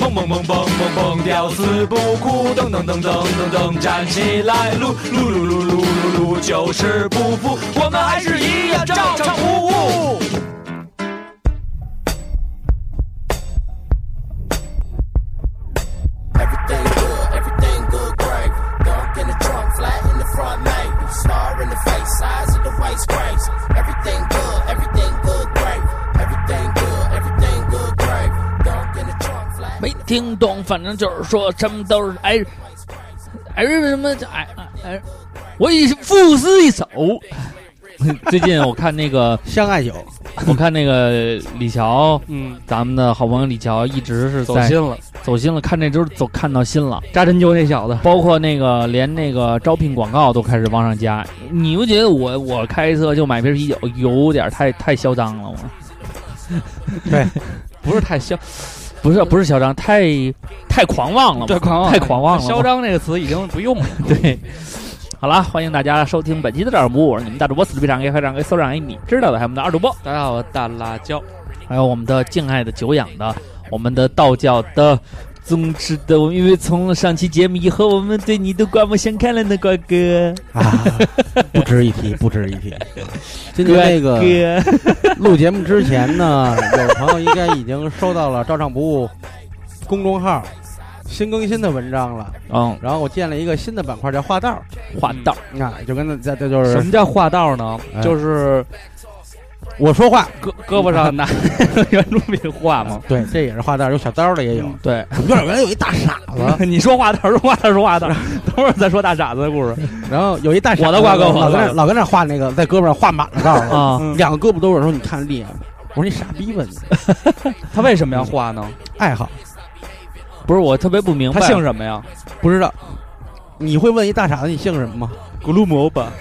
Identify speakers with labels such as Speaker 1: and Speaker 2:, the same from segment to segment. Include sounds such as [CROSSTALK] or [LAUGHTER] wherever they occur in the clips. Speaker 1: 蹦蹦蹦蹦蹦蹦，吊死不哭，噔噔噔噔噔噔，站起来，撸撸撸撸撸撸撸，就是不服，我们还是一样照常服务。
Speaker 2: Everything good, everything good gravy. Dunk in the trunk, flat in the front, maybe. Star in the face, size of the waist, crazy. Everything good, everything good gravy. Everything good, everything good gravy. Dunk in the trunk, flat
Speaker 3: 没听懂，反正就是说什么都是哎
Speaker 2: waist, crazy.
Speaker 3: 哎什么哎哎，我已赋诗一首。 [LAUGHS] 最近我看那个，
Speaker 4: 相爱酒，
Speaker 3: [LAUGHS] 我看那个李乔，
Speaker 5: 嗯，
Speaker 3: 咱们的好朋友李乔一直是
Speaker 5: 走
Speaker 3: 在
Speaker 5: 心了，
Speaker 3: 走心了，看这周走看到心了。
Speaker 5: 扎针灸那小子，
Speaker 3: 包括那个连那个招聘广告都开始往上加，你不觉得我我开车就买瓶啤酒有点太太嚣张了？我，
Speaker 4: 对，
Speaker 3: [LAUGHS] 不是太嚣，不是不是嚣张，太太狂妄了。
Speaker 5: 对，狂妄，
Speaker 3: 太狂妄了
Speaker 5: 嚣张这个词已经不用了。
Speaker 3: 对，好了，欢迎大家收听本期的赵小不误，我是你们大主播死逼长 A 和长 A 搜长 A，你知道的，还有我们的二主播，
Speaker 5: 大家好，我大辣椒，
Speaker 3: 还有我们的敬爱的久仰的，我们的道教的。宗师的，因为从上期节目以后，我们对你都刮目相看了呢，瓜哥。
Speaker 4: 啊，不值一提，不值一
Speaker 5: [LAUGHS]
Speaker 4: 提。今天那个
Speaker 3: 哥，
Speaker 4: 录节目之前呢， [LAUGHS] 有朋友应该已经收到了“照唱不误”公众号新更新的文章了。
Speaker 3: 嗯，
Speaker 4: 然后我建了一个新的板块叫“话道
Speaker 3: 话道，”，
Speaker 4: 啊，就跟这这就
Speaker 5: 嗯什
Speaker 4: 是
Speaker 5: 么叫话道呢？
Speaker 4: 哎
Speaker 5: 就是
Speaker 4: 我说话，
Speaker 5: 胳胳膊上拿
Speaker 3: [LAUGHS]
Speaker 5: 原住民话吗？
Speaker 4: 对，这也是话道，有小刀的也有。
Speaker 5: 嗯对，
Speaker 4: 我们幼儿园有一大傻子，
Speaker 5: 你说话道，说话道，说话
Speaker 3: [LAUGHS]
Speaker 5: 道，等会儿再说大傻子的故事。
Speaker 4: 然后有一大傻子
Speaker 5: 我的瓜哥
Speaker 4: 老
Speaker 5: 我的
Speaker 4: 跟
Speaker 5: 瓜
Speaker 4: 那
Speaker 5: 哥
Speaker 4: 老跟那画那个在胳膊上画满了道儿
Speaker 3: 啊
Speaker 5: 嗯
Speaker 4: 两个胳膊都是。说你看厉害，我说你傻逼吧你，
Speaker 5: [LAUGHS] 他为什么要画呢？
Speaker 4: 爱好
Speaker 3: 不是我特别不明白，啊
Speaker 5: 他姓什么呀？
Speaker 4: 不知道。你会问一大傻子你姓什么吗？
Speaker 5: 古鲁姆吧。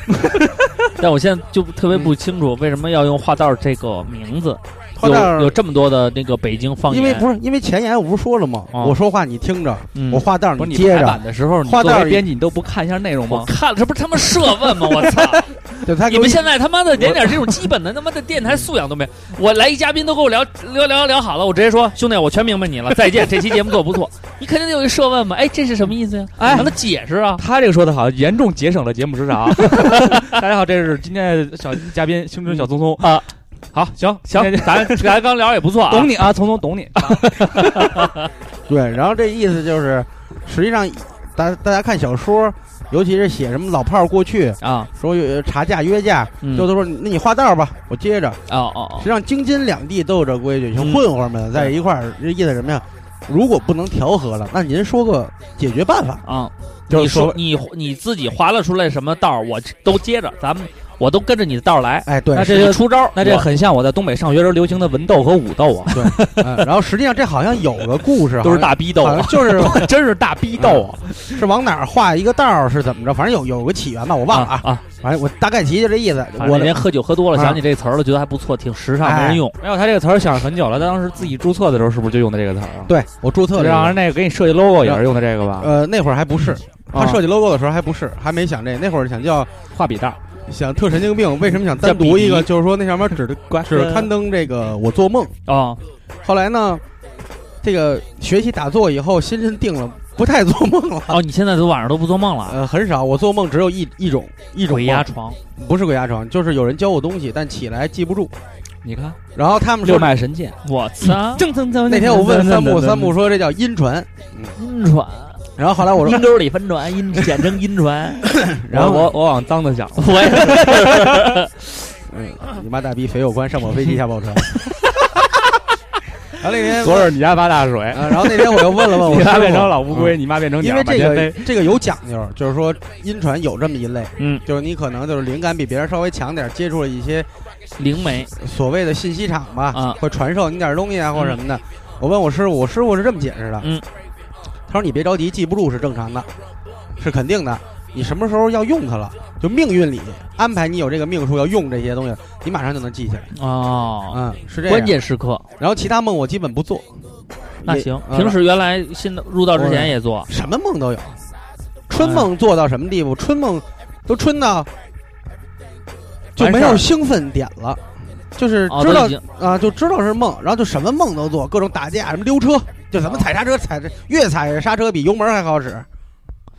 Speaker 3: 但我现在就特别不清楚为什么要用画道这个名字，
Speaker 4: 画道
Speaker 3: 有
Speaker 4: 儿
Speaker 3: 有这么多的那个北京方言，
Speaker 4: 因为不是因为前言我不是说了吗？
Speaker 3: 啊
Speaker 4: 我说话你听着，
Speaker 3: 嗯
Speaker 4: 我画道儿
Speaker 5: 不是你
Speaker 4: 接
Speaker 5: 排
Speaker 4: 着
Speaker 5: 版，的时候，你
Speaker 4: 话
Speaker 5: 作
Speaker 4: 道
Speaker 5: 为编辑你都不看一下内容
Speaker 3: 我
Speaker 5: 吗？
Speaker 3: 看了，这不是他妈设问吗？我操！
Speaker 4: 就他给
Speaker 3: 你
Speaker 4: 我
Speaker 3: 们现在他妈的连点这种基本的他妈的电台素养都没有。我来一嘉宾都跟我聊聊聊聊好了，我直接说兄弟，我全明白你了，再见。这期节目做得不错，你肯定得有一设问嘛？哎，这是什么意思呀？
Speaker 5: 哎
Speaker 3: 让他解释啊。
Speaker 5: 他这个说的好，严重节省了节目时 [LAUGHS] 长。大家好，这是今天的小嘉宾青春小聪聪
Speaker 3: 啊。
Speaker 5: 好，行
Speaker 3: 行，咱咱刚聊也不错啊。
Speaker 5: 懂你啊，聪聪懂你。
Speaker 4: 对，然后这意思就是，实际上大大家看小说，尤其是写什么老炮儿过去
Speaker 3: [LAUGHS] 啊，
Speaker 4: 说有查价约架，
Speaker 3: 嗯
Speaker 4: 就都说那你画道儿吧，我接着。
Speaker 3: 哦哦哦
Speaker 4: 实际上京津两地都有这规矩，就
Speaker 3: 嗯
Speaker 4: 混混们在一块儿，这意思什么呀？如果不能调和了，那您说个解决办法，
Speaker 3: 啊，
Speaker 4: 就
Speaker 3: 你
Speaker 4: 是
Speaker 3: 说你你自己划拉出来什么道儿，我都接着，咱们我都跟着你的道儿来。
Speaker 4: 哎，对
Speaker 5: 那，这
Speaker 3: 你
Speaker 5: 就
Speaker 3: 出招儿，
Speaker 5: 那这很像我在东北上学时候流行的文斗和武斗啊，
Speaker 4: 嗯然后实际上这好像有个故事，
Speaker 5: [LAUGHS] 都是大逼斗
Speaker 4: 好像，好
Speaker 5: 啊
Speaker 4: 像，就是 [LAUGHS]
Speaker 5: 真是大逼斗啊！
Speaker 4: 是往哪儿画一个道儿是怎么着，反正有有个起源吧，我
Speaker 3: 我
Speaker 4: 忘了啊。
Speaker 3: 啊！
Speaker 4: 反正我大概其就这意思。
Speaker 3: 我
Speaker 4: 我
Speaker 3: 连喝酒喝多了，
Speaker 4: 啊
Speaker 3: 想起这词儿了，觉得还不错，挺时尚，没
Speaker 4: 哎
Speaker 3: 人用。
Speaker 5: 没有，他这个词儿想了很久了，他当时自己注册的时候是不是就用的这个词儿啊？
Speaker 4: 对我注册
Speaker 5: 就
Speaker 4: 了
Speaker 5: 让人那个给你设计 logo 也是用的这个吧？
Speaker 4: 呃，那会儿还不是他
Speaker 5: 啊
Speaker 4: 设计 logo 的时候还不是，还没想这，那会儿想叫
Speaker 5: 画笔大，
Speaker 4: 想特神经病，为什么想单独一
Speaker 3: 叫
Speaker 4: 个？
Speaker 3: 比
Speaker 4: 就是说那上面只只刊登这个我做梦。
Speaker 3: 啊
Speaker 4: 后来呢，这个学习打坐以后，心神定了，不太做梦了。
Speaker 3: 哦，你现在都晚上都不做梦了，
Speaker 4: 呃，很少，我做梦只有一一种一种
Speaker 3: 鬼压
Speaker 4: 梦，
Speaker 3: 床
Speaker 4: 不是鬼压床，就是有人教我东西，但起来记不住。
Speaker 5: 你看
Speaker 4: 然后他们
Speaker 5: 六
Speaker 4: 说，
Speaker 5: 脉神剑。
Speaker 3: 我操，
Speaker 5: 正正正
Speaker 4: 那天我问三木，三木说这叫阴传。
Speaker 3: 阴船，
Speaker 4: 然后后来我说，
Speaker 3: 阴沟里翻船，阴简称阴船。
Speaker 4: [COUGHS] 然后
Speaker 5: 我我往脏的想，
Speaker 3: 我也
Speaker 4: 嗯，你妈大逼，肥有关，上跑飞机，下跑船。然后那天
Speaker 5: 昨儿你家八大水，
Speaker 4: 啊，然后那天我又问了问我
Speaker 5: 你
Speaker 4: 师
Speaker 5: 妈
Speaker 4: 傅
Speaker 5: 变成老乌龟，你妈变成
Speaker 4: 因
Speaker 5: 鸟，
Speaker 4: 为这
Speaker 5: 满天
Speaker 4: 个
Speaker 5: 飞
Speaker 4: 这个有讲究，就是说音传有这么一类，
Speaker 3: 嗯，
Speaker 4: 就是你可能就是灵感比别人稍微强点，接触了一些
Speaker 3: [LAUGHS] 灵媒
Speaker 4: 所谓的信息场吧，
Speaker 3: 啊
Speaker 4: 会传授你点东西啊或者什么的。我问我师傅，我师傅是这么解释的，
Speaker 3: 嗯，
Speaker 4: 他说你别着急，记不住是正常的，是肯定的。你什么时候要用它了，就命运里安排你有这个命数要用这些东西，你马上就能记起来。
Speaker 3: 哦，
Speaker 4: 嗯，是这样。
Speaker 3: 关键时刻
Speaker 4: 然后其他梦我基本不做。
Speaker 3: 那
Speaker 4: 也
Speaker 3: 行，
Speaker 4: 嗯
Speaker 3: 平时原来新的入道之前也做
Speaker 4: 什么梦都有，
Speaker 3: 嗯
Speaker 4: 春梦做到什么地步？春梦都春到就没有兴奋点了，就是
Speaker 3: 哦，
Speaker 4: 知
Speaker 3: 都
Speaker 4: 道
Speaker 3: 已经
Speaker 4: 啊，就知道是梦，然后就什么梦都做，各种打架，什么溜车，就咱们踩刹车踩着越踩刹车比油门还好使，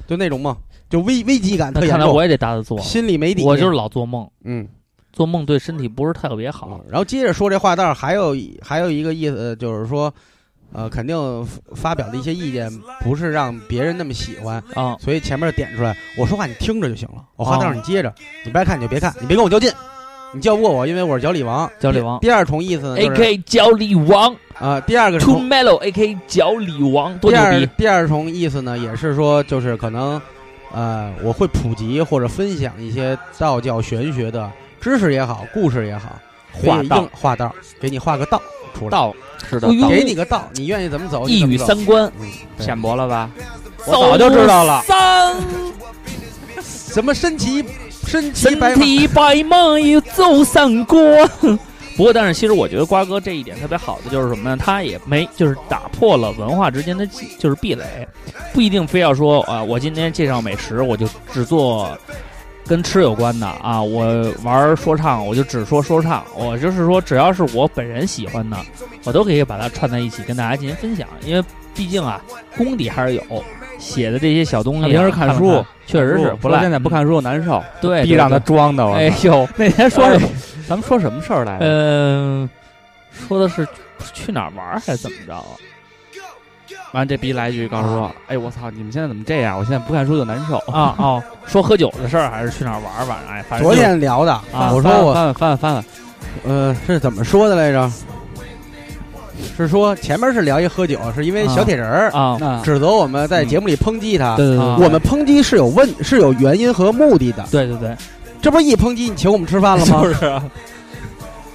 Speaker 4: 就那种梦，就危危机感特
Speaker 3: 那
Speaker 4: 严
Speaker 3: 看来
Speaker 4: 重，
Speaker 3: 我也得大的做，
Speaker 4: 心里没底。
Speaker 3: 我就是老做梦，
Speaker 4: 嗯。
Speaker 3: 做梦对身体不是特别好。
Speaker 4: 然后接着说这话道，还有一还有一个意思呃就是说，呃，肯定发表的一些意见不是让别人那么喜欢，
Speaker 3: 啊，
Speaker 4: 所以前面点出来，我说话你听着就行了，我话道
Speaker 3: 哦
Speaker 4: 你接着，你不爱看你就别看，你别跟我较劲，你较不过我，因为我是脚里王。
Speaker 3: 脚里王
Speaker 4: 第二重意思呢，
Speaker 3: ，A
Speaker 4: 就是
Speaker 3: K 脚里王
Speaker 4: 啊，第二个
Speaker 3: ，Two
Speaker 4: 重
Speaker 3: Mellow，A K 脚里王，多
Speaker 4: 第
Speaker 3: 牛
Speaker 4: 二
Speaker 3: 逼！
Speaker 4: 第二重意思呢，也是说就是可能，呃，我会普及或者分享一些道教玄学的知识也好，故事也好，
Speaker 3: 画道
Speaker 4: 道画道，给你画个道出来。
Speaker 5: 道是的
Speaker 3: 哎，呦
Speaker 4: 给你个道，你愿意怎么走？
Speaker 3: 一语三关，
Speaker 4: 嗯，对
Speaker 5: 浅薄了吧？我
Speaker 3: 走
Speaker 5: 早就知道了。
Speaker 3: 三
Speaker 4: 什么身骑身骑
Speaker 3: 身
Speaker 4: 白马，
Speaker 3: 体白马又走三国。 [LAUGHS] 不过，但是其实我觉得瓜哥这一点特别好的就是什么呢？他也没就是打破了文化之间的壁就是壁垒，不一定非要说啊、我今天介绍美食，我就只做跟吃有关的啊，我玩说唱，我就只说说唱，我就是说只要是我本人喜欢的，我都可以把它串在一起跟大家进行分享，因为毕竟啊功底还是有，写的这些小东西
Speaker 5: 他
Speaker 3: 啊、
Speaker 5: 平时看书
Speaker 3: 看，确实是不赖。
Speaker 5: 现在不
Speaker 3: 嗯，
Speaker 5: 看书难受，
Speaker 3: 对，
Speaker 5: 逼让
Speaker 3: 对
Speaker 5: 他装的。我
Speaker 3: 哎
Speaker 5: 操 [LAUGHS]
Speaker 3: 呦，
Speaker 5: 那天说什
Speaker 3: 哎
Speaker 5: 么？咱们说什么事儿来着？
Speaker 3: 嗯，说的是去哪儿玩儿还是怎么着啊？
Speaker 5: 完这逼来一句告诉说：“哎，我操，你们现在怎么这样？我现在不看书就难受。
Speaker 3: 啊哦，说喝酒的事儿还是去哪儿玩儿？晚上哎，反正
Speaker 4: 昨
Speaker 3: 就
Speaker 4: 天聊的，
Speaker 3: 啊
Speaker 4: 我说我
Speaker 5: 翻翻翻翻翻，
Speaker 4: 呃是怎么说的来着？是说前面是聊一喝酒，是因为小铁人儿
Speaker 3: 啊，
Speaker 5: 那
Speaker 4: 指责我们在节目里抨击他。
Speaker 3: 对对
Speaker 5: 啊
Speaker 4: 我们抨击是有问是有原因和目的的，
Speaker 3: 对对对
Speaker 4: 这不是一抨击你请我们吃饭了
Speaker 3: 对，
Speaker 4: 吗？
Speaker 3: 是啊？
Speaker 4: [LAUGHS]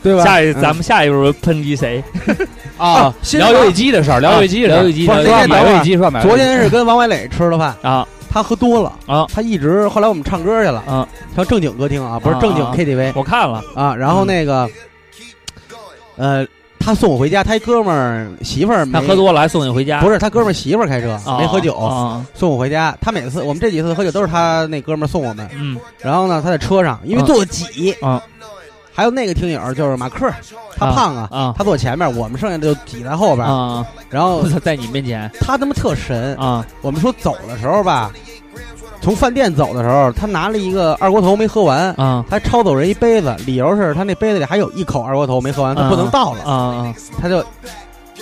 Speaker 4: 对吧？嗯
Speaker 3: 下一咱们下一轮抨击谁？ [LAUGHS]
Speaker 5: 啊，
Speaker 4: 新
Speaker 5: 聊
Speaker 4: 房
Speaker 5: 游戏机的事儿，聊游戏机的事儿，
Speaker 3: 啊聊游戏机
Speaker 5: 说说
Speaker 3: 聊游戏
Speaker 4: 机
Speaker 5: 买游戏机，说买游戏
Speaker 4: 昨
Speaker 5: 机。
Speaker 4: 天是跟王伟磊吃的饭，
Speaker 3: 啊
Speaker 4: 他喝多了
Speaker 3: 啊
Speaker 4: 他一直后来我们唱歌去了，
Speaker 3: 啊，
Speaker 4: 上正经歌厅啊，不是
Speaker 3: 啊
Speaker 4: 正经
Speaker 3: 啊
Speaker 4: KTV
Speaker 3: 我看了
Speaker 4: 啊。然后那个，呃，他送我回家，他一哥们儿媳妇儿没
Speaker 3: 他喝，多了还送你回家，
Speaker 4: 不是他哥们儿媳妇儿开车
Speaker 3: 啊
Speaker 4: 没喝酒，
Speaker 3: 啊，
Speaker 4: 送我回家。他每次我们这几次喝酒都是他那哥们儿送我们，
Speaker 3: 嗯
Speaker 4: 然后呢他在车上，因为
Speaker 3: 啊
Speaker 4: 坐挤
Speaker 3: 啊。
Speaker 4: 还有那个听友就是马克，他
Speaker 3: 啊
Speaker 4: 胖啊，
Speaker 3: 啊
Speaker 4: 他坐前面，我们剩下的就挤在后边。
Speaker 3: 啊，
Speaker 4: 然后
Speaker 5: [LAUGHS]
Speaker 3: 我操在你面前
Speaker 4: 他他妈特神，
Speaker 3: 啊
Speaker 4: 我们说走的时候吧，从饭店走的时候，他拿了一个二锅头没喝完，
Speaker 3: 啊
Speaker 4: 他抄走人一杯子，理由是他那杯子里还有一口二锅头没喝完，他不能倒了，
Speaker 3: 啊
Speaker 5: [LAUGHS]
Speaker 3: 啊，
Speaker 4: 他就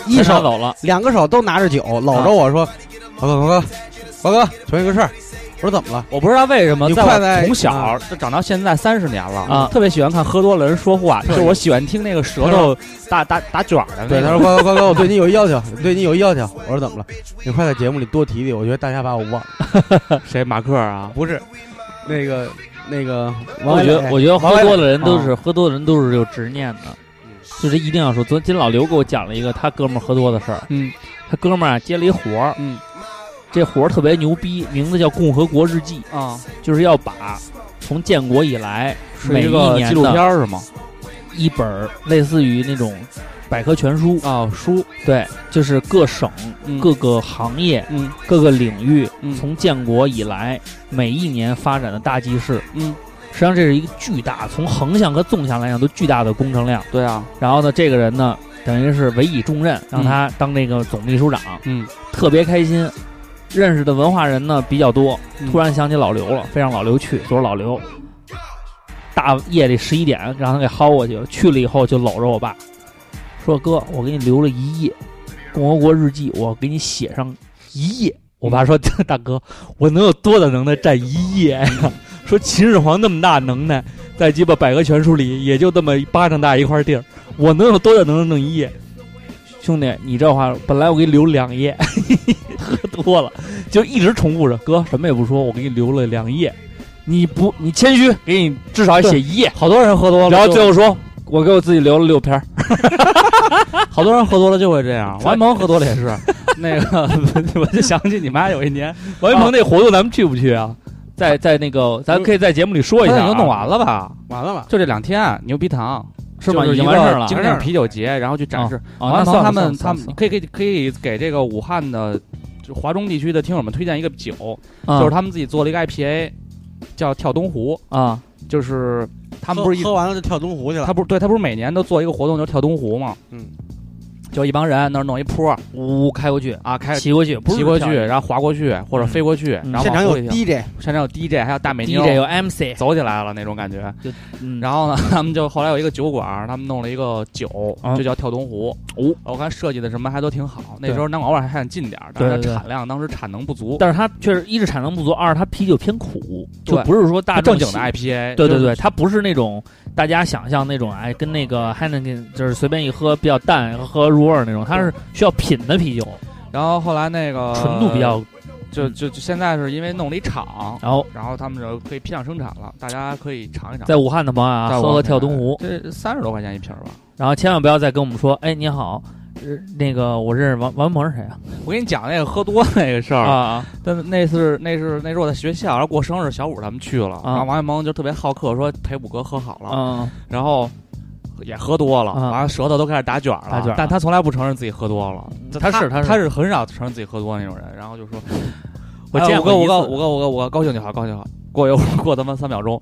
Speaker 4: 一
Speaker 3: 手
Speaker 4: 手
Speaker 3: 走啊了，
Speaker 4: 两个手都拿着酒，搂着我说：“王哥，王哥，王哥，求你个事儿。”我说：“怎么了
Speaker 5: 我不知道为什么，
Speaker 4: 你
Speaker 5: 在
Speaker 4: 快在
Speaker 5: 我从小就长到现在三十年了
Speaker 3: 啊
Speaker 5: 特别喜欢看喝多了人说话，就是我喜欢听那个舌头打打打卷儿？”的
Speaker 4: 对，
Speaker 5: 那
Speaker 4: 他
Speaker 5: 个。
Speaker 4: 说：“瓜哥，瓜哥，我对你有一要求， [LAUGHS] 对你有一要求。”我说：“怎么了？你快在节目里多提提，我觉得大家把我忘了。
Speaker 3: [LAUGHS]
Speaker 5: 谁马克啊”？
Speaker 4: 不是，那个那个
Speaker 3: 我
Speaker 4: 王伟
Speaker 3: 觉
Speaker 4: 磊，
Speaker 3: 得，我觉得
Speaker 4: 王
Speaker 3: 喝
Speaker 4: 伟
Speaker 3: 多的人都是喝多的人都是有执念的，就是一定要说。昨天老刘给我讲了一个他哥们儿喝多的事儿，
Speaker 5: 嗯
Speaker 3: 他哥们儿啊接了一活儿，
Speaker 5: 嗯
Speaker 3: 这活儿特别牛逼，名字叫《共和国日记
Speaker 5: 啊，》，
Speaker 3: 就是要把从建国以来
Speaker 5: 是
Speaker 3: 每
Speaker 5: 一
Speaker 3: 一
Speaker 5: 个纪
Speaker 3: 年
Speaker 5: 录片
Speaker 3: 的
Speaker 5: 儿是吗？
Speaker 3: 一本儿类似于那种百科全书，
Speaker 5: 啊，书
Speaker 3: 对，就是各省、各个行业、
Speaker 5: 嗯
Speaker 3: 各个领域
Speaker 5: 嗯
Speaker 3: 从建国以来每一年发展的大记事。
Speaker 5: 嗯，
Speaker 3: 实际上这是一个巨大，从横向和纵向来讲都巨大的工程量。
Speaker 5: 对啊，
Speaker 3: 然后呢，这个人呢，等于是委以重任，让他当这个总秘书长，
Speaker 5: 嗯，
Speaker 3: 特别开心。认识的文化人呢比较多，
Speaker 5: 嗯
Speaker 3: 突然想起老刘了，非让老刘去。昨儿老刘大夜里十一点让他给薅过去了，去了以后就搂着我爸说：“哥，我给你留了一夜《共和国日记》，我给你写上一页。”我爸说：“ [LAUGHS] 大哥，我能有多大能耐占一页
Speaker 5: [LAUGHS]
Speaker 3: 呀？说秦始皇那么大能耐，在鸡巴百科全书里也就这么巴掌大一块地儿，我能有多大能耐弄一页？”兄弟，你这话本来我给你留两页， [LAUGHS] 喝多了就一直重复着，哥什么也不说，我给你留了两页，你不你谦虚，给你至少写一页，
Speaker 5: 好多人喝多了就，
Speaker 3: 然后最后说，我给我自己留了六篇儿，
Speaker 5: [LAUGHS] 好多人喝多了就会这
Speaker 3: [LAUGHS]
Speaker 5: 样。
Speaker 3: 对
Speaker 5: 王一萌喝多了也是，那个 [LAUGHS] 我就想起你哎妈有一年，啊
Speaker 3: 王一鹏那活动咱们去不去啊？在在那个，咱可以在节目里说一
Speaker 5: 他
Speaker 3: 下、
Speaker 5: 已
Speaker 3: 啊。
Speaker 5: 经弄完了吧？？”
Speaker 4: 完了吧？
Speaker 5: 就这两天，啊牛逼糖
Speaker 3: 是吗
Speaker 5: 就
Speaker 3: 已经
Speaker 5: 一
Speaker 3: 完事
Speaker 5: 个
Speaker 3: 儿了
Speaker 5: 经典啤酒节，然后去展示。
Speaker 3: 啊，
Speaker 5: 王
Speaker 3: 那
Speaker 5: 一鹏
Speaker 3: 算了
Speaker 5: 他们他
Speaker 3: 算了
Speaker 5: 们
Speaker 3: 算了
Speaker 5: 可以可以可以给这个武汉的就华中地区的听友们推荐一个酒，
Speaker 3: 啊
Speaker 5: 就是他们自己做了一个 IPA，叫跳东湖，
Speaker 3: 啊
Speaker 5: 就是他们不是一
Speaker 4: 喝喝完了就跳东湖去了
Speaker 5: 他？不是对他不是每年都做一个活动就是跳东湖嘛，
Speaker 4: 嗯，
Speaker 5: 就
Speaker 3: 就一帮人那儿弄一坡，呜呜开过去，
Speaker 6: 啊，开
Speaker 3: 骑过去，不是
Speaker 6: 骑过
Speaker 3: 跳
Speaker 6: 去，然后划过去或者飞过去，
Speaker 3: 嗯
Speaker 6: 然后
Speaker 4: 现场有
Speaker 6: 往后一跳
Speaker 4: DJ，
Speaker 6: 现场有 DJ，还有大美妞
Speaker 3: DJ 有 MC，
Speaker 6: 走起来了那种感觉。
Speaker 3: 嗯，
Speaker 6: 然后呢，他们就后来有一个酒馆儿，他们弄了一个酒，
Speaker 3: 啊
Speaker 6: 就叫跳东湖。哦，我看设计的什么还都挺好。那
Speaker 3: 对
Speaker 6: 时候南广味还想进点儿，但是
Speaker 3: 对对
Speaker 6: 它
Speaker 3: 对
Speaker 6: 产量当时产能不足。
Speaker 3: 但是它确实一是产能不足，二是它啤酒偏苦，
Speaker 6: 对
Speaker 3: 就不是说大
Speaker 6: 它
Speaker 3: 众
Speaker 6: 正经
Speaker 3: 喜
Speaker 6: 的 IPA，
Speaker 3: 对
Speaker 6: 就
Speaker 3: 对
Speaker 6: 是
Speaker 3: 对，它不是那种大家想象那种，哎，跟那个 Heineken 就是随便一喝比较淡，喝入味儿那种，它是需要品的啤酒，
Speaker 6: 然后后来那个
Speaker 3: 纯度比较，嗯
Speaker 6: 就就就现在是因为弄了一厂，
Speaker 3: 然后
Speaker 6: 然后他们就可以批量生产了，大家可以尝一尝。
Speaker 3: 在武汉的朋友啊，
Speaker 6: 在我
Speaker 3: 喝喝
Speaker 6: 们
Speaker 3: 跳东湖，
Speaker 6: 这三十多块钱一瓶儿吧。
Speaker 3: 然后千万不要再跟我们说，哎，你好，呃那个我认识王王鹏是谁啊？
Speaker 6: 我跟你讲那个喝多那个事儿，
Speaker 3: 啊
Speaker 6: 但是那次那是那是我在学校，然后过生日，小五他们去了，
Speaker 3: 啊
Speaker 6: 然后王爱萌就特别好客，说陪五哥喝好了，
Speaker 3: 啊
Speaker 6: 然后也喝多了，
Speaker 3: 啊
Speaker 6: 完了舌头都开始打卷了，
Speaker 3: 打卷了嗯
Speaker 6: 但他从来不承认自己喝多了，
Speaker 3: 他是
Speaker 6: 他
Speaker 3: 他是
Speaker 6: 是很少承认自己喝多那种人，然后就说，
Speaker 3: 我
Speaker 6: 哎
Speaker 3: 见
Speaker 6: 五
Speaker 3: 过
Speaker 6: 哥
Speaker 3: 一
Speaker 6: 五哥
Speaker 3: 次
Speaker 6: 五哥五哥五哥高兴就好高兴就好，过一会儿过他妈三秒钟，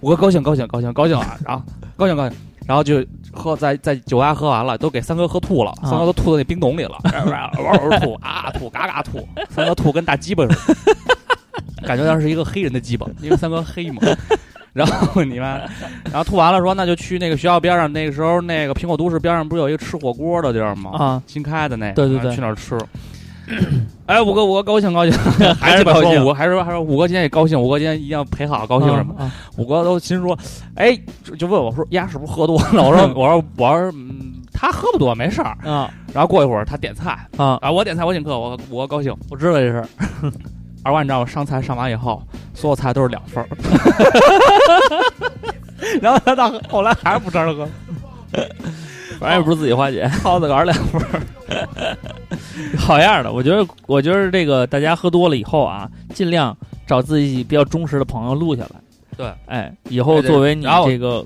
Speaker 6: 五哥高兴高兴高兴高兴啊，然后高兴高兴。然后就喝在在酒吧喝完了，都给三哥喝吐了，
Speaker 3: 啊
Speaker 6: 三哥都吐到那冰桶里了， [LAUGHS] 哇哇吐啊吐嘎嘎吐，三哥吐跟大鸡巴似的。感觉像是一个黑人的鸡
Speaker 3: [LAUGHS]
Speaker 6: 巴，因为三哥黑嘛。 [LAUGHS] 然后你妈，然后吐完了说那就去那个学校边上，那个时候那个苹果都市边上不是有一个吃火锅的地儿吗？，
Speaker 3: 啊，
Speaker 6: 新开的那个，
Speaker 3: 对对对
Speaker 6: 去那儿吃。 [COUGHS] 哎，五哥，五哥高兴高
Speaker 3: [LAUGHS]
Speaker 6: 兴，还
Speaker 3: 是
Speaker 6: [LAUGHS] 鸡巴
Speaker 3: 高兴
Speaker 6: 说五哥，还说还说五哥今天也高兴，五哥今天一定要陪好，高兴什么？
Speaker 3: 啊？
Speaker 6: 五哥都心说，哎，就就问我说呀，是不是喝多了？我说 [LAUGHS] 我说我说嗯，他喝不多，没事儿。
Speaker 3: 啊
Speaker 6: 然后过一会儿他点菜
Speaker 3: 啊啊！
Speaker 6: 啊，我点菜我请客，我五哥高兴。
Speaker 3: 我知道这事，
Speaker 6: [LAUGHS] 二瓜，你知道我上菜上完以后，所有菜都是两 [LAUGHS] 份儿。然后他到后来还是不吃了哥，
Speaker 3: 反正也不是自己花钱，
Speaker 6: 耗子杆两份儿。
Speaker 3: [LAUGHS] 好样的！我觉得，我觉得这个大家喝多了以后啊，尽量找自己比较忠实的朋友录下来。
Speaker 6: 对，
Speaker 3: 哎，以后
Speaker 6: 对对
Speaker 3: 作为你
Speaker 6: 然后
Speaker 3: 这个，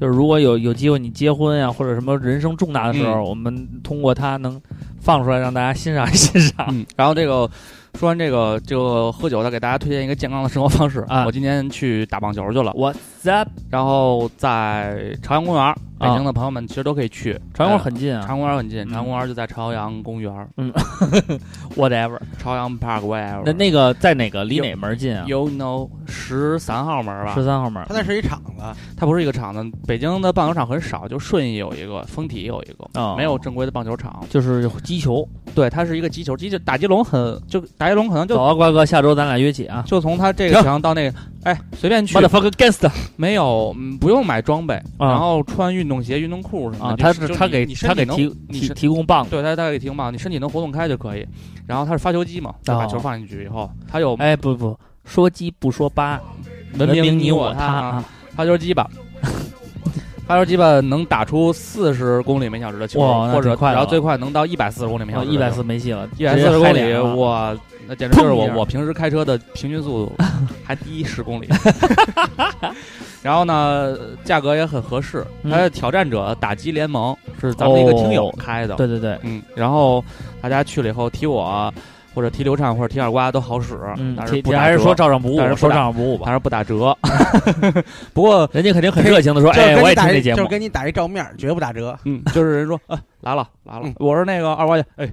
Speaker 3: 就是如果有有机会你结婚呀、或者什么人生重大的时候，
Speaker 6: 嗯
Speaker 3: 我们通过它能放出来，让大家欣赏欣
Speaker 6: [LAUGHS]
Speaker 3: 赏。
Speaker 6: 嗯，然后这个说完这个这个喝酒，再给大家推荐一个健康的生活方式。
Speaker 3: 啊
Speaker 6: 我今天去打棒球去了，
Speaker 3: What's up？
Speaker 6: 然后在朝阳公园，北京的朋友们其实都可以去。
Speaker 3: 朝阳
Speaker 6: 呃
Speaker 3: 很近啊
Speaker 6: 朝阳公园很近，
Speaker 3: 嗯
Speaker 6: 朝阳公园就在朝阳公园，
Speaker 3: ，whatever。
Speaker 6: 朝阳 Park Whatever。
Speaker 3: 那那个在哪个？离
Speaker 6: 有
Speaker 3: 哪门近啊？
Speaker 6: You know 十三号门吧
Speaker 3: 十？三号门。
Speaker 4: 他那是一厂子，
Speaker 6: 它不是一个场子，北京的棒球场很少，就顺义有一个，丰体也有一个，
Speaker 3: 哦
Speaker 6: 没有正规的棒球场。
Speaker 3: 就是击球。
Speaker 6: 对，它是一个击球，击球打击笼很就打击笼可能
Speaker 3: 走
Speaker 6: 就
Speaker 3: 啊，瓜哥，下周咱俩约起啊。
Speaker 6: 就从它这个墙到
Speaker 3: [LAUGHS]
Speaker 6: 那个，哎，随便去，
Speaker 3: Motherfucker gangster
Speaker 6: [LAUGHS] 没有，嗯，不用买装备，
Speaker 3: 啊
Speaker 6: 然后穿运动鞋、运动裤什么
Speaker 3: 啊，
Speaker 6: 的。就
Speaker 3: 他
Speaker 6: 是
Speaker 3: 是
Speaker 6: 就
Speaker 3: 他
Speaker 6: 你
Speaker 3: 给
Speaker 6: 你身
Speaker 3: 他
Speaker 6: 体
Speaker 3: 给
Speaker 6: 能
Speaker 3: 提
Speaker 6: 你
Speaker 3: 提
Speaker 6: 身
Speaker 3: 提供棒子。
Speaker 6: 对他他给提供棒，你身体能活动开就可以。然后它是发球机嘛，就把
Speaker 3: 哦
Speaker 6: 球放进去以后，它有
Speaker 3: 哎，不不，说鸡不说八，
Speaker 6: 嗯文明
Speaker 3: 明
Speaker 6: 你
Speaker 3: 我
Speaker 6: 他啊
Speaker 3: 啊！
Speaker 6: 发球机吧， [LAUGHS] 发球机吧能打出四十公里每小时的球，
Speaker 3: 哇那
Speaker 6: 或者
Speaker 3: 挺快的
Speaker 6: 然后
Speaker 3: 了哦
Speaker 6: 最快能到一百四十公里每小时的球，
Speaker 3: 一百四没戏了，
Speaker 6: 一百四十公里，啊
Speaker 3: 我
Speaker 6: 我那简直就是
Speaker 3: 砰
Speaker 6: 我
Speaker 3: 啊一下
Speaker 6: 我平时开车的平均速度，还低十公
Speaker 3: [LAUGHS]
Speaker 6: 里。 [LAUGHS] 然后呢，价格也很合适。
Speaker 3: 嗯
Speaker 6: 它的挑战者打击联盟是咱们一个听友开的，
Speaker 3: 哦对对对，
Speaker 6: 嗯，然后大家去了以后提我，啊或者提刘畅，或者提二瓜都好使，
Speaker 3: 嗯，
Speaker 6: 但是
Speaker 3: 这
Speaker 6: 不
Speaker 3: 这
Speaker 6: 打折
Speaker 3: 还是说，照上不误
Speaker 6: 但
Speaker 3: 吧，
Speaker 6: 是不
Speaker 3: 说
Speaker 6: 打
Speaker 3: 照上不误
Speaker 6: 还
Speaker 3: 吧。
Speaker 6: 是不打折。 [LAUGHS] 不过，
Speaker 3: 人家肯定很热情的说，
Speaker 4: 就是
Speaker 3: 哎，
Speaker 4: 跟
Speaker 3: 我也
Speaker 4: 你
Speaker 3: 听
Speaker 4: 打
Speaker 3: 这
Speaker 4: 一，
Speaker 3: 节
Speaker 4: 就是
Speaker 3: 目，
Speaker 4: 跟你打一照面，绝不打折。
Speaker 6: 嗯，就是人说，啊，来了来了
Speaker 4: 嗯，
Speaker 6: 我是那个二瓜姐，哎，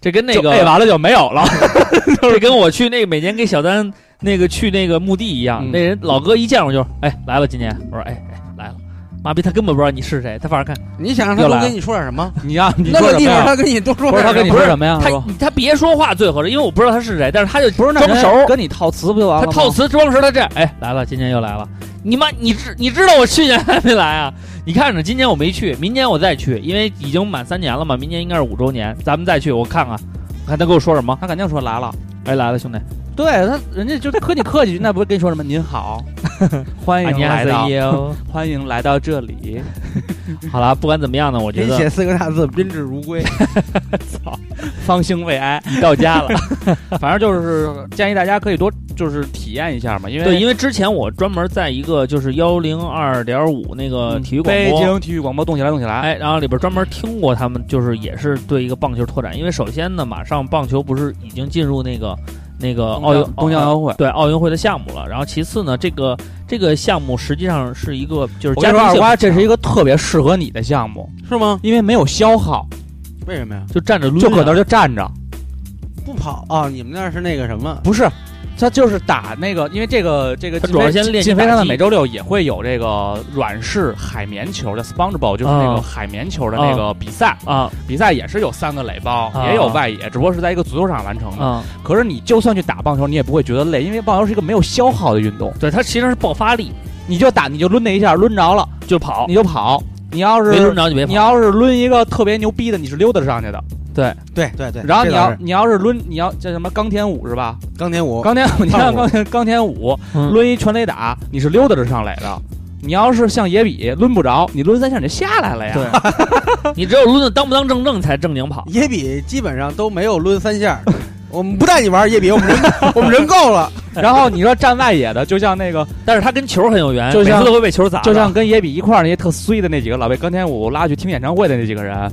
Speaker 3: 这跟那
Speaker 6: 就哎
Speaker 3: 个
Speaker 6: 完了就没有 [LAUGHS] 了。
Speaker 3: [LAUGHS] 这跟我去那个每年给小丹那个去那个墓地一样，
Speaker 6: 嗯
Speaker 3: 那人老哥一见我就哎来了，今年我说哎哎来了，妈逼他根本不知道你是谁，他反正看
Speaker 4: 你想让他
Speaker 6: 又
Speaker 4: 多
Speaker 6: 来了
Speaker 4: 跟你说点什么？
Speaker 6: 你呀，你
Speaker 4: 那
Speaker 6: 说
Speaker 4: 个
Speaker 6: 什
Speaker 4: 地
Speaker 6: 么
Speaker 4: 方
Speaker 6: 呀？
Speaker 4: 他跟你多说
Speaker 6: 不
Speaker 4: 点
Speaker 6: 啊是他
Speaker 4: 什
Speaker 6: 跟
Speaker 4: 么？
Speaker 6: 你说什么呀？
Speaker 3: 他
Speaker 6: 说
Speaker 3: 他别说话最合适，因为我不知道他是谁，但是他就
Speaker 6: 不是那
Speaker 3: 装
Speaker 6: 人
Speaker 3: 熟，
Speaker 6: 跟你套词不就完
Speaker 3: 他
Speaker 6: 了吗？
Speaker 3: 套词装熟，他这样哎来了，今年又来了。你妈，你知你知道我去年还没来啊？你看着，今年我没去，明年我再去，因为已经满三年了嘛，明年应该是五周年，咱们再去，我
Speaker 6: [LAUGHS]
Speaker 3: 看看，我看他跟我说什么。
Speaker 6: 他肯定说来了。
Speaker 3: 哎，来了，兄弟，
Speaker 6: 对他，人家就和你客气，那不是跟你说什么您好， [LAUGHS] 欢
Speaker 3: 啊，
Speaker 6: 迎
Speaker 3: 你
Speaker 6: 哎来
Speaker 3: 还
Speaker 6: 到
Speaker 3: 是，哟。
Speaker 6: 欢迎来到这里。
Speaker 3: 好了，不管怎么样呢，我觉
Speaker 4: 给你
Speaker 3: 得
Speaker 4: 写四个大字：宾至如
Speaker 6: [LAUGHS]
Speaker 4: 归。
Speaker 6: 方兴未艾，
Speaker 3: 你到家了。
Speaker 6: 反正就是建议大家可以多就是体验一下嘛，因为
Speaker 3: 对，因为之前我专门在一个就是幺零二点五那个
Speaker 6: 嗯
Speaker 3: 体育广
Speaker 6: 北
Speaker 3: 播，
Speaker 6: 京体育广播动起来动起来，
Speaker 3: 哎，然后里边专门听过他们，就是也是对一个棒球拓展，因为首先呢，马上棒球不是已经进入那个那个
Speaker 6: 哦东
Speaker 3: 奥
Speaker 6: 江，
Speaker 3: 运呃
Speaker 6: 东江奥运会。
Speaker 3: 对奥运会的项目了。然后其次呢，这个这个项目实际上是一个就是
Speaker 6: 我
Speaker 3: 家
Speaker 6: 跟
Speaker 3: 庭
Speaker 6: 你说，二
Speaker 3: 性
Speaker 6: 瓜，这是一个特别适合你的项目，
Speaker 4: 是吗？
Speaker 6: 因为没有消耗，
Speaker 4: 为什么呀？
Speaker 3: 就站着抡啊，
Speaker 6: 就搁那儿就站着，
Speaker 4: 不跑啊、你们那儿是那个什么？
Speaker 6: 不是，他就是打那个，因为这个这个
Speaker 3: 他
Speaker 6: 金飞，
Speaker 3: 主要先练习
Speaker 6: 金飞
Speaker 3: 打
Speaker 6: 他的
Speaker 3: 击
Speaker 6: 每周六也会有这个软式海绵球，叫 SpongeBob，就是那
Speaker 3: 啊
Speaker 6: 个海绵球的那个比赛，
Speaker 3: 啊
Speaker 6: 比赛也是有三个垒包，
Speaker 3: 啊
Speaker 6: 也有外野，只不过是在一个足球场完成的。
Speaker 3: 啊，
Speaker 6: 可是你就算去打棒球，你也不会觉得累，因为棒球是一个没有消耗的运动，
Speaker 3: 对，它其实是爆发力，
Speaker 6: 你就打你就抡那一下，抡着了
Speaker 3: 就跑，
Speaker 6: 你就跑，你要
Speaker 3: 没抡
Speaker 6: 是。
Speaker 3: 着就别
Speaker 6: 你
Speaker 3: 跑，
Speaker 6: 要是抡一个特别牛逼的，你是溜达着上去的。
Speaker 4: 对对对，
Speaker 6: 然后
Speaker 4: 这
Speaker 6: 你
Speaker 4: 倒
Speaker 6: 要
Speaker 4: 是
Speaker 6: 你要是抡，你要叫什么钢铁舞是吧？
Speaker 4: 钢铁舞，
Speaker 6: 钢铁舞，你
Speaker 4: 看
Speaker 6: 像
Speaker 4: 过
Speaker 6: 钢铁钢铁舞，
Speaker 3: 嗯
Speaker 6: 抡一全垒打，你是溜达着上垒的。你要是像野比抡不着，你抡三下你就下来了呀。
Speaker 3: 对，你只有抡的当不当正正才正经跑，
Speaker 4: 野比基本上都没有抡三下
Speaker 6: [LAUGHS]
Speaker 4: 儿。我们不带你玩儿野比，我们人我们人够了。
Speaker 6: [LAUGHS] 然后你说站外野的，就像那个，
Speaker 3: 但是它跟球很有缘，
Speaker 6: 就
Speaker 3: 每
Speaker 6: 像
Speaker 3: 次都会被球砸的，
Speaker 6: 就像跟野比一块儿那些特衰的那几个老被钢铁舞拉去听演唱会的那几个人，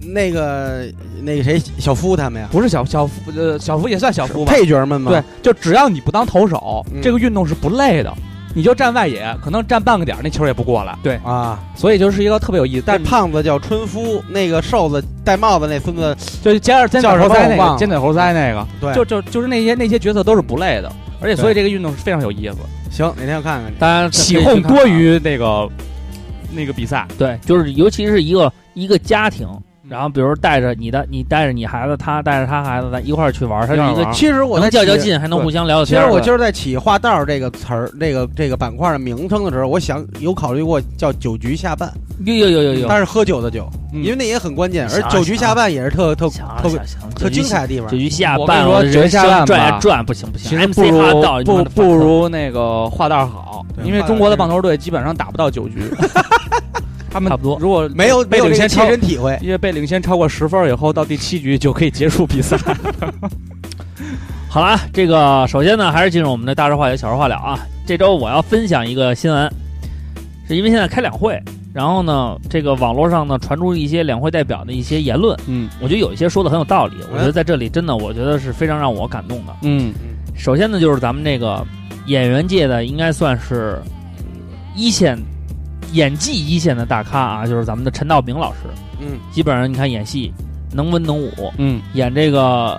Speaker 4: 那个那个谁，小夫他们呀，
Speaker 6: 不是小小夫，呃，小夫也算小夫吧？
Speaker 4: 配角们嘛。
Speaker 6: 对，，就只要你不当投手，
Speaker 4: 嗯
Speaker 6: 这个运动是不累的。你就站外野，可能站半个点儿，那球也不过来。对，
Speaker 4: 啊，
Speaker 6: 所以就是一个特别有意思。
Speaker 4: 那
Speaker 6: 但
Speaker 4: 胖子叫春夫，那个瘦子戴帽子那孙子，
Speaker 6: 就是尖尖
Speaker 4: 叫
Speaker 6: 嘴
Speaker 4: 什么
Speaker 6: 猴腮
Speaker 4: 我
Speaker 6: 那
Speaker 4: 忘
Speaker 6: 个，
Speaker 4: 了
Speaker 6: 尖嘴猴腮那个，
Speaker 4: 对
Speaker 6: 就就就是那些那些角色都是不累的，而且所以这个运动是非常有意思，
Speaker 4: 行，哪天我看看去。
Speaker 3: 当然
Speaker 6: 起哄多于那个那个比赛。
Speaker 3: 对，就是尤其是一个一个家庭，
Speaker 6: 嗯
Speaker 3: 然后比如带着你的，你带着你孩子，他带着他孩子，咱一块儿去玩儿，它是一
Speaker 6: 一块儿
Speaker 3: 个
Speaker 6: 玩
Speaker 4: 其实我在
Speaker 3: 能较较
Speaker 4: 起
Speaker 3: 劲，还能
Speaker 6: 对
Speaker 3: 互相聊聊
Speaker 4: 其
Speaker 3: 天
Speaker 4: 实
Speaker 3: 儿。
Speaker 4: 我今儿在起“画道”这个词儿，这个这个板块的名称的时候，我想有考虑过叫“酒局下半
Speaker 3: 有有有有”，有，
Speaker 4: 但是喝酒的酒，
Speaker 6: 嗯
Speaker 4: 因为那也很关键，而
Speaker 3: 哎想啊
Speaker 4: 酒局
Speaker 3: 想啊
Speaker 4: 下半也是特特
Speaker 3: 行
Speaker 4: 特
Speaker 3: 行行，
Speaker 4: 特精彩的地方
Speaker 3: 就。去下
Speaker 6: 我跟
Speaker 3: 半，
Speaker 6: 你说
Speaker 3: 我的
Speaker 6: 九
Speaker 3: 人
Speaker 6: 局下
Speaker 3: 生
Speaker 6: 半
Speaker 3: 转呀
Speaker 6: 吧
Speaker 3: 转，不行不
Speaker 6: 其
Speaker 3: 行
Speaker 6: 实
Speaker 3: ，MC
Speaker 6: 不如
Speaker 3: 哈道
Speaker 6: 不不如那个画道好，
Speaker 4: 对
Speaker 6: 因为
Speaker 4: 画道
Speaker 6: 中国的
Speaker 4: 真
Speaker 6: 棒球队基本上打不到九局， [LAUGHS] 他们
Speaker 3: 差不多
Speaker 6: 如果
Speaker 4: 没有没
Speaker 6: 被
Speaker 4: 有
Speaker 6: 领
Speaker 4: 这
Speaker 6: 先
Speaker 4: 个切
Speaker 6: 超，
Speaker 4: 身体会，
Speaker 6: 因为被领先超过十分以后，到第七局就可以结束比赛。
Speaker 3: 好了，这个首先呢，还是进入我们的大事化小、小事化了啊。这周我要分享一个新闻，是因为现在开两会，然后呢，这个网络上呢传出一些两会代表的一些言论，
Speaker 6: [LAUGHS] 嗯
Speaker 3: 我觉得有一些说的很有道理。我觉得
Speaker 4: 嗯
Speaker 3: 在这里真的，我觉得是非常让我感动的。
Speaker 6: 嗯
Speaker 3: 首先呢，就是咱们这个演员界的，应该算是一线演技一线的大咖啊，就是咱们的陈道明老师。
Speaker 4: 嗯，
Speaker 3: 基本上你看演戏能文能武，
Speaker 6: 嗯，
Speaker 3: 演这个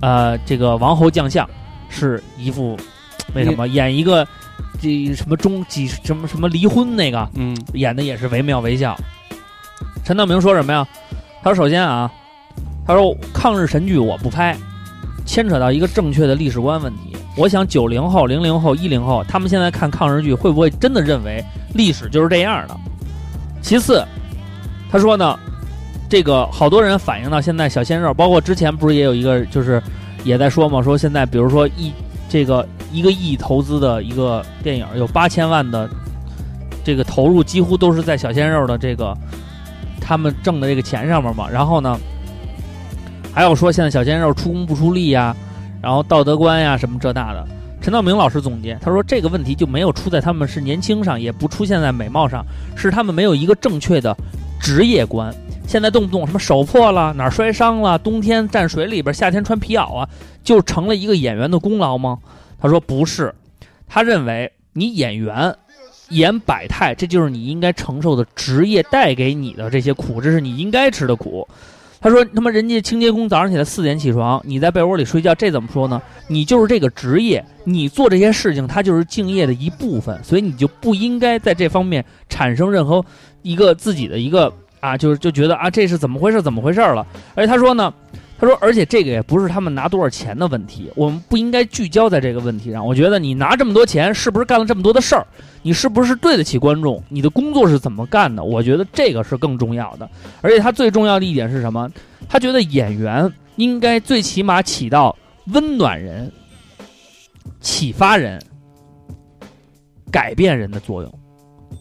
Speaker 3: 呃这个王侯将相是一副为什么演一个这什么中几什么什么离婚那个
Speaker 6: 嗯
Speaker 3: 演的也是惟妙惟肖。陈道明说什么呀？他说：“首先啊，他说抗日神剧我不拍，牵扯到一个正确的历史观问题。我想九零后、零零后、一零后，他们现在看抗日剧，会不会真的认为历史就是这样的？其次，他说呢，这个好多人反映到现在小鲜肉，包括之前不是也有一个就是也在说嘛，说现在比如说一这个一个亿投资的一个电影，有八千万的这个投入，几乎都是在小鲜肉的这个他们挣的这个钱上面嘛。啊然后呢，还有说现在小鲜肉出工不出力啊呀，然后道德观呀什么这那的。陈道明老师总结，他说这个问题就没有出在他们是年轻上，也不出现在美貌上，是他们没有一个正确的职业观。现在动不动什么手破了，哪儿摔伤了，冬天站水里边，夏天穿皮袄啊，就成了一个演员的功劳吗？他说不是，他认为你演员演百态，这就是你应该承受的职业带给你的这些苦，这是你应该吃的苦。他说：“他妈，人家清洁工早上起来四点起床，你在被窝里睡觉，这怎么说呢？你就是这个职业，你做这些事情，它就是敬业的一部分，所以你就不应该在这方面产生任何一个自己的一个啊，就是就觉得啊，这是怎么回事，怎么回事了。而且他说呢，他说，而且这个也不是他们拿多少钱的问题，我们不应该聚焦在这个问题上。我觉得你拿这么多钱，是不是干了这么多的事儿？你是不是对得起观众？你的工作是怎么干的？我觉得这个是更重要的。而且他最重要的一点是什么？他觉得演员应该最起码起到温暖人、启发人、改变人的作用。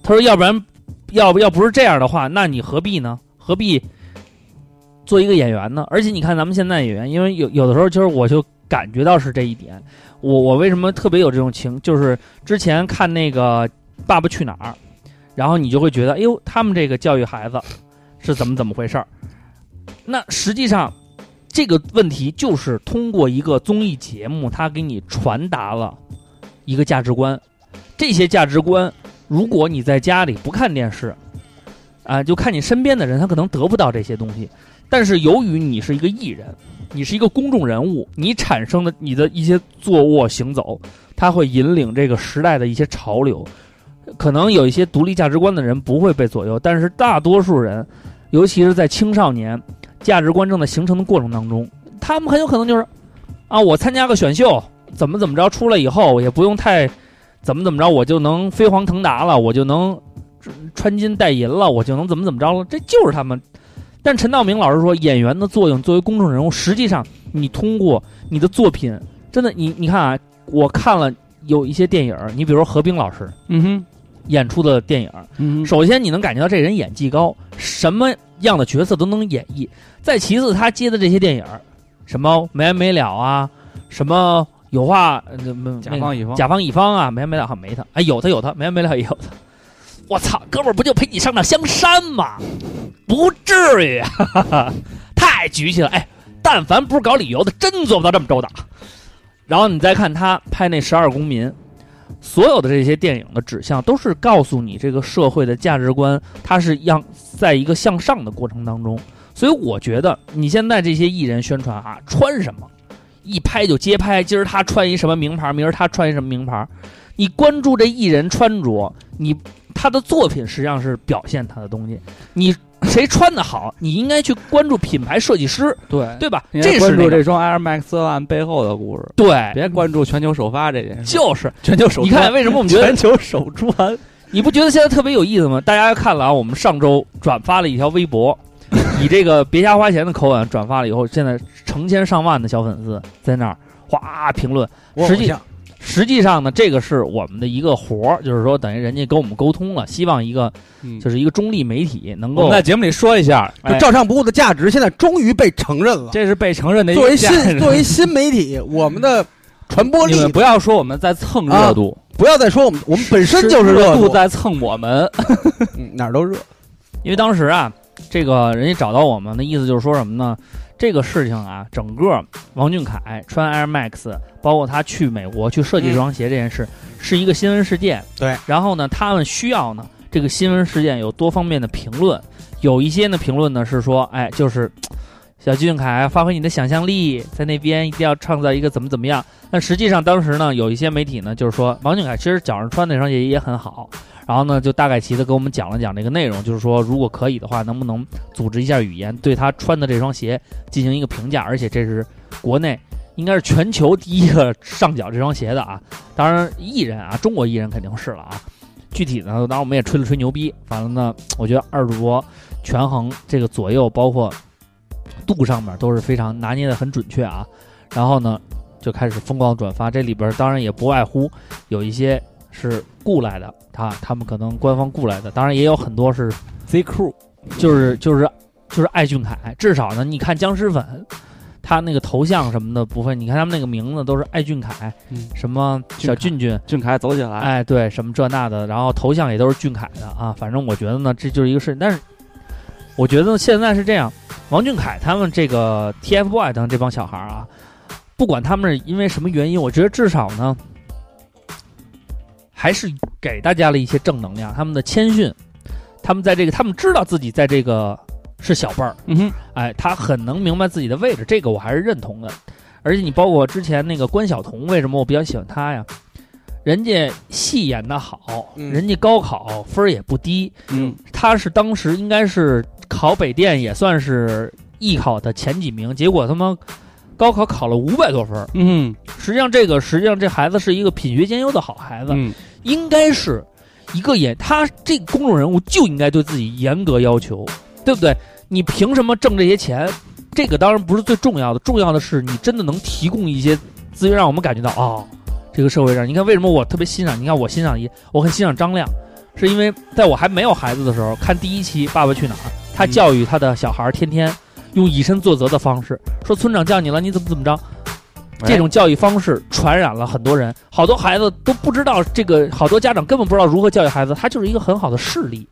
Speaker 3: 他说，要不然，要不要不是这样的话，那你何必呢？何必做一个演员呢？而且你看咱们现在演员，因为有有的时候就是我就感觉到是这一点。我我为什么特别有这种情？就是之前看那个《爸爸去哪儿》，然后你就会觉得，哎呦，他们这个教育孩子是怎么怎么回事儿？那实际上，这个问题就是通过一个综艺节目，它给你传达了一个价值观。这些价值观，如果你在家里不看电视，啊、就看你身边的人，他可能得不到这些东西。但是由于你是一个艺人，你是一个公众人物，你产生的你的一些坐卧行走，它会引领这个时代的一些潮流。可能有一些独立价值观的人不会被左右，但是大多数人，尤其是在青少年价值观正在形成的过程当中，他们很有可能就是啊，我参加个选秀，怎么怎么着出来以后，也不用太怎么怎么着，我就能飞黄腾达了，我就能呃穿金戴银了，我就能怎么怎么着了，这就是他们。但陈道明老师说，演员的作用作为公众人物，实际上你通过你的作品，真的你你看啊，我看了有一些电影，你比如说何冰老师
Speaker 5: 嗯哼，
Speaker 3: 演出的电影，
Speaker 5: 嗯
Speaker 3: 首先你能感觉到这人演技高，什么样的角色都能演绎。再其次，他接的这些电影儿，什么没完没了啊，什么有话呃那么
Speaker 5: 甲方乙方，
Speaker 3: 甲方乙方啊，没完没了好像没他，哎有他有他，没完没了也有他。我操，哥们儿不就陪你上趟香山吗？不至于，哈哈哈， [LAUGHS] 太局气了。哎，但凡不是搞旅游的，真做不到这么周到。然后你再看他拍那《十二公民》，所有的这些电影的指向都是告诉你这个社会的价值观，它是让在一个向上的过程当中。所以我觉得你现在这些艺人宣传啊，穿什么，一拍就街拍，今儿他穿一什么名牌，明儿他穿一什么名牌，你关注这艺人穿着，你他的作品实际上是表现他的东西。你谁穿的好，你应该去关注品牌设计师，
Speaker 5: 对
Speaker 3: 对吧？
Speaker 5: 你
Speaker 3: 这
Speaker 5: 哎关
Speaker 3: 是那
Speaker 5: 注
Speaker 3: 个
Speaker 5: 这双 Air Max One 背后的故事，
Speaker 3: 对，
Speaker 5: 别关注全球首发这件事。
Speaker 3: 就是
Speaker 5: 全球首
Speaker 3: 你看为什么
Speaker 4: [LAUGHS]
Speaker 3: 我们觉得
Speaker 5: 全球首穿？
Speaker 3: 你不觉得现在特别有意思吗？大家看了啊，我们上周转发了一条微
Speaker 5: [LAUGHS]
Speaker 3: 博，以这个“别瞎花钱”的口吻转发了以后，现在成千上万的小粉丝在那儿哗评论。
Speaker 4: 我
Speaker 3: 实际
Speaker 4: 偶像
Speaker 3: 实际上呢，这个是我们的一个活儿，就是说等于人家跟我们沟通了，希望一个
Speaker 5: 嗯
Speaker 3: 就是一个中立媒体能
Speaker 5: 我
Speaker 6: 哦
Speaker 4: 哦
Speaker 3: 够
Speaker 5: 们在节目里说一下，
Speaker 4: 就
Speaker 6: 哎
Speaker 4: 照唱不误的价值，现在终于被承认了。
Speaker 5: 这是被承认的一
Speaker 4: 作为
Speaker 5: 个价值。
Speaker 4: 新作为新媒体，我们的传播力
Speaker 5: 你，们不要说我们在蹭热度，
Speaker 4: 不要再说我们我们啊本身就是
Speaker 5: 热
Speaker 4: 度，
Speaker 5: 在蹭我们。
Speaker 4: 嗯哪儿都热。
Speaker 3: 因为当时啊，这个人家找到我们的意思就是说什么呢？这个事情啊，整个王俊凯穿 Air Max，包括他去美国去设计这双鞋这件事，是一个新闻事件。
Speaker 4: 对，
Speaker 3: 然后呢，他们需要呢这个新闻事件有多方面的评论，有一些呢评论呢是说，哎，就是小俊凯发挥你的想象力，在那边一定要创造一个怎么怎么样。但实际上当时呢，有一些媒体呢就是说，王俊凯其实脚上穿那双鞋也很好。然后呢，就大概齐的给我们讲了讲这个内容，就是说，如果可以的话，能不能组织一下语言，对他穿的这双鞋进行一个评价？而且这是国内应该是全球第一个上脚这双鞋的啊。当然，艺人啊，中国艺人肯定是了啊。具体呢，当然我们也吹了吹牛逼。完了呢，我觉得二主播权衡这个左右，包括度上面都是非常拿捏的很准确啊。然后呢，就开始疯狂转发，这里边当然也不外乎有一些是雇来的啊，他们可能官方雇来的，当然也有很多是
Speaker 5: Z Crew
Speaker 3: 就是就是就是爱俊凯，至少呢，你看僵尸粉，他那个头像什么的部分，你看他们那个名字都是爱俊凯，
Speaker 5: 嗯
Speaker 3: 什么小
Speaker 5: 俊
Speaker 3: 俊俊，
Speaker 5: [LAUGHS] 俊凯走起来，
Speaker 3: 哎，对，什么这那的，然后头像也都是俊凯的啊。反正我觉得呢，这就是一个事情。但是我觉得现在是这样，王俊凯他们这个 TFBOY 等这帮小孩儿啊，不管他们是因为什么原因，我觉得至少呢，还是给大家了一些正能量。他们的谦逊，他们在这个，他们知道自己在这个是小辈儿，
Speaker 5: 嗯哼，
Speaker 3: 哎，他很能明白自己的位置，这个我还是认同的。而且你包括之前那个关晓彤，为什么我比较喜欢她呀？人家戏演得好，
Speaker 4: 嗯
Speaker 3: 人家高考分儿也不低，
Speaker 5: 嗯，
Speaker 3: 她是当时应该是考北电也算是艺考的前几名，结果他妈高考考了五百多分儿。
Speaker 5: 嗯
Speaker 3: 实际上，这个实际上这孩子是一个品学兼优的好孩子，
Speaker 5: 嗯，
Speaker 3: 应该是一个演他这个公众人物就应该对自己严格要求，对不对？你凭什么挣这些钱？这个当然不是最重要的，重要的是你真的能提供一些资源，让我们感觉到哦，这个社会上，你看为什么我特别欣赏？你看我欣赏一，我很欣赏张亮，是因为在我还没有孩子的时候，看第一期《爸爸去哪儿》，他
Speaker 5: 嗯
Speaker 3: 教育他的小孩儿天天用以身作则的方式，说村长叫你了，你怎么怎么着。这种教育方式传染了很多人，好多孩子都不知道这个，好多家长根本不知道如何教育孩子，他就是一个很好的示例，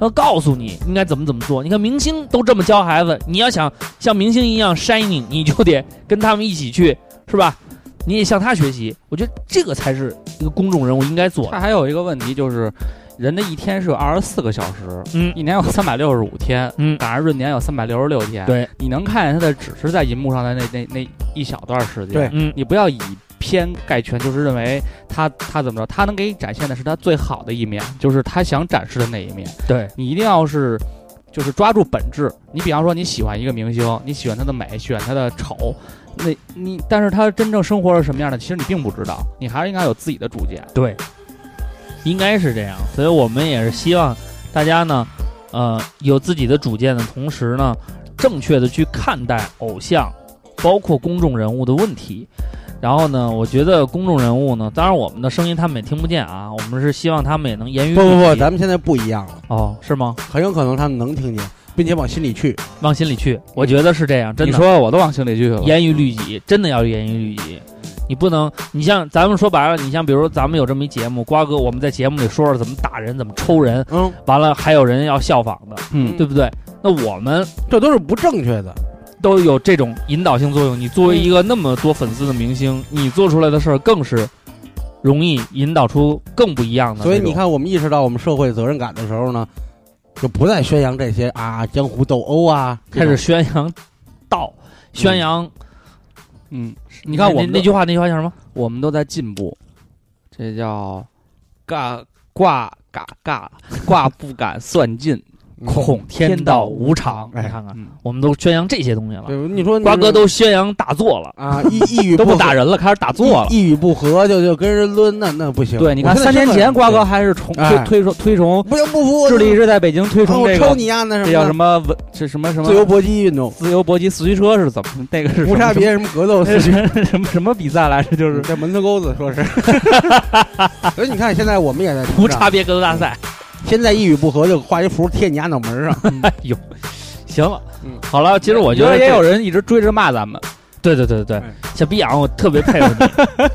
Speaker 3: 他告诉你应该怎么怎么做。你看明星都这么教孩子，你要想像明星一样 shining，你就得跟他们一起去，是吧？你也向他学习，我觉得这个才是一个公众人物应该做的。
Speaker 5: 他还有一个问题就是，
Speaker 6: 人的一天是有二十四个小时，
Speaker 3: 嗯
Speaker 6: 一年有三百六十五天，
Speaker 3: 嗯
Speaker 6: 赶上闰年有三百六十六天。
Speaker 3: 对，
Speaker 6: 你能看见它的只是在银幕上的那那那一小段时间。
Speaker 4: 对
Speaker 3: 嗯
Speaker 6: 你不要以偏概全，就是认为他他怎么着，他能给你展现的是他最好的一面，就是他想展示的那一面。
Speaker 3: 对，
Speaker 6: 你一定要是就是抓住本质。你比方说你喜欢一个明星，你喜欢他的美，喜欢他的丑，那你但是他真正生活是什么样的，其实你并不知道，你还是应该有自己的主见。
Speaker 3: 对，应该是这样。所以我们也是希望大家呢，呃，有自己的主见的同时呢，正确的去看待偶像，包括公众人物的问题。然后呢，我觉得公众人物呢，当然我们的声音他们也听不见啊，我们是希望他们也能言语
Speaker 4: 不不不，
Speaker 3: 自己
Speaker 4: 咱们现在不一样了，
Speaker 3: 哦，是吗？
Speaker 4: 很有可能他们能听见，并且往心里去。
Speaker 3: 往心里去，我觉得是这样，真
Speaker 6: 你
Speaker 3: 的。
Speaker 6: 说我都往心里去了。
Speaker 3: 严于律己，真的要严于律己。你不能，你像咱们说白了，你像比如说咱们有这么一节目，瓜哥，我们在节目里说了怎么打人，怎么抽人，
Speaker 4: 嗯，
Speaker 3: 完了还有人要效仿的，
Speaker 6: 嗯，
Speaker 3: 对不对？那我们
Speaker 4: 这都是不正确的。
Speaker 3: 都有这种引导性作用。你作为一个那么多粉丝的明星，你做出来的事儿更是容易引导出更不一样的。
Speaker 4: 所以你，看，我们意识到我们社会责任感的时候呢，就不再宣扬这些啊江湖斗殴啊，
Speaker 3: 开始宣扬道，宣扬
Speaker 6: 嗯，你看我
Speaker 3: 那
Speaker 6: 们
Speaker 3: 那句话，那句话叫什么？
Speaker 6: 我们都在进步，这叫尬挂尬尬挂不敢算 [LAUGHS] 尽，
Speaker 3: 恐天道无常。
Speaker 4: 哎
Speaker 3: 你看看
Speaker 6: 嗯，
Speaker 3: 我们都宣扬这些东西了。
Speaker 4: 嗯对，你说你
Speaker 3: 瓜哥都宣扬打坐了，
Speaker 4: 啊一一语
Speaker 6: [LAUGHS] 都不
Speaker 4: 合
Speaker 6: 打人了，开始打坐了。
Speaker 4: 一一语不合就就跟人抡，那那不行。
Speaker 6: 对，你看
Speaker 4: 我现在
Speaker 6: 三年
Speaker 4: 真的
Speaker 6: 前瓜哥还是崇推
Speaker 4: 哎
Speaker 6: 推崇推崇，
Speaker 4: 不行不服，
Speaker 6: 致力是在北京推
Speaker 4: 啊
Speaker 6: 崇
Speaker 4: 我
Speaker 6: 这
Speaker 4: 抽
Speaker 6: 个，
Speaker 4: 你丫那什么
Speaker 6: 这
Speaker 4: 的
Speaker 6: 叫什么文？这什么什么
Speaker 4: 自由搏击运动，
Speaker 6: 自由搏击四驱车是怎么？那个是什么
Speaker 4: 无差别什么格斗，
Speaker 6: 什么什么什么什么比赛来着？就
Speaker 4: 就是这门头沟子说是。 [LAUGHS] 所以你看，现在我们也
Speaker 6: [LAUGHS]
Speaker 4: 在成
Speaker 3: 无
Speaker 4: 长
Speaker 3: 差别格斗大赛。
Speaker 4: 现在一语不合就画一符贴你家脑门上，
Speaker 3: 哎呦，行了
Speaker 4: 嗯，
Speaker 3: 好了，其实我
Speaker 6: 我
Speaker 3: 觉
Speaker 6: 觉得
Speaker 3: 得
Speaker 6: 也
Speaker 3: 这
Speaker 6: 有人一直追着骂咱们，
Speaker 3: 对对对对对
Speaker 4: 哎，
Speaker 3: 小逼养我特别佩服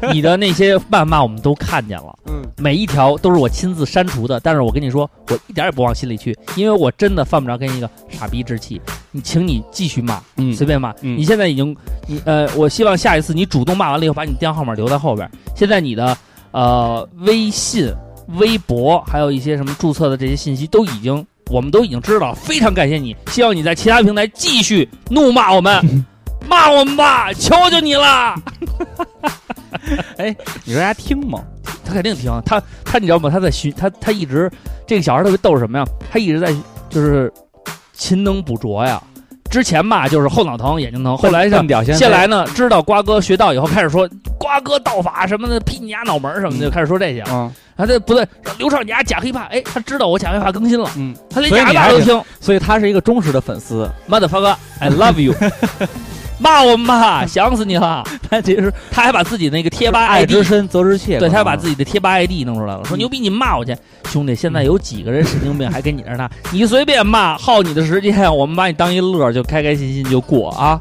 Speaker 3: 你，你的那些谩骂我们都看见了，
Speaker 4: 嗯，
Speaker 3: 每一条都是我亲自删除的。但是我跟你说，我一点也不往心里去，因为我真的犯不着跟一个傻逼置气。你请你继续骂，
Speaker 6: 嗯
Speaker 3: 随便骂。
Speaker 6: 嗯
Speaker 3: 你现在已经，你呃，我希望下一次你主动骂完了以后，把你电话号码留在后边儿。现在你的呃微信、微博，还有一些什么注册的这些信息都已经，我们都已经知道了。非常感谢你，希望你在其他平台继续怒骂我们，骂我们吧，求求你了。
Speaker 6: 你说人家听吗？
Speaker 3: 他肯定听他他你知道吗？他在寻他他一直这个小孩特别逗是什么呀？他一直在就是勤能补拙呀。之前骂就是后脑疼眼睛疼，后来呢
Speaker 6: 笨屌先
Speaker 3: 先来呢，知道瓜哥学道以后，开始说瓜哥道法什么的，劈你家脑门儿什么的，
Speaker 6: 嗯
Speaker 3: 就开始说这些了。
Speaker 6: 啊，
Speaker 3: 啊，对，不对，刘畅你家假黑怕，哎，他知道我假黑怕更新了，
Speaker 6: 嗯，
Speaker 3: 他连
Speaker 6: 所以
Speaker 3: 假黑
Speaker 6: 你
Speaker 3: 怕
Speaker 6: 还
Speaker 3: 都
Speaker 6: 是
Speaker 3: 听。
Speaker 6: 所以他是一个忠实的粉丝，
Speaker 3: Motherfucker，I love [LAUGHS] you，骂我们吧，想死你了。
Speaker 6: 他其实
Speaker 3: 他还把自己那个贴吧 ID
Speaker 6: 爱之深责之切，
Speaker 3: 对他还把
Speaker 6: 己
Speaker 3: 自己的贴吧 ID 弄出来了，说
Speaker 6: 啊嗯
Speaker 3: 牛逼，你骂我去，兄弟！现在有几个人神经病还跟你那儿呢？你随便骂，耗你的时间，我们把你当一乐儿，就开开心心就过啊，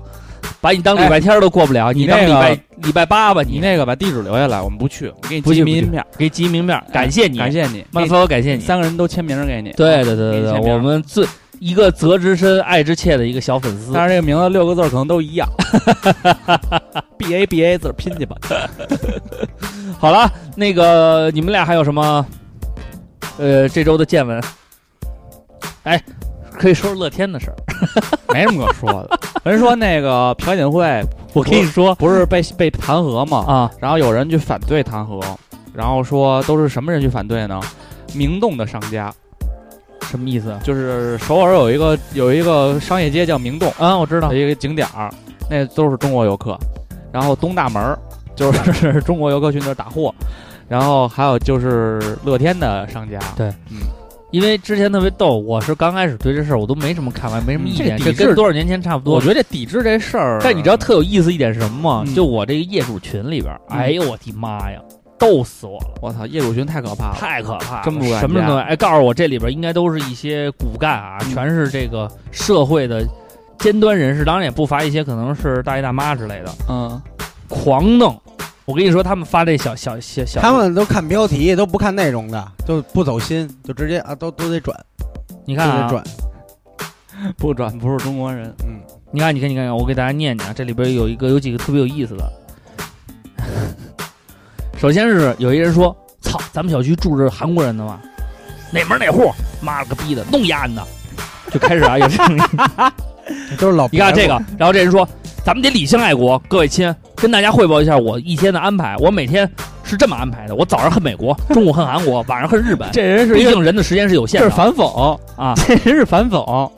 Speaker 3: 把你当礼拜天儿都过不了，你
Speaker 6: 哎你
Speaker 3: 当
Speaker 6: 那
Speaker 3: 礼
Speaker 6: 个
Speaker 3: 拜礼拜八吧，
Speaker 6: 你
Speaker 3: 你
Speaker 6: 那个把地址留下来，我们不去，我给你
Speaker 3: 不去
Speaker 6: 寄
Speaker 3: 不
Speaker 6: 明
Speaker 3: 去
Speaker 6: 信片，
Speaker 3: 给集名面，感谢你，
Speaker 6: 哎感谢你，
Speaker 3: 妈的，
Speaker 6: 给你
Speaker 3: 发我感谢你。
Speaker 6: 三个人都签名给你。
Speaker 3: 对对对对
Speaker 6: 给你签
Speaker 3: 对，
Speaker 6: 名
Speaker 3: 我们最一个责之深，爱之切的一个小粉丝，
Speaker 6: 但是这个名字六个字儿可能都一样
Speaker 3: [LAUGHS]
Speaker 6: ，B A B A 字儿拼去吧。
Speaker 3: 好了，那个你们俩还有什么？呃，这周的见闻，哎，可以说说乐天的事儿。
Speaker 6: 没什么可说的。人说那个朴槿惠，我
Speaker 3: 跟你
Speaker 6: 说，不是被被弹劾嘛？
Speaker 3: 啊，
Speaker 6: 然后有人去反对弹劾，然后说都是什么人去反对呢？明洞的商家，
Speaker 3: 什么意思啊？
Speaker 6: 就是首尔有一个有一个商业街叫明洞，
Speaker 3: 啊，我知道
Speaker 6: 有，一个景点儿，那都是中国游客。然后东大门儿就是 [LAUGHS] 中国游客去那儿打货，然后还有就是乐天的商家，
Speaker 3: 对因为之前特别逗，我是刚开始对这事儿我都没什么看法，没什么意见，嗯这跟多少年前差不多。
Speaker 6: 我觉得这抵制这事儿，
Speaker 3: 但你知道特有意思一点是什么吗？
Speaker 6: 嗯
Speaker 3: 就我这个业主群里边儿，
Speaker 6: 嗯
Speaker 3: 哎呦我的妈呀，逗死我了，
Speaker 6: 我操，业主群太可怕了，
Speaker 3: 太可怕了，
Speaker 6: 真不敢
Speaker 3: 什么
Speaker 6: 加
Speaker 3: 东西？哎，告诉我这里边应该都是一些骨干啊，
Speaker 6: 嗯
Speaker 3: 全是这个社会的尖端人士，当然也不乏一些可能是大爷大妈之类的，
Speaker 6: 嗯，
Speaker 3: 狂弄。我跟你说，他们发这小小小小，
Speaker 4: 他们都看标题，都不看内容的，就不走心，就直接啊，都都得转，
Speaker 3: 你
Speaker 4: 都
Speaker 3: 看
Speaker 4: 得
Speaker 3: 啊，
Speaker 4: 转。
Speaker 6: 不转不是中国人，
Speaker 4: 嗯，
Speaker 3: 你看，你看，你看，我给大家念念啊，这里边有一个有几个特别有意思的。 [LAUGHS] 首先是有一人说：“操，咱们小区住着韩国人的嘛。”哪门哪户，妈了个逼的，弄丫的，就开始啊，有这
Speaker 6: [LAUGHS]
Speaker 3: 种
Speaker 4: 都是老
Speaker 3: 你看这个，然后这人说：“咱们得理性爱国，各位亲，跟大家汇报一下我一天的安排。我每天是这么安排的：我早上恨美国，中午恨韩国，晚上恨日本。
Speaker 6: 这人是
Speaker 3: 毕
Speaker 6: 一个
Speaker 3: 竟人的时间是有限
Speaker 6: 这
Speaker 3: 的
Speaker 6: 是反讽， [LAUGHS]
Speaker 3: 啊。
Speaker 6: 这人是反讽，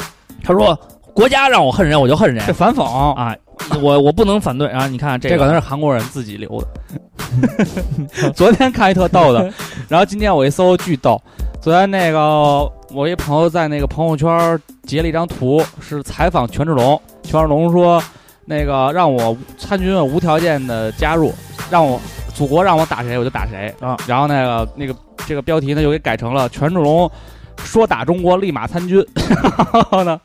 Speaker 3: 他说：“国家让我恨人，我就恨人
Speaker 6: 这反讽。
Speaker 3: 啊，我我不能反对啊。”你看这
Speaker 6: 这可
Speaker 3: 个
Speaker 6: 能是韩国人自己留的。 [LAUGHS] 昨天看一特逗
Speaker 3: [LAUGHS]
Speaker 6: 的，然后今天我一搜巨逗。昨天那个我一朋友在那个朋友圈截了一张图，是采访权志龙。权志龙说，那个让我参军无条件的加入，让我祖国让我打谁我就打谁
Speaker 3: 啊。
Speaker 6: 然后那个那个这个标题呢就给改成了权志龙。说打中国，立马参军，然后呢，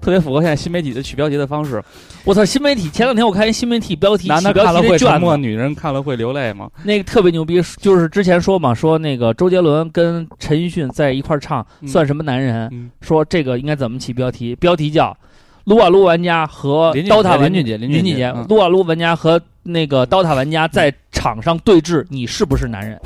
Speaker 6: 特别符合现在新媒体的取标题的方式。
Speaker 3: 我操，新媒体前两天我看一新媒体标题，
Speaker 6: 男的
Speaker 3: 起标
Speaker 6: 看了
Speaker 3: 题
Speaker 6: 会啊
Speaker 3: 那
Speaker 6: 沉
Speaker 3: 卷
Speaker 6: 默，
Speaker 3: 子，
Speaker 6: 女人看了会流泪吗？
Speaker 3: 那个特别牛逼，就是之前说嘛，说那个周杰伦跟陈奕迅在一块儿唱
Speaker 6: 嗯
Speaker 3: 《算什么男人》，
Speaker 6: 嗯
Speaker 3: 说这个应该怎么起标题？标题叫“撸啊撸玩家和
Speaker 6: 林俊杰
Speaker 3: DOTA 玩
Speaker 6: 林俊杰林
Speaker 3: 林
Speaker 6: 俊杰
Speaker 3: 杰
Speaker 6: 嗯
Speaker 3: 撸啊撸玩家和那个 DOTA 玩家在场上对峙，你是不是
Speaker 6: [LAUGHS]
Speaker 3: 男人？”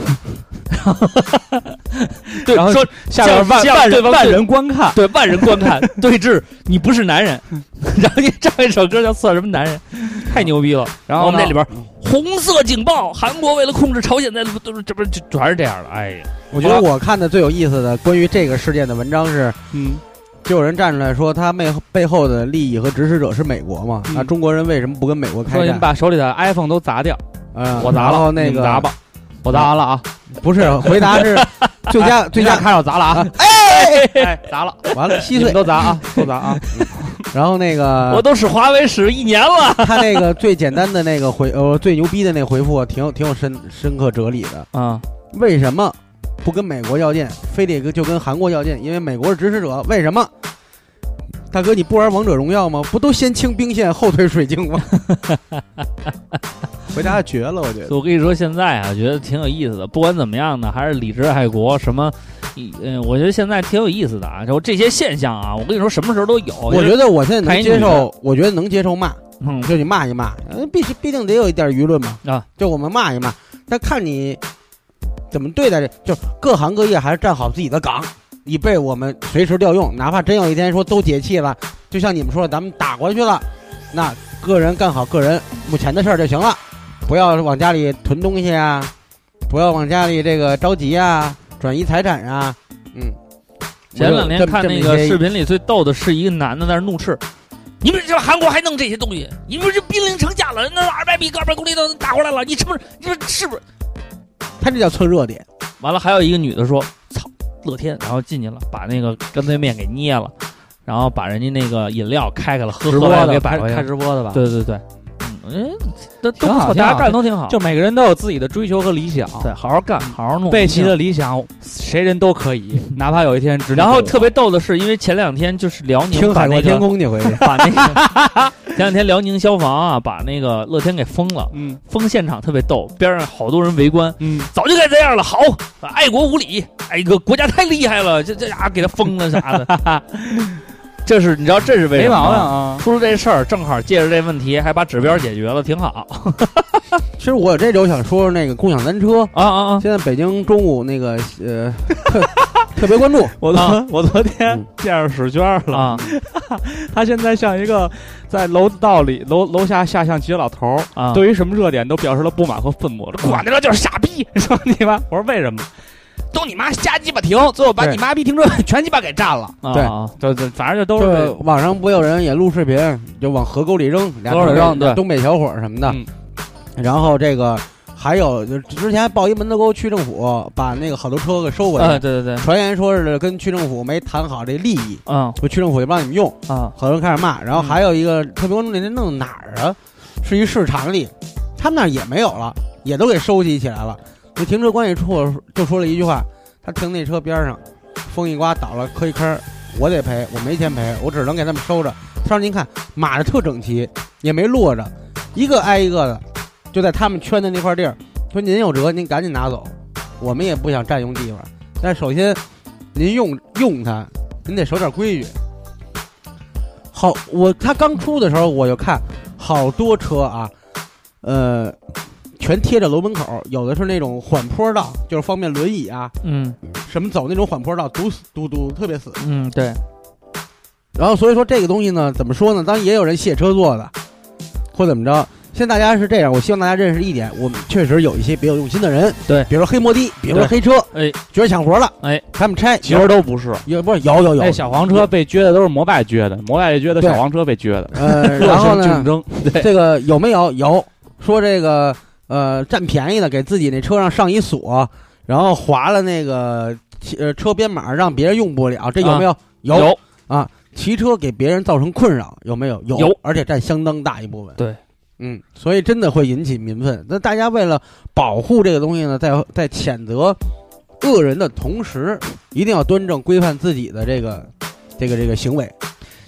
Speaker 3: 对
Speaker 6: 然后，
Speaker 3: 说
Speaker 6: 下边万
Speaker 3: 像
Speaker 6: 万
Speaker 3: 对
Speaker 6: 人
Speaker 3: 方
Speaker 6: 万
Speaker 3: 对
Speaker 6: 人观看，
Speaker 3: 对万人观看对峙，你不是男人。 [LAUGHS] 然后你唱一首歌叫《算什么男人》，太牛逼了。
Speaker 6: 然
Speaker 3: 后
Speaker 6: 后
Speaker 3: 我们
Speaker 6: 那
Speaker 3: 那里边红色警报，韩国为了控制朝鲜在都是这不是就全是这样的。哎呀，
Speaker 4: 我觉得我看的最有意思的关于这个事件的文章是，
Speaker 6: 嗯，
Speaker 4: 就有人站出来说，他背背后的利益和指使者是美国嘛？
Speaker 6: 嗯
Speaker 4: 那中国人为什么不跟美国
Speaker 6: 说
Speaker 4: 开
Speaker 6: 你
Speaker 4: 战
Speaker 6: 们？把手里的 iPhone 都砸掉，
Speaker 4: 嗯，
Speaker 6: 我砸
Speaker 4: 然后
Speaker 6: 了，
Speaker 4: 那
Speaker 6: 你
Speaker 4: 个
Speaker 6: 们砸吧，我砸完了啊，
Speaker 4: 不是回答
Speaker 6: [LAUGHS]
Speaker 4: 是最佳最佳
Speaker 6: 开始砸了啊，哎，砸了，
Speaker 4: 完了
Speaker 6: 哎你
Speaker 4: 稀
Speaker 6: 们
Speaker 4: 碎。
Speaker 6: 都砸啊，都砸啊，
Speaker 4: 然后那
Speaker 3: 我
Speaker 4: 个
Speaker 3: 都使华为使一年了
Speaker 4: 他那个最简单的那个回呃最牛逼的那回复，挺有挺有深深刻哲理的。
Speaker 3: 啊！
Speaker 4: 为什么不跟美国要剑，非得跟就跟韩国要剑？因为美国是支持者。为什么？大哥，你不玩王者荣耀吗？不都先清兵线，后推水晶吗？ [LAUGHS] 回答绝了，我觉得。
Speaker 3: 我跟你说，现在啊，觉得挺有意思的。不管怎么样呢，还是理智爱国。什么，嗯，我觉得现在挺有意思的啊。就这些现象啊，我跟你说，什么时候都有。
Speaker 4: 我觉得我现在
Speaker 3: 看
Speaker 4: 能
Speaker 3: 一
Speaker 4: 接
Speaker 3: 女
Speaker 4: 受，我觉得能接受骂，
Speaker 3: 嗯，
Speaker 4: 就你骂一骂，呃必须必定得有一点舆论嘛。
Speaker 3: 啊，
Speaker 4: 就我们骂一骂，但看你怎么对待这，就各行各业还是站好自己的岗，以备我们随时调用。哪怕真有一天说都解气了，就像你们说的，咱们打过去了，那个人干好个人目前的事儿就行了，不要往家里囤东西啊，不要往家里这个着急啊，转移财产啊，嗯。
Speaker 3: 前两
Speaker 4: 我
Speaker 3: 天
Speaker 4: 就
Speaker 3: 看
Speaker 4: 这么
Speaker 3: 那
Speaker 4: 这么
Speaker 3: 个
Speaker 4: 一些
Speaker 3: 视频里最逗的是一个男的在那儿怒斥：“你们这韩国还弄这些东西？你们这兵临城下了，那二百米、二百公里都打过来了，你是不是？你们是不是
Speaker 4: 他这叫蹭热点，？”
Speaker 3: 完了，还有一个女的说：“操，乐天！”然后进去了，把那个干脆面给捏了，然后把人家那个饮料开开了，喝
Speaker 6: 直
Speaker 3: 喝
Speaker 6: 播
Speaker 3: 完
Speaker 6: 的
Speaker 3: 了给摆
Speaker 6: 开
Speaker 3: 回去
Speaker 6: 开。直播的吧，
Speaker 3: 对对对，嗯，哎都都
Speaker 6: 挺
Speaker 3: 不
Speaker 6: 好
Speaker 3: 错，
Speaker 6: 挺
Speaker 3: 大家
Speaker 6: 好
Speaker 3: 干的都挺好。
Speaker 6: 就每个人都有自己的追求和理想，
Speaker 3: 对，好好干，好好弄。嗯
Speaker 6: 贝奇的理想谁人都可 [LAUGHS] 以，哪怕有一天只
Speaker 3: 然后特别逗的是，因为前两天就是辽宁
Speaker 4: 听
Speaker 3: 把
Speaker 4: 海
Speaker 3: 那
Speaker 4: 阔
Speaker 3: 个。
Speaker 4: 天空去回去
Speaker 3: 把那个 [LAUGHS] 前两天辽宁消防啊把那个乐天给封了，
Speaker 6: 嗯
Speaker 3: 封现场特别逗，边上好多人围观，
Speaker 6: 嗯，
Speaker 3: 早就该这样了，好，爱国无礼，哎个国家太厉害了，这这家伙给他封了啥的，这是你知道这是为
Speaker 6: 没
Speaker 3: 什么吗
Speaker 6: 毛病啊，
Speaker 3: 出了这事儿，正好借着这问题还把指标解决了，挺好
Speaker 4: 其实我有这周想说说那个共享单车，
Speaker 3: 啊啊啊！
Speaker 4: 现在北京中午那个呃特特别关注，
Speaker 6: 我
Speaker 3: 昨
Speaker 6: 我昨
Speaker 4: 天
Speaker 6: 见着史娟了
Speaker 3: 啊
Speaker 6: 他现在像一个在楼道里楼楼下下象棋的老头儿，
Speaker 3: 啊！
Speaker 6: 对于什么热点都表示了不满和愤怒。管他就是傻逼，说
Speaker 3: [LAUGHS]
Speaker 6: 你妈！我说为什么？都你妈瞎鸡巴停，最后把
Speaker 4: 对
Speaker 6: 你妈逼停车位全鸡巴给占了。
Speaker 3: 啊
Speaker 4: 对
Speaker 3: 啊
Speaker 6: 对对，反正就都是
Speaker 4: 就是网上不有人也录视频，就往河沟里扔，俩
Speaker 3: 都是
Speaker 4: 东北
Speaker 3: 扔对
Speaker 4: 东北小伙儿什么的。
Speaker 6: 嗯
Speaker 4: 然后这个还有，就之前还报一门头沟区政府把那个好多车给收回来，
Speaker 3: 啊！对对对，
Speaker 4: 传言说是跟区政府没谈好这利益，
Speaker 3: 嗯
Speaker 4: 说区政府就不让你们用，
Speaker 3: 啊
Speaker 4: 好多人开始骂。然后还有一个特别关注那天弄哪儿啊？是一市场里，他们那儿也没有了，也都给收集起来了。那停车管理处就说了一句话：他停那车边上，风一刮倒了磕一坑，我得赔，我没钱赔，我只能给他们收着。他说：“您看码的特整齐，也没落着，一个挨一个的，就在他们圈的那块地儿。说您有辙，您赶紧拿走，我们也不想占用地方。但首先，您用用它，您得守点规矩。”好，我他刚出的时候我就看好多车啊，呃，全贴着楼门口，有的是那种缓坡道，就是方便轮椅啊，
Speaker 3: 嗯
Speaker 4: 什么走那种缓坡道，堵死堵堵特别死。
Speaker 3: 嗯，对，
Speaker 4: 然后所以说这个东西呢，怎么说呢？当然也有人卸车坐的，或怎么着。现在大家是这样，我希望大家认识一点，我们确实有一些别有用心的人，
Speaker 3: 对
Speaker 4: 比如说黑摩的，比如说黑车，
Speaker 3: 哎
Speaker 4: 觉得抢活了，
Speaker 3: 哎，
Speaker 4: 他们拆，
Speaker 6: 其实都不是。
Speaker 4: 有不是有有有
Speaker 6: 那，小黄车被撅的都是摩拜撅的，摩拜撅的，
Speaker 4: 对
Speaker 6: 小黄车被撅的。
Speaker 4: 呃，
Speaker 6: 热
Speaker 3: [LAUGHS]
Speaker 4: 然后
Speaker 6: 身竞
Speaker 4: 呢，
Speaker 6: 争，
Speaker 3: 哎
Speaker 6: 对，
Speaker 4: 这个有没有有说这个呃占便宜的，给自己那车上上一锁，然后划了那个呃车编码，让别人用不了，这有没有？有
Speaker 6: 有
Speaker 4: 啊，骑车给别人造成困扰，有没有？有，
Speaker 3: 有
Speaker 4: 而且占相当大一部分。
Speaker 3: 对，
Speaker 4: 嗯，所以真的会引起民愤。那大家为了保护这个东西呢，在在谴责恶人的同时，一定要端正规范自己的这个这个这个行为。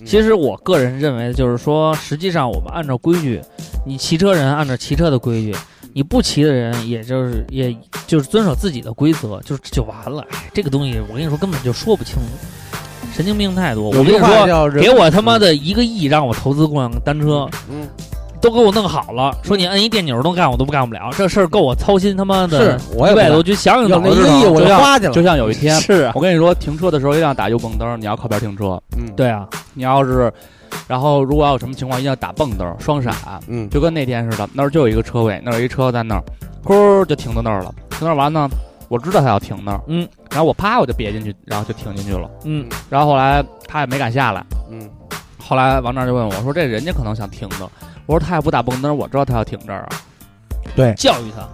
Speaker 3: 其实我个人认为，就是说，实际上我们按照规矩，你骑车人按照骑车的规矩，你不骑的人，也就是也就是遵守自己的规则，就是就完了。哎，这个东西我跟你说根本就说不清，神经病太多。我跟你
Speaker 4: 有句话
Speaker 3: 说，
Speaker 4: 叫人
Speaker 3: 给我他妈的一个亿让我投资共享单车，
Speaker 4: 嗯，
Speaker 3: 都给我弄好了，说你摁一电钮都干我都不干不了，这事儿够我操心他妈
Speaker 4: 是
Speaker 3: 的。
Speaker 4: 我也
Speaker 3: 一
Speaker 4: 不
Speaker 3: 辈子，
Speaker 4: 敢
Speaker 3: 我就想想
Speaker 4: 有
Speaker 3: 怎么
Speaker 4: 那一
Speaker 6: 知
Speaker 4: 个
Speaker 6: 道
Speaker 4: 亿我
Speaker 6: 就
Speaker 4: 就
Speaker 6: 像
Speaker 4: 花去了
Speaker 6: [LAUGHS] 就。像有一天，
Speaker 3: 是啊，
Speaker 6: 我跟你说，停车的时候一定要打右蹦灯，你要靠边停车。
Speaker 4: 嗯，，
Speaker 3: 对啊，
Speaker 6: 你要是，然后如果要有什么情况，一定要打蹦灯，双闪。
Speaker 4: 嗯，
Speaker 6: 就跟那天似的，那儿就有一个车位，那儿有一车在那儿，咕就停到那儿了。停那儿完呢，我知道他要停那儿，
Speaker 3: 嗯，
Speaker 6: 然后我啪我就别进去，然后就停进去了。
Speaker 3: 嗯
Speaker 6: 然后后来他也没敢下来，
Speaker 4: 嗯，
Speaker 6: 后来王站就问我说：“这人家可能想停的。”我说：“他也不打蹦灯，我知道他要停这儿啊。
Speaker 4: 对，
Speaker 3: 教育他，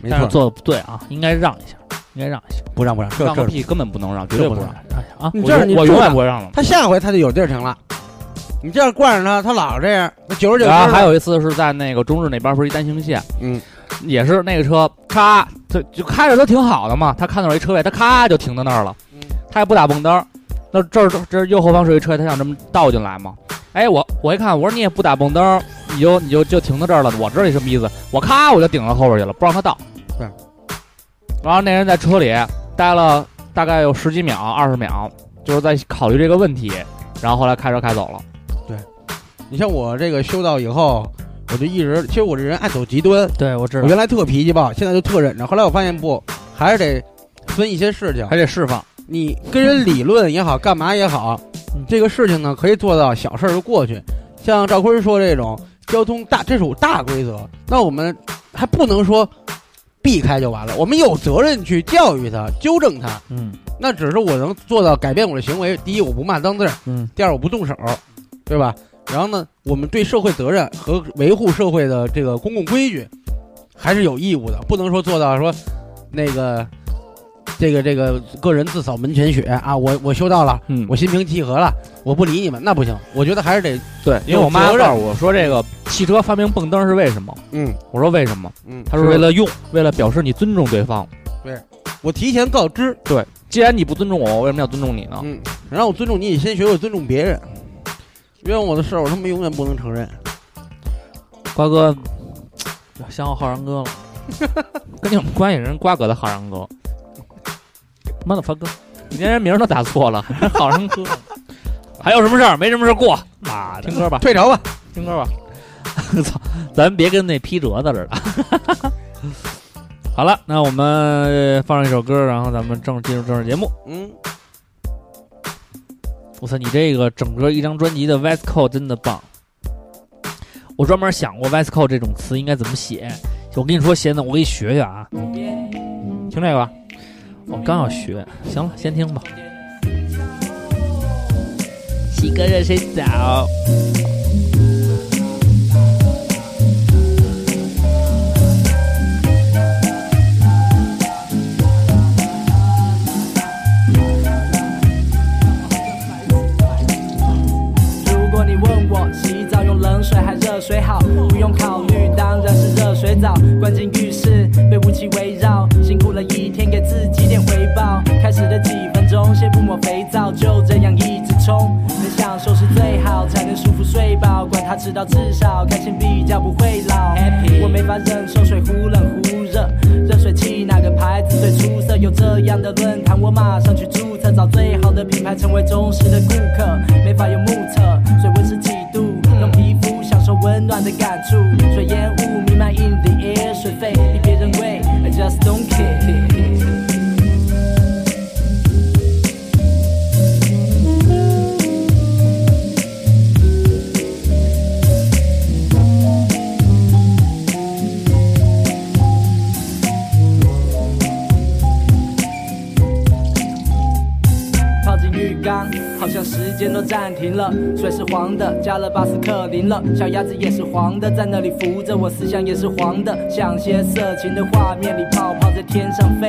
Speaker 4: 没
Speaker 3: 但是
Speaker 4: 错，
Speaker 3: 做的不对啊，应该让一下，应该让一下，
Speaker 4: 不让不让，这
Speaker 6: 让个
Speaker 4: 这
Speaker 6: 屁，根本不能让，绝对不
Speaker 4: 这不
Speaker 6: 让
Speaker 4: 能。
Speaker 3: 让一下啊。
Speaker 4: 你
Speaker 6: 我
Speaker 4: 这样
Speaker 6: 永
Speaker 4: 你
Speaker 6: 我
Speaker 4: 住
Speaker 6: 永
Speaker 4: 哪
Speaker 6: 远不会让了。
Speaker 4: 他下回他就有地儿停了。你这样惯着他，他老这样，那九十九
Speaker 6: 啊然后还
Speaker 4: 有
Speaker 6: 有一次是在那个中日那边不是一单行线，
Speaker 4: 嗯，
Speaker 6: 也是那个车咔，他就开着都挺好的嘛，他看到有一车位，他咔就停到那儿了，
Speaker 4: 嗯
Speaker 6: 他也不打蹦灯儿，那这儿这儿右后方是一车，他想这么倒进来嘛，哎我我一看我说你也不打蹦灯儿，你就你就就停到这儿了，我知道你什么意思，我咔我就顶到后边去了，不让他倒，
Speaker 4: 对，
Speaker 6: 然后那人在车里待了大概有十几秒二十秒，就是在考虑这个问题，然后后来开车开走了。
Speaker 4: 你像我这个修道以后，我就一直，其实我这人爱走极端，
Speaker 3: 对，我知
Speaker 4: 我
Speaker 3: 道。
Speaker 4: 原来特脾气暴，现在就特忍着。后来我发现不，还是得分一些事情
Speaker 6: 还。得释放，
Speaker 4: 你跟人理论也好，干嘛也好
Speaker 3: 嗯，
Speaker 4: 这个事情呢可以做到小事儿就过去。像赵坤说这种交通大，这属大规则，那我们还不能说避开就完了，我们有责任去教育他、纠正他。
Speaker 3: 嗯
Speaker 4: 那只是我能做到改变我的行为。第一，我不骂脏字儿；
Speaker 3: 嗯，
Speaker 4: 第二，我不动手，对吧？然后呢，我们对社会责任和维护社会的这个公共规矩还是有义务的，不能说做到说那个这个这个个人自扫门前雪啊，我我修到了，
Speaker 6: 嗯
Speaker 4: 我心平气和了，我不理你们，那不行。我觉得还是得
Speaker 6: 对，因为
Speaker 4: 有
Speaker 6: 我妈
Speaker 4: 责任
Speaker 6: 告诉我说，这个汽车发明蹦灯是为什么？
Speaker 4: 嗯
Speaker 6: 我说为什么？
Speaker 4: 嗯，
Speaker 6: 她说为了用，为了表示你尊重对方。
Speaker 4: 我提前告知，
Speaker 6: 既然你不尊重我，我为什么要尊重你呢？
Speaker 4: 嗯，然后我尊重你，你先学会尊重别人。冤枉我的事儿，我他妈永远不能承认。
Speaker 3: 瓜哥要想我浩然 [LAUGHS] 哥了，
Speaker 6: 跟你有关系人瓜葛的好人哥，
Speaker 3: 妈的发哥，
Speaker 6: 你连人名都打
Speaker 3: [LAUGHS]
Speaker 6: 错了，还好人哥，
Speaker 3: 还有什么事儿？没什么事儿过，妈的，
Speaker 6: 听歌吧，
Speaker 4: 啊退潮吧，
Speaker 6: 听歌吧。
Speaker 3: 咱别跟那批折子似的。 [LAUGHS] 好了，那我们呃放上一首歌，然后咱们正进入正式节目。
Speaker 4: 嗯。
Speaker 3: 我操，你这个整个一张专辑的 v e s c o 真的棒。我专门想过 v e s c o 这种词应该怎么写，我跟你说，现在我给你学学啊，听这个吧。我刚要学，行了，先听吧。洗个热水澡。
Speaker 7: 如果你问我洗澡用冷水还热水好，不用考虑，当然是热水澡。关进浴室，被雾气围绕，辛苦了一天，给自己点回报。开始的几分钟，先不抹肥皂，就这样一直冲。能享受是最好，才能舒服睡好像时间都暂停了。水是黄的，加了巴斯克林了，小鸭子也是黄的，在那里浮着，我思想也是黄的，像些色情的画面里，泡泡在天上飞，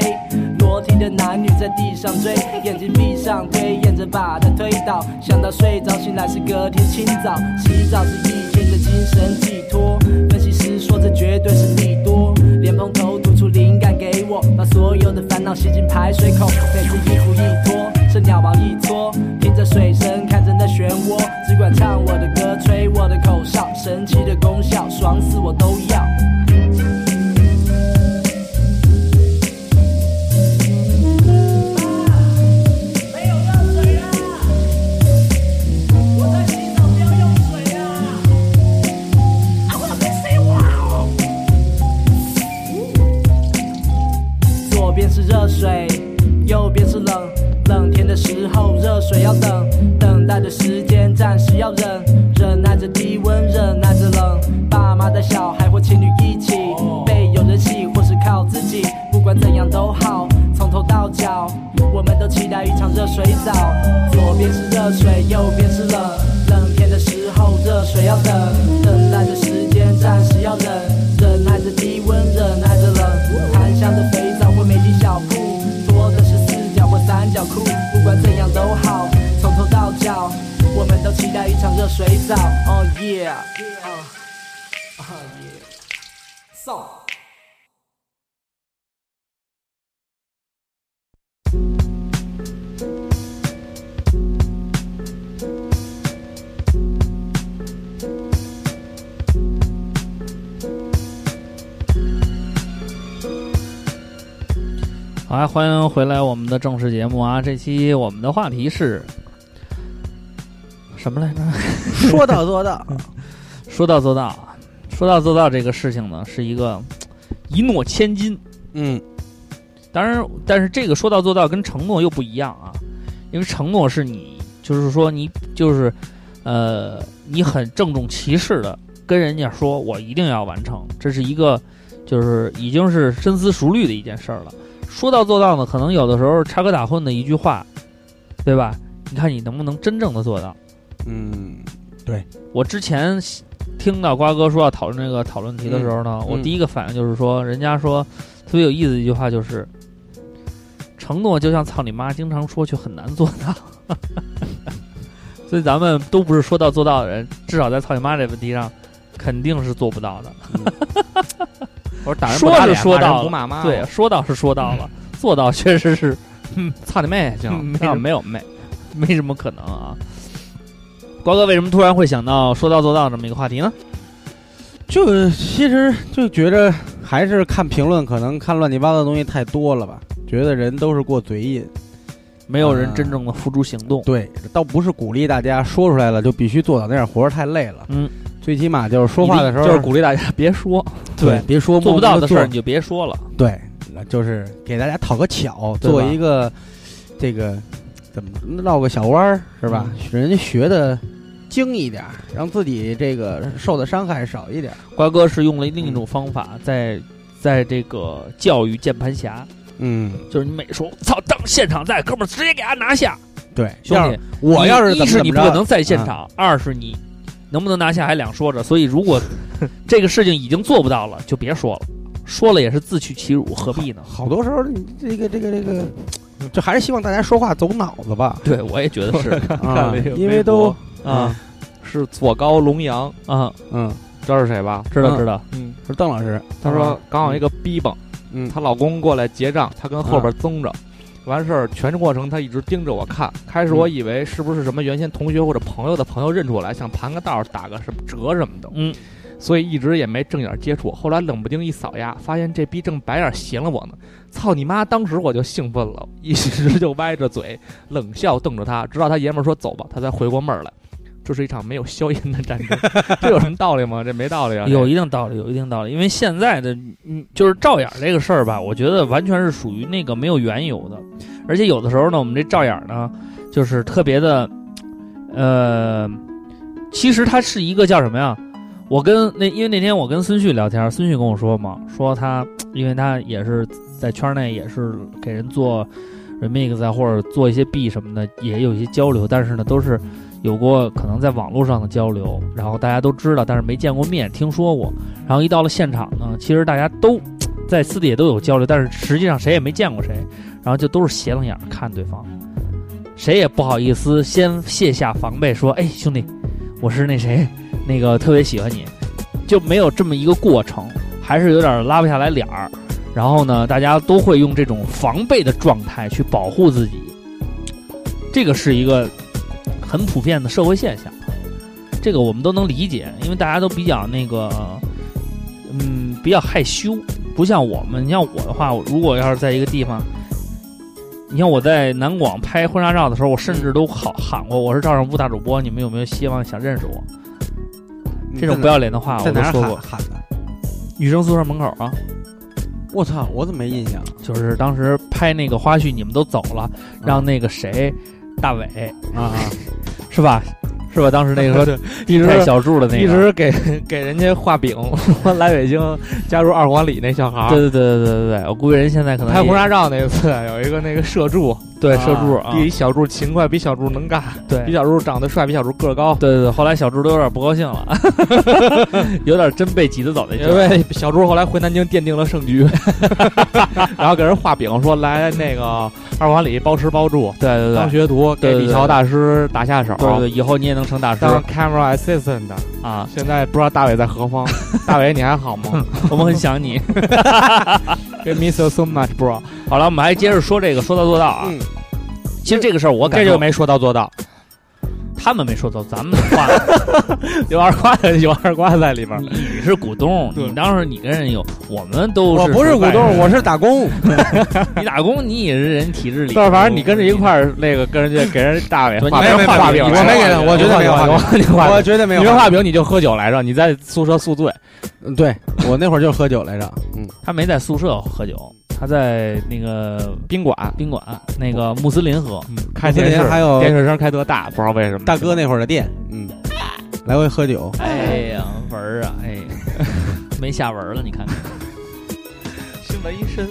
Speaker 7: 裸体的男女在地上追，眼睛闭上推，沿着把它推倒，想到睡着，醒来是隔天清早，洗澡是一天的精神寄托，分析师说这绝对是利多，莲蓬头吐出灵感给我，把所有的烦恼吸进排水口，每次一呼一拖。是鸟毛一撮，听着水声，看着那漩涡，只管唱我的歌，吹我的口哨，神奇的功效，爽死我都要。
Speaker 8: 没有药水啦！我在洗澡，不要用水啊！啊，我被谁哇？
Speaker 7: 左边是热水，右边是冷。冷天的时候，热水要等，等待的时间暂时要忍，忍耐着低温，忍耐着冷。爸妈带小孩或情侣一起，被有人洗或是靠自己，不管怎样都好，从头到脚，我们都期待一场热水澡。左边是热水，右边是冷，冷天的时候，热水要等，等待的时间暂时要忍，忍耐着低温，忍耐着冷，檀香的肥皂或美肌小铺。多的是四角或三角裤，不管怎样都好，从头到脚，我们都期待一场热水澡。Oh yeah，oh yeah，送。
Speaker 3: 好啊，欢迎回来我们的正式节目啊！这期我们的话题是什么来着？
Speaker 4: 说到做到，
Speaker 3: 说到做到啊，说到做到这个事情呢，是一个一诺千金。
Speaker 4: 嗯，
Speaker 3: 当然，但是这个说到做到跟承诺又不一样啊，因为承诺是你，就是说你就是，呃，你很郑重其事的跟人家说，我一定要完成，这是一个就是已经是深思熟虑的一件事儿了。说到做到呢，可能有的时候插科打诨的一句话，对吧？你看你能不能真正的做到？
Speaker 4: 嗯，
Speaker 3: 我之前听到瓜哥说要讨论这个讨论题的时候呢，
Speaker 4: 嗯
Speaker 3: 我第一个反应就是说，人家说特别有意思的一句话就是，承诺就像操你妈，经常说却很难做到。 [LAUGHS] 所以咱们都不是说到做到的人，至少在操你妈这问题上，肯定是做不到的。
Speaker 5: 我说打人不打
Speaker 3: 说
Speaker 5: 脸
Speaker 3: 是说
Speaker 5: 骂人
Speaker 3: 到
Speaker 5: 不
Speaker 3: 了
Speaker 5: 骂
Speaker 4: 啊
Speaker 5: 妈，
Speaker 3: 对，，说到是说到了，
Speaker 4: 嗯
Speaker 3: 做到确实是
Speaker 5: 操你妹，行，
Speaker 4: [LAUGHS]
Speaker 3: 嗯没
Speaker 5: 没有
Speaker 3: 有
Speaker 5: 没有妹，
Speaker 3: 没什么可能啊。瓜哥为什么突然会想到说到做到这么一个话题呢？
Speaker 4: 就其实就觉着还是看评论，可能看乱七八糟的东西太多了吧，觉得人都是过嘴瘾。
Speaker 3: 没有人真正的付诸行动。
Speaker 4: 对，倒不是鼓励大家说出来了就必须做到那样，活着太累了。
Speaker 3: 嗯，
Speaker 4: 最起码就是说话的时候
Speaker 5: 就是鼓励大家别说，
Speaker 4: 对，别说
Speaker 3: 做不到的事儿
Speaker 4: 儿
Speaker 3: 你，就别说了。
Speaker 4: 对，就是给大家讨个巧，
Speaker 5: 对吧
Speaker 4: 做一个这个怎么绕个小弯儿是吧？
Speaker 3: 嗯
Speaker 4: 人家学的精一点儿，让自己这个受的伤害少一点儿。
Speaker 3: 瓜哥是用了另一种方法，在在这个教育键盘侠，
Speaker 4: 嗯，
Speaker 3: 就是你每说“操，当现场在，哥们儿直接给他拿下
Speaker 4: 对”，，
Speaker 3: 兄
Speaker 4: 要
Speaker 3: 弟
Speaker 4: 是，我要是
Speaker 3: 你一
Speaker 4: 怎么
Speaker 3: 是
Speaker 4: 怎
Speaker 3: 你
Speaker 4: 么
Speaker 3: 不可
Speaker 4: 着，啊
Speaker 3: 能在现场，二是你能不能拿下还两说着。所以，如
Speaker 4: [LAUGHS]
Speaker 3: 果这个事情已经做不到了，就别说了，说了也是自取其辱，何必
Speaker 4: [LAUGHS]
Speaker 3: 呢？
Speaker 4: 好多时候你这个这个这个，就还是希望大家说话走脑
Speaker 3: [LAUGHS]，
Speaker 4: 子吧
Speaker 3: 对，我也觉得是
Speaker 5: 看
Speaker 4: 啊
Speaker 5: 了一个，
Speaker 4: 因
Speaker 5: 微
Speaker 4: 为都
Speaker 5: 博啊，是左高龙阳，
Speaker 3: 啊，
Speaker 4: 嗯
Speaker 5: 知道是谁吧？
Speaker 3: 知道
Speaker 4: 嗯
Speaker 3: 知道，
Speaker 5: 嗯，
Speaker 4: 是邓老师，
Speaker 5: 她
Speaker 3: 嗯
Speaker 5: 说刚好一个逼蹦，
Speaker 4: 嗯
Speaker 5: 她老公过来结账，她跟后边
Speaker 3: 嗯
Speaker 5: 增着。完事儿，全过程她一直盯着我看。开始我以为是不是什么原先同学或者朋友的朋友认出来，想盘个道儿打个什么折什么的，
Speaker 3: 嗯，
Speaker 5: 所以一直也没正眼接触。后来冷不丁一扫呀，发现这逼正白眼闲了我呢，操你妈！当时我就兴奋了， [LAUGHS] 一直就歪着嘴冷笑瞪着他，直到他爷们儿说走吧，他才回过味儿来。这是一场没有硝烟的战争，这有什么道理吗？这没道理啊！ [LAUGHS]
Speaker 3: 有一定道理，有一定道理。因为现在的，嗯，就是照眼儿这个事儿吧，我觉得完全是属于那个没有缘由的，而且有的时候呢，我们这照眼儿呢，就是特别的，呃，其实它是一个叫什么呀？我跟那因为那天我跟孙旭聊天，孙旭跟我说嘛，说他因为他也是在圈内也是给人做 remix 啊，或者做一些 B 什么的，也有一些交流，但是呢，都是有过可能在网络上的交流，然后大家都知道，但是没见过面，听说过，然后一到了现场呢，其实大家都在私底下都有交流，但是实际上谁也没见过谁，然后就都是斜楞眼儿看对方，谁也不好意思先卸下防备，说，哎，兄弟，我是那谁，那个特别喜欢你，就没有这么一个过程，还是有点拉不下来脸儿。然后呢，大家都会用这种防备的状态去保护自己，这个是一个很普遍的社会现象，这个我们都能理解，因为大家都比较那个，嗯，比较害羞，不像我们，你像我的话，我如果要是在一个地方。你像我在南广拍婚纱照的时候，我甚至都喊喊过，我是照相部大主播，你们有没有希望想认识我？这种不要脸的话，我
Speaker 4: 在哪
Speaker 3: 都
Speaker 4: 儿
Speaker 3: 说
Speaker 4: 喊啊
Speaker 3: 过。
Speaker 4: 喊的？
Speaker 3: 女生宿舍门口啊，
Speaker 4: 我操，我怎么没印象？
Speaker 3: 就是当时拍那个花絮，你们都走了，让那个谁，大伟
Speaker 4: 嗯啊，
Speaker 3: [LAUGHS] 是吧？是吧？当时那
Speaker 4: [LAUGHS]
Speaker 3: 个说
Speaker 5: 一直
Speaker 3: 带小柱的那个，
Speaker 5: 一直给给人家画饼， [LAUGHS] 说来北京加入二环里那小孩
Speaker 3: 对
Speaker 5: 儿
Speaker 3: 对对对对对对，我估计人现在可能
Speaker 5: 啊拍
Speaker 3: 也
Speaker 5: 婚纱照那次， [LAUGHS] 有一个那个社助，
Speaker 3: 对社柱啊，
Speaker 5: 比小助勤快，比小助能干，
Speaker 3: 对
Speaker 5: 比小助长得帅，比小助个儿高。
Speaker 3: 对对对，后来小柱都有点不高兴了， [LAUGHS] 有点真被挤得早那劲
Speaker 5: 因
Speaker 3: 儿。
Speaker 5: 为小猪后来回南京奠定了胜
Speaker 3: [LAUGHS]
Speaker 5: 局，然后给人画饼说来那个二环里包吃包住，
Speaker 3: 对对
Speaker 5: 当
Speaker 3: 对。
Speaker 5: 学徒
Speaker 3: 对
Speaker 5: 给
Speaker 3: 对对
Speaker 5: 李乔大师打下手，
Speaker 3: 对对对，以后你也能成大师
Speaker 5: 当 camera assistant 的。
Speaker 3: 啊！
Speaker 5: 现在不知道大伟在何
Speaker 3: [LAUGHS]
Speaker 5: 方，大伟你还好吗
Speaker 3: 我们很想你。 [LAUGHS]
Speaker 5: ？We miss you so much, bro。
Speaker 3: 好了，我们还接着说这个说到做到啊。
Speaker 4: 嗯
Speaker 3: 其实这个事儿我感
Speaker 5: 这
Speaker 3: 受
Speaker 5: 就没说到做到，
Speaker 3: 他们没说到，咱们话
Speaker 5: 有二瓜的有二瓜在 [LAUGHS] 里边
Speaker 3: 你。你是股东，
Speaker 5: 对
Speaker 3: 你当时你跟人有，我们都
Speaker 4: 我
Speaker 3: 是
Speaker 4: 不是股
Speaker 3: 外人
Speaker 4: 东，我是打工。
Speaker 3: 你打工，你也是人体制里。
Speaker 5: 但是反正你跟着一块儿，那个跟人家给人家大伟
Speaker 3: 对
Speaker 5: 画
Speaker 3: 你
Speaker 5: 饼
Speaker 3: 没没
Speaker 5: 画饼，
Speaker 3: 没
Speaker 4: 我没给他我觉得没有画饼
Speaker 5: 你画
Speaker 4: 我
Speaker 5: 饼，
Speaker 4: 绝对没
Speaker 5: 你
Speaker 4: 有
Speaker 5: 没。画饼你就喝酒来着，你在宿舍宿醉，
Speaker 4: 嗯对我那会儿就是喝酒来着。嗯，
Speaker 3: 他没在宿舍喝酒，他在那个
Speaker 5: 宾馆，
Speaker 3: 宾馆那个穆斯林喝。
Speaker 5: 嗯，看
Speaker 4: 我昨
Speaker 5: 电视
Speaker 4: 天还有
Speaker 5: 电视声开特大，不知道为什么。
Speaker 4: [LAUGHS] 大哥那会儿的店，嗯，来回喝酒。
Speaker 3: [LAUGHS] 哎呀，文儿啊，哎，没下文了，你 [LAUGHS] 看看。
Speaker 5: 新闻一身，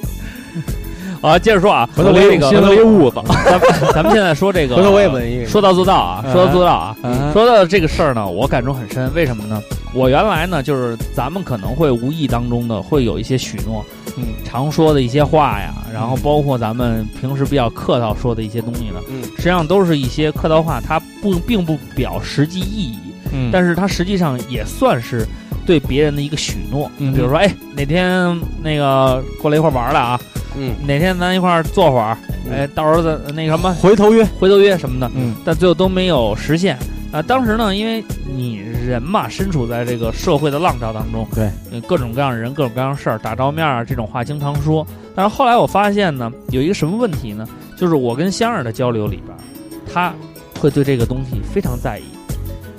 Speaker 3: 啊，接着说啊，
Speaker 5: 回头我
Speaker 3: 那个，
Speaker 5: 新闻一痦子。
Speaker 3: [LAUGHS] 咱们咱们现在说这个，
Speaker 4: [LAUGHS] 回头我也闻一个。
Speaker 3: 说到做到啊，
Speaker 4: 嗯
Speaker 3: 说到做到啊。
Speaker 4: 啊，
Speaker 3: 说到这个事儿呢，我感触很深，为什么呢？我原来呢，就是咱们可能会无意当中的会有一些许诺，
Speaker 5: 嗯，
Speaker 3: 常说的一些话呀，
Speaker 4: 嗯
Speaker 3: 然后包括咱们平时比较客套说的一些东西呢，
Speaker 4: 嗯
Speaker 3: 实际上都是一些客套话，它不并不表实际意义，
Speaker 5: 嗯但
Speaker 3: 但是它实际上也算是对别人的一个许诺。
Speaker 5: 嗯
Speaker 3: 比如说，哎，哪天那个过来一块儿玩儿来啊，
Speaker 4: 嗯，
Speaker 3: 哪天咱一块儿坐会儿，哎，到时候咱那什么
Speaker 4: 回头约。
Speaker 3: 回头约什么的，
Speaker 5: 嗯，
Speaker 3: 但最后都没有实现。啊、当时呢，因为你人嘛，身处在这个社会的浪潮当中，
Speaker 4: 对
Speaker 3: 呃，各种各样的人，各种各样的事儿，打照面啊，这种话经常说。但是后来我发现呢，有一个什么问题呢？就是我跟香儿的交流里边儿，他会对这个东西非常在意。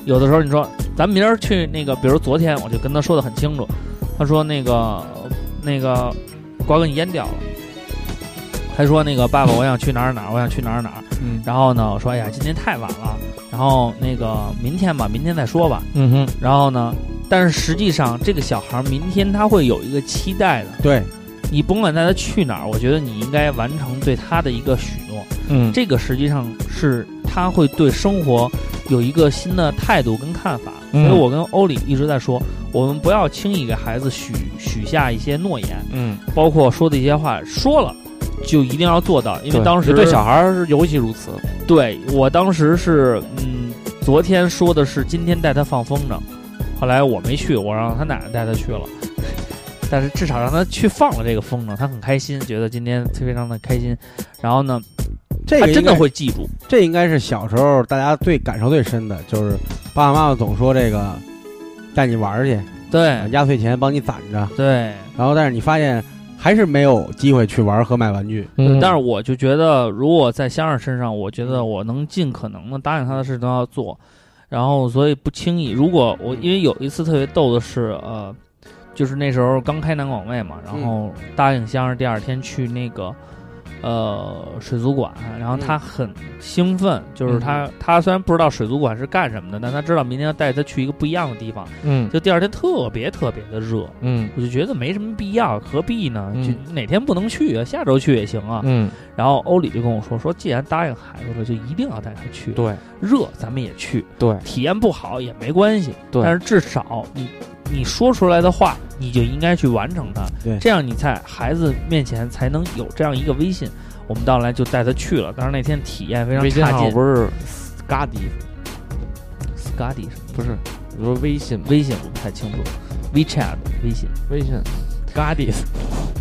Speaker 3: 有的时候你说，咱明儿去那个，比如昨天我就跟他说的很清楚，他说那个那个瓜哥你淹掉了，他说那个爸爸我想去哪儿哪儿，我想去哪儿哪儿。
Speaker 5: 嗯
Speaker 3: 然后呢，我说哎呀，今天太晚了，然后那个明天吧，明天再说吧。
Speaker 5: 嗯哼，
Speaker 3: 然后呢，但是实际上这个小孩儿明天他会有一个期待的，
Speaker 4: 对，
Speaker 3: 你甭管带他去哪儿，我觉得你应该完成对他的一个许诺。
Speaker 5: 嗯
Speaker 3: 这个实际上是他会对生活有一个新的态度跟看法。所
Speaker 5: 嗯
Speaker 3: 以我跟欧里一直在说，我们不要轻易给孩子许许下一些诺言，
Speaker 5: 嗯，
Speaker 3: 包括说的一些话，说了就一定要做到，因为
Speaker 5: 对
Speaker 3: 当时
Speaker 5: 对小孩儿是尤其如此。
Speaker 3: 对我当时是，嗯，昨天说的是今天带他放风筝，后来我没去，我让他奶奶带他去了， [LAUGHS] 但是至少让他去放了这个风筝，他很开心，觉得今天非常的开心。然后呢，
Speaker 4: 这
Speaker 3: 他
Speaker 4: 个应
Speaker 3: 真的
Speaker 4: 该
Speaker 3: 会记住，
Speaker 4: 这应该是小时候大家最感受最深的，就是爸爸妈妈总说这个带你玩儿去，
Speaker 3: 对
Speaker 4: 压岁钱帮你攒着，
Speaker 3: 对。
Speaker 4: 然后但是你发现还是没有机会去玩儿和买玩具。
Speaker 5: 嗯
Speaker 3: 但是我就觉得，如果在香儿身上，我觉得我能尽可能的答应他的事都要做，然后所以不轻易。如果我因为有一次特别逗的是，呃，嗯就是那时候刚开南广卫嘛，然后答应香儿第二天去那个呃水族馆，然后他很兴奋，就是他他虽然不知道水族馆是干什么的，但他知道明天要带他去一个不一样的地方。
Speaker 6: 嗯
Speaker 3: 就第二天特别特别的热，
Speaker 6: 嗯
Speaker 3: 我就觉得没什么必要，何必呢？
Speaker 6: 嗯
Speaker 3: 就哪天不能去啊？下周去也行啊。
Speaker 6: 嗯，
Speaker 3: 然后欧里就跟我说，说既然答应孩子了，就一定要带他去。
Speaker 6: 对
Speaker 3: 热咱们也去，
Speaker 6: 对
Speaker 3: 体验不好也没关系。
Speaker 6: 对
Speaker 3: 但是至少你你说出来的话，你就应该去完成它。
Speaker 4: 对
Speaker 3: 这样你在孩子面前才能有这样一个威信。我们到来就带他去了，但是那天体验非常
Speaker 6: 微信
Speaker 3: 差
Speaker 6: 号
Speaker 3: 劲。
Speaker 6: 不是 Scotty，
Speaker 3: s c o t t y 什么
Speaker 6: 不是，我说微信
Speaker 3: 微信我不太清楚，WeChat 微信。
Speaker 6: 微信 Scotty，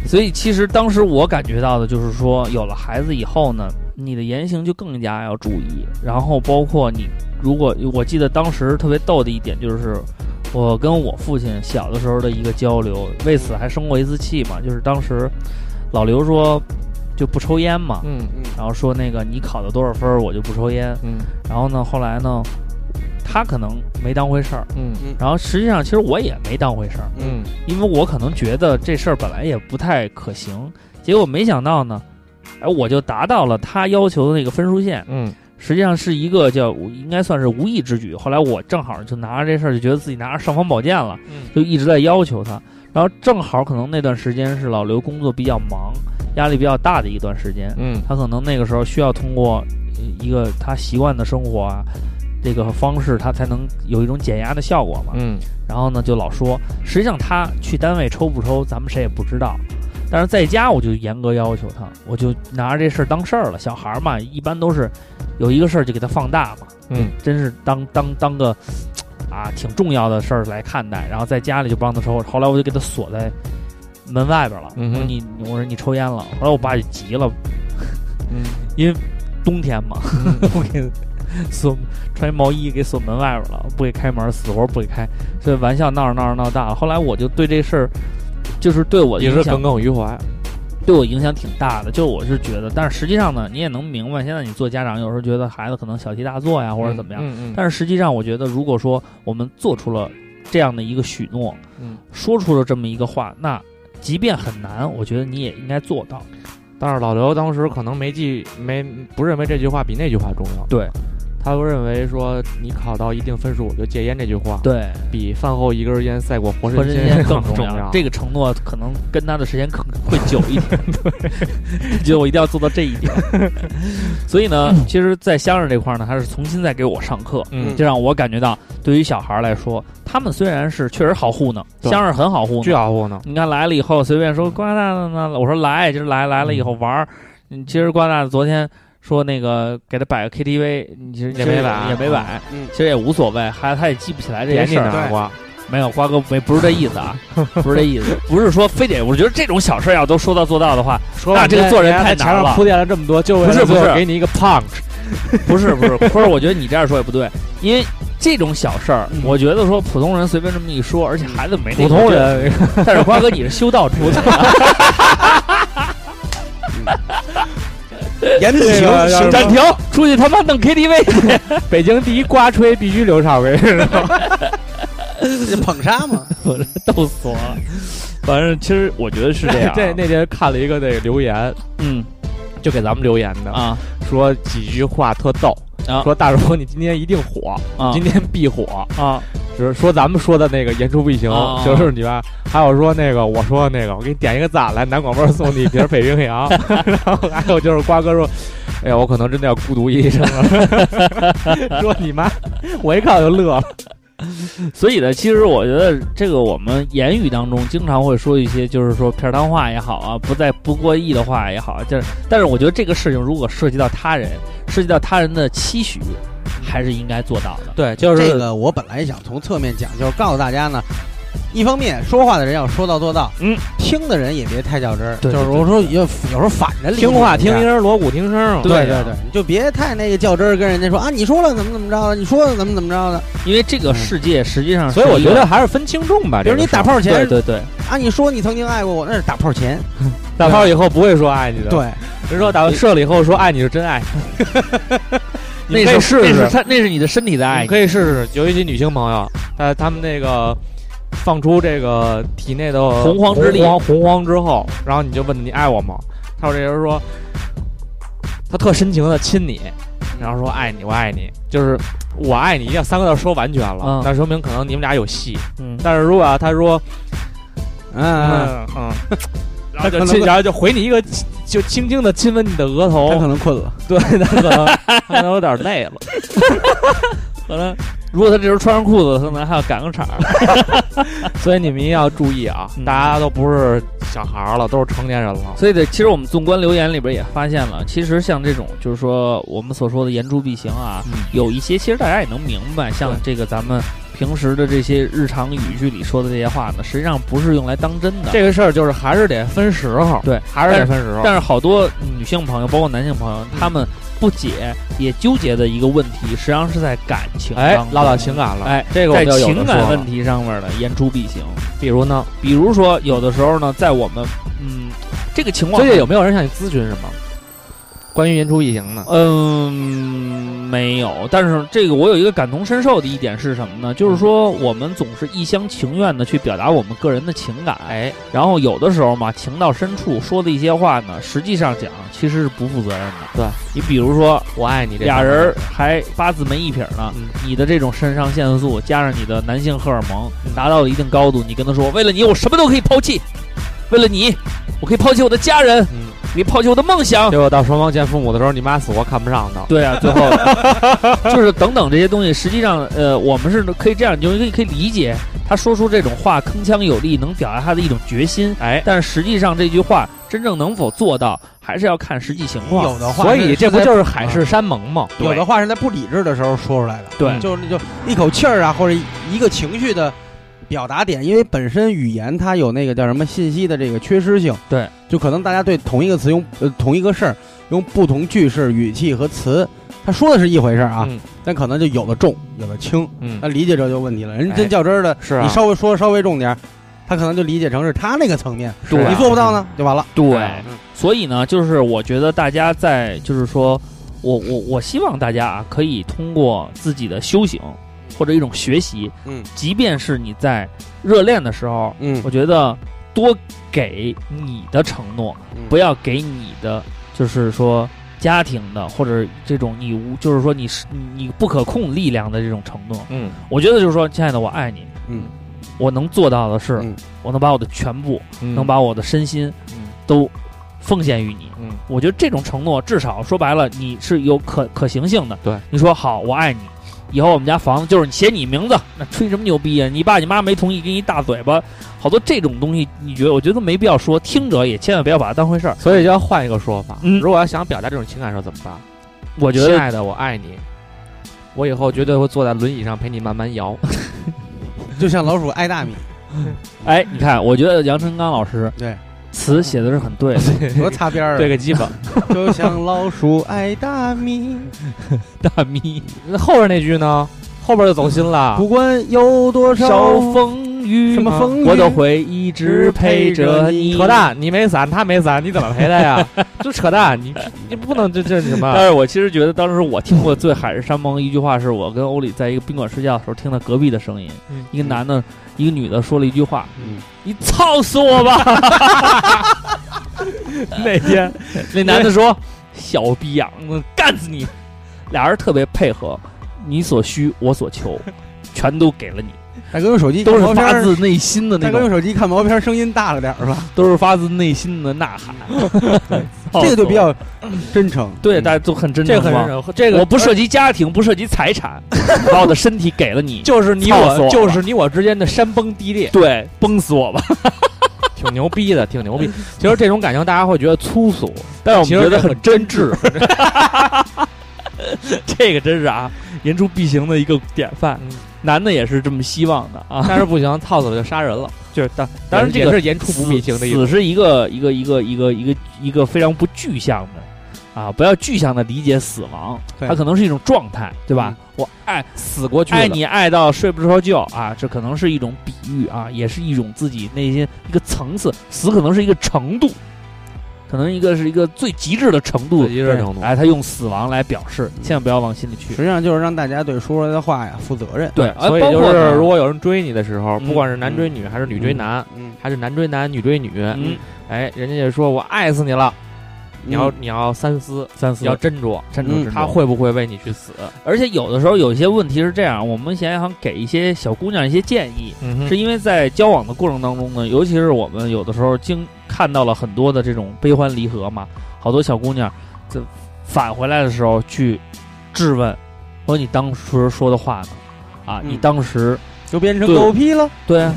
Speaker 3: 所以其实当时我感觉到的就是说，有了孩子以后呢，你的言行就更加要注意，然后包括你，如果我记得当时特别逗的一点就是。我跟我父亲小的时候的一个交流，为此还生过一次气嘛，就是当时老刘说就不抽烟嘛，
Speaker 6: 嗯
Speaker 3: 然后说那个你考的多少分儿我就不抽烟，
Speaker 6: 嗯
Speaker 3: 然后呢后来呢他可能没当回事儿，
Speaker 6: 嗯
Speaker 3: 然后实际上其实我也没当回事儿，
Speaker 6: 嗯
Speaker 3: 因为我可能觉得这事儿本来也不太可行，结果没想到呢，哎，我就达到了他要求的那个分数线，
Speaker 6: 嗯
Speaker 3: 实际上是一个叫应该算是无意之举。后来我正好就拿着这事儿，就觉得自己拿着尚方宝剑了，
Speaker 6: 嗯
Speaker 3: 就一直在要求他。然后正好可能那段时间是老刘工作比较忙，压力比较大的一段时间，
Speaker 6: 嗯
Speaker 3: 他可能那个时候需要通过呃一个他习惯的生活啊。这个方式，他才能有一种减压的效果嘛。
Speaker 6: 嗯
Speaker 3: 然后呢就老说，实际上他去单位抽不抽，咱们谁也不知道。但是在家我就严格要求他，我就拿着这事儿当事儿了。小孩儿嘛，一般都是有一个事儿就给他放大嘛，
Speaker 6: 嗯，
Speaker 3: 真是当当当个啊挺重要的事儿来看待。然后在家里就不让他抽，后来我就给他锁在门外边了。
Speaker 6: 嗯哼
Speaker 3: 我说你，我说你抽烟了。后来我爸就急了， [LAUGHS]
Speaker 6: 嗯
Speaker 3: 冬天嘛， [LAUGHS] 我给锁穿一毛衣给锁门外边了，不给开门，死活不给开，所以玩笑闹着闹着闹大了。后来我就对这事儿，就是对我的
Speaker 6: 也
Speaker 3: 影
Speaker 6: 是
Speaker 3: 响
Speaker 6: 耿，耿于怀，
Speaker 5: 嗯
Speaker 3: 对我影响挺大的。就我是觉得，但是实际上呢，你也能明白，现在你做家长有时候觉得孩子可能小题大做呀，或者怎么样。
Speaker 6: 嗯
Speaker 3: 但是实际上，我觉得如果说我们做出了这样的一个许诺，
Speaker 6: 嗯，
Speaker 3: 说出了这么一个话，那即便很难，我觉得你也应该做到。
Speaker 6: 但是老刘当时可能没记没不认为这句话比那句话重要，
Speaker 3: 对
Speaker 6: 他会认为说你考到一定分数我就戒烟这句话，
Speaker 3: 对，
Speaker 6: 比饭后一根烟赛过浑
Speaker 3: 浑
Speaker 6: 身
Speaker 3: 身间更
Speaker 6: 重
Speaker 3: 要。这个承诺可能跟他的时间更会久一点。 [LAUGHS] 对，觉得我一定要做到这一点。 [LAUGHS] 所以呢，其实，在相声这块呢，他是重新在给我上课，
Speaker 6: 嗯
Speaker 3: 这让我感觉到，对于小孩来说，他们虽然是确实好糊弄，
Speaker 6: 对啊
Speaker 3: 相声很好糊
Speaker 6: 巨
Speaker 3: 弄。
Speaker 6: 好糊弄，
Speaker 3: 你看来了以后，随便说瓜大大呢，我说来，就是来来了以后玩儿。嗯其实瓜大大昨天说那个给他摆个 KTV，你其实
Speaker 6: 也没摆
Speaker 3: 也没摆，
Speaker 4: 嗯
Speaker 3: 其实也无所谓，还他也记不起来这些
Speaker 6: 点你
Speaker 3: 事儿。
Speaker 6: 哪瓜，
Speaker 3: 没有，瓜哥没不是这意思啊， [LAUGHS] 不是这意思，不是说非得，我觉得这种小事儿要都说到做到的话，
Speaker 6: 说
Speaker 3: 那这个做人太难了
Speaker 6: 垫了这么多，就
Speaker 3: 不是
Speaker 6: 最后
Speaker 3: 不是
Speaker 6: 给你一个 punch，
Speaker 3: 不
Speaker 6: [LAUGHS]
Speaker 3: 是不是，不是，我觉得你这样说也不对，因为这种小事儿，
Speaker 6: 嗯
Speaker 3: 我觉得说普通人随便这么一说，而且孩子没那个劲儿，
Speaker 6: 人
Speaker 3: 但是瓜哥你是修
Speaker 6: [LAUGHS]
Speaker 3: 道主，
Speaker 6: [LAUGHS]
Speaker 4: 言不行，
Speaker 3: [LAUGHS]
Speaker 4: 行
Speaker 6: 暂停，
Speaker 3: 出去他妈弄 KTV 去， [LAUGHS]
Speaker 6: 北京第一瓜吹必须留场，我跟你说，，
Speaker 4: 这捧杀 [LAUGHS] 嘛，
Speaker 3: 逗死我了。反正其实我觉得是这样啊
Speaker 6: [LAUGHS] 这那天看了一个那个留言，
Speaker 3: 嗯
Speaker 6: 就给咱们留言的，
Speaker 3: 啊
Speaker 6: 说几句话特逗
Speaker 3: 啊，
Speaker 6: 说大叔你今天一定火，
Speaker 3: 啊
Speaker 6: 你今天必火，
Speaker 3: 啊
Speaker 6: 就是说咱们说的那个言出必行
Speaker 3: 啊，
Speaker 6: 就是你吧，还有说那个我说的那个，我给你点一个赞来，南广味儿送你一瓶北冰 [LAUGHS] 洋，然后还有就是瓜哥说。哎呀，我可能真的要孤独一生 [LAUGHS] 了。说你妈，我一看我就乐了。
Speaker 3: 所以呢，其实我觉得这个我们言语当中经常会说一些，就是说片儿汤话也好啊，不在不过意的话也好，就是，但是我觉得这个事情如果涉及到他人，涉及到他人的期许，还是应该做到的。
Speaker 6: 对，就
Speaker 4: 这个我本来想从侧面讲，就是告诉大家呢，一方面说话的人要说到做到，
Speaker 6: 嗯，
Speaker 4: 听的人也别太较真儿，
Speaker 3: 对
Speaker 4: 就是
Speaker 3: 对
Speaker 4: 我说有有时候反着理
Speaker 6: 听话听
Speaker 4: 人家。
Speaker 6: 音，锣鼓听声嘛。
Speaker 4: 对
Speaker 3: 对啊
Speaker 4: 对，你就别太那个较真儿，跟人家说啊，你说了怎么怎么着的，你说了怎么怎么着的。
Speaker 3: 因为这个世界实际上是
Speaker 6: 所
Speaker 3: 一
Speaker 6: 以
Speaker 3: 个，
Speaker 6: 我觉得还是分轻重吧。
Speaker 4: 比如你打炮
Speaker 3: 对
Speaker 4: 前
Speaker 3: 对对，
Speaker 4: 啊，你说你曾经爱过我，那是打炮前。
Speaker 6: 打炮以后不会说爱你的，，
Speaker 4: 对，
Speaker 6: 人说打射了以后说爱你是真爱， [LAUGHS] 你
Speaker 3: 那
Speaker 6: 可
Speaker 3: 是
Speaker 6: 以试
Speaker 3: 那
Speaker 6: 试
Speaker 3: 是，他那是你的身体在爱
Speaker 6: 你
Speaker 3: 你。
Speaker 6: 可以试试。有一些女性朋友，呃，她们那个放出这个体内的
Speaker 3: 洪荒之力
Speaker 6: 洪荒洪荒之后，然后你就问你爱我吗？她有这人说。他特深情的亲你，然后说爱你，我爱你，就是我爱你，一定要三个字说完全了，
Speaker 3: 嗯
Speaker 6: 那说明可能你们俩有戏。
Speaker 3: 嗯，
Speaker 6: 但是如果、他说
Speaker 4: 嗯，
Speaker 6: 嗯嗯， [LAUGHS] 然后
Speaker 4: 可
Speaker 6: 就
Speaker 4: 能
Speaker 6: 亲，
Speaker 4: 会
Speaker 6: 然后就回你一个亲，就轻轻的亲吻你的额
Speaker 4: 他可
Speaker 6: 头，
Speaker 4: 能困了，
Speaker 6: 对，他可能可能有点累了，可能如果他这时候穿上裤子，可能还要赶个场儿，所以你们一定要注意啊
Speaker 3: 嗯，
Speaker 6: 大家都不是小孩儿了，都是成年人了。
Speaker 3: 所以得，其实我们纵观留言里边也发现了，其实像这种就是说我们所说的言出必行啊，
Speaker 6: 嗯
Speaker 3: 有一些其实大家也能明白，像这个咱们平时的这些日常语句里说的这些话呢，实际上不是用来当真的。
Speaker 6: 这个事儿就是还是得分时候，
Speaker 3: 对，
Speaker 6: 还是得分时候。
Speaker 3: 但是好多女性朋友，包括男性朋友，他们不解也纠结的一个问题，实际上是在感情
Speaker 6: 哎
Speaker 3: 当，中
Speaker 6: 拉到情感了，
Speaker 3: 哎，
Speaker 6: 这个
Speaker 3: 在
Speaker 6: 我就有的
Speaker 3: 情感
Speaker 6: 说了
Speaker 3: 问，题上面的言出必行。
Speaker 6: 比如呢，
Speaker 3: 比如说，有的时候呢，在我们嗯这个情况
Speaker 6: 最近有没有人向你咨询什么关于言出必行的？
Speaker 3: 嗯，没有。但是这个我有一个感同身受的一点是什么呢？就是说我们总是一厢情愿的去表达我们个人的情感，
Speaker 6: 哎，
Speaker 3: 然后有的时候嘛，情到深处说的一些话呢，实际上讲其实是不负责任的。
Speaker 6: 对
Speaker 3: 你比如说
Speaker 6: 我爱你这
Speaker 3: 俩人儿还八字没一撇儿呢，
Speaker 6: 嗯
Speaker 3: 你的这种肾上腺素加上你的男性荷尔蒙
Speaker 6: 嗯
Speaker 3: 达到了一定高度，你跟他说为了你我什么都可以抛弃，为了你我可以抛弃我的家人，
Speaker 6: 嗯
Speaker 3: 可以抛弃我的梦想
Speaker 6: 结，果到双方见父母的时候，你妈死活看不上的。
Speaker 3: 对啊，最后 [LAUGHS] 就是等等这些东西，实际上呃，我们是可以这样，你就可以可以理解他说出这种话铿锵有力，能表达他的一种决心。
Speaker 6: 哎，
Speaker 3: 但是实际上这句话真正能否做到，还是要看实际情况。
Speaker 4: 有的话
Speaker 6: 所以这不
Speaker 4: 是
Speaker 6: 就是海誓山盟吗？
Speaker 4: 在有的话是在不理智的时候说出来的，
Speaker 3: 对
Speaker 4: 就是就一口气儿啊，或者一个情绪的表达点，因为本身语言它有那个叫什么信息的这个缺失性，
Speaker 3: 对，
Speaker 4: 就可能大家对同一个词用呃同一个事儿用不同句式、语气和词，他说的是一回事儿啊，
Speaker 6: 嗯
Speaker 4: 但可能就有的重，有的轻，
Speaker 6: 嗯
Speaker 3: 哎
Speaker 4: 那理解这就有问题了。人
Speaker 6: 哎
Speaker 4: 真较真儿的，
Speaker 6: 是啊
Speaker 4: 你稍微说稍微重点儿，他可能就理解成是他那个层面，
Speaker 6: 是啊
Speaker 4: 你做不到呢，就完了。
Speaker 3: 对
Speaker 6: 嗯
Speaker 3: 所以呢，就是我觉得大家在就是说我我我希望大家啊，可以通过自己的修行或者一种学习，
Speaker 4: 嗯，
Speaker 3: 即便是你在热恋的时候，
Speaker 4: 嗯
Speaker 3: 我觉得多给你的承诺，
Speaker 4: 嗯
Speaker 3: 不要给你的就是说家庭的或者这种你无就是说你是你你不可控力量的这种承诺。
Speaker 6: 嗯，
Speaker 3: 我觉得就是说，亲爱的，我爱你。
Speaker 4: 嗯，
Speaker 3: 我能做到的是，
Speaker 4: 嗯
Speaker 3: 我能把我的全部，能
Speaker 6: 能
Speaker 3: 把我的身心
Speaker 6: 嗯
Speaker 3: 都奉献于你。
Speaker 6: 嗯
Speaker 3: 我觉得这种承诺，至少说白了，你是有可可行性的。
Speaker 6: 对，
Speaker 3: 你说好，我爱你，以后我们家房子就是你写你名字，那吹什么牛逼呀、你爸你妈没同意，给你一大嘴巴，好多这种东西，你觉得我觉得没必要说，听者也千万不要把它当回事儿。
Speaker 6: 所以就要换一个说法。
Speaker 3: 嗯
Speaker 6: 如果要想表达这种情感的时候怎么办？
Speaker 3: 我觉
Speaker 6: 亲
Speaker 3: 得
Speaker 6: 爱的，我爱你，我以后绝对会坐在轮椅上陪你慢慢
Speaker 3: [LAUGHS]
Speaker 6: 摇。
Speaker 4: 就像老鼠爱
Speaker 6: [LAUGHS]
Speaker 4: 大米，
Speaker 3: 哎，你看，我觉得杨成刚老师
Speaker 4: 对
Speaker 3: 词写的是很 [LAUGHS] 对的，
Speaker 4: 多擦边儿啊，
Speaker 6: 对个鸡巴，
Speaker 4: 就像老鼠爱大米，
Speaker 3: 大咪
Speaker 6: 那后边那句呢？后边就走心了。
Speaker 4: 不管有多
Speaker 3: 少
Speaker 4: 少
Speaker 3: 风雨，
Speaker 4: 什
Speaker 6: 啊
Speaker 4: 么风雨
Speaker 3: 我都会一直陪着你。
Speaker 6: 扯淡，你没伞，他没伞，你怎么陪他
Speaker 3: [LAUGHS]
Speaker 6: 呀？就扯淡，你你不能这这什
Speaker 3: 但
Speaker 6: 么？
Speaker 3: [LAUGHS] 是我其实觉得，当时我听过最海誓山盟一句话，是我跟欧里在一个宾馆睡觉的时候听到隔壁的声音，
Speaker 6: 嗯
Speaker 3: 一个男的，一个女的说了一句话：“
Speaker 4: 嗯
Speaker 3: 你操死我吧！”那天那男的说：“小逼样子，干死你！”俩人特别配合，你所需我所求，全都给了你，
Speaker 4: 大哥用手机看
Speaker 3: 都
Speaker 4: 毛
Speaker 3: 是
Speaker 4: 片
Speaker 3: 发
Speaker 4: 儿，
Speaker 3: 自内心的那
Speaker 4: 大哥用
Speaker 3: 种，
Speaker 4: 手机看毛片儿，声音大了点儿吧，
Speaker 3: 都是发自内心的呐喊。
Speaker 4: 这个就比较真诚。
Speaker 3: 哦
Speaker 4: 嗯
Speaker 3: 对，大家都很真诚
Speaker 6: 这
Speaker 3: 嘛，
Speaker 6: 很人，这个
Speaker 3: 我不涉及家庭，不涉及财产，把我的身体给了你，
Speaker 6: 就是你
Speaker 3: 操死我
Speaker 6: 我，
Speaker 3: 了
Speaker 6: 就是你我之间的山崩
Speaker 3: [LAUGHS]
Speaker 6: 地裂，
Speaker 3: 对，崩死我吧！
Speaker 6: 挺牛逼的，挺牛逼。其实这种感情大家会觉得粗俗，
Speaker 3: 但是我
Speaker 6: 其
Speaker 3: 们觉
Speaker 6: 实
Speaker 3: 得
Speaker 6: 这
Speaker 3: 很真挚，这个真是啊，言出必行的一个典范。
Speaker 6: 嗯
Speaker 3: 男的也是这么希望的啊，
Speaker 6: [LAUGHS] 但是不行，操死了就杀人了。
Speaker 3: 就是当
Speaker 6: 当
Speaker 3: 当
Speaker 6: 然
Speaker 3: 然
Speaker 6: 这
Speaker 3: 这
Speaker 6: 个
Speaker 3: 个
Speaker 6: 是言出不必行的意
Speaker 3: 死
Speaker 6: 思。
Speaker 3: 是一个一个一个一个一个一个非常不具象的啊，不要具象的理解死亡，
Speaker 4: 对
Speaker 3: 它可能是一种状态，对吧？我爱
Speaker 6: 哎死过去了
Speaker 3: 爱哎你爱到睡不着觉啊，这可能是一种比喻啊，也是一种自己内心一个层次，死可能是一个程度，可能一个是一个最极致的程度，
Speaker 6: 最极致的程度
Speaker 3: 哎，他用死亡来表示，千万不要往心里去
Speaker 4: 实。际上就是让大家对说出来的话呀负责任。
Speaker 3: 对，哎
Speaker 6: 所以
Speaker 3: 包
Speaker 6: 就
Speaker 3: 括
Speaker 6: 是，
Speaker 3: 呢
Speaker 6: 如果有人追你的时候，
Speaker 3: 嗯
Speaker 6: 不管是男追女还是女追男，
Speaker 4: 嗯，
Speaker 6: 还是男追男、女追女，
Speaker 3: 嗯
Speaker 6: 哎，人家就说我爱死你了，
Speaker 5: 你要你要三思，
Speaker 3: 三
Speaker 5: 你
Speaker 3: 思
Speaker 5: 要嗯斟酌，
Speaker 3: 斟
Speaker 4: 嗯
Speaker 3: 酌斟
Speaker 5: 他
Speaker 3: 酌。
Speaker 5: 会不会为你去死？
Speaker 3: 而且有的时候有一些问题是这样，我们想想给一些小姑娘一些建议，
Speaker 5: 嗯哼
Speaker 3: 是因为在交往的过程当中呢，尤其是我们有的时候经看到了很多的这种悲欢离合嘛，好多小姑娘这返回来的时候去质问，说你当时说的话呢？啊，
Speaker 4: 嗯
Speaker 3: 你当时
Speaker 4: 就变成
Speaker 3: 对
Speaker 4: 狗屁了。
Speaker 3: 对啊，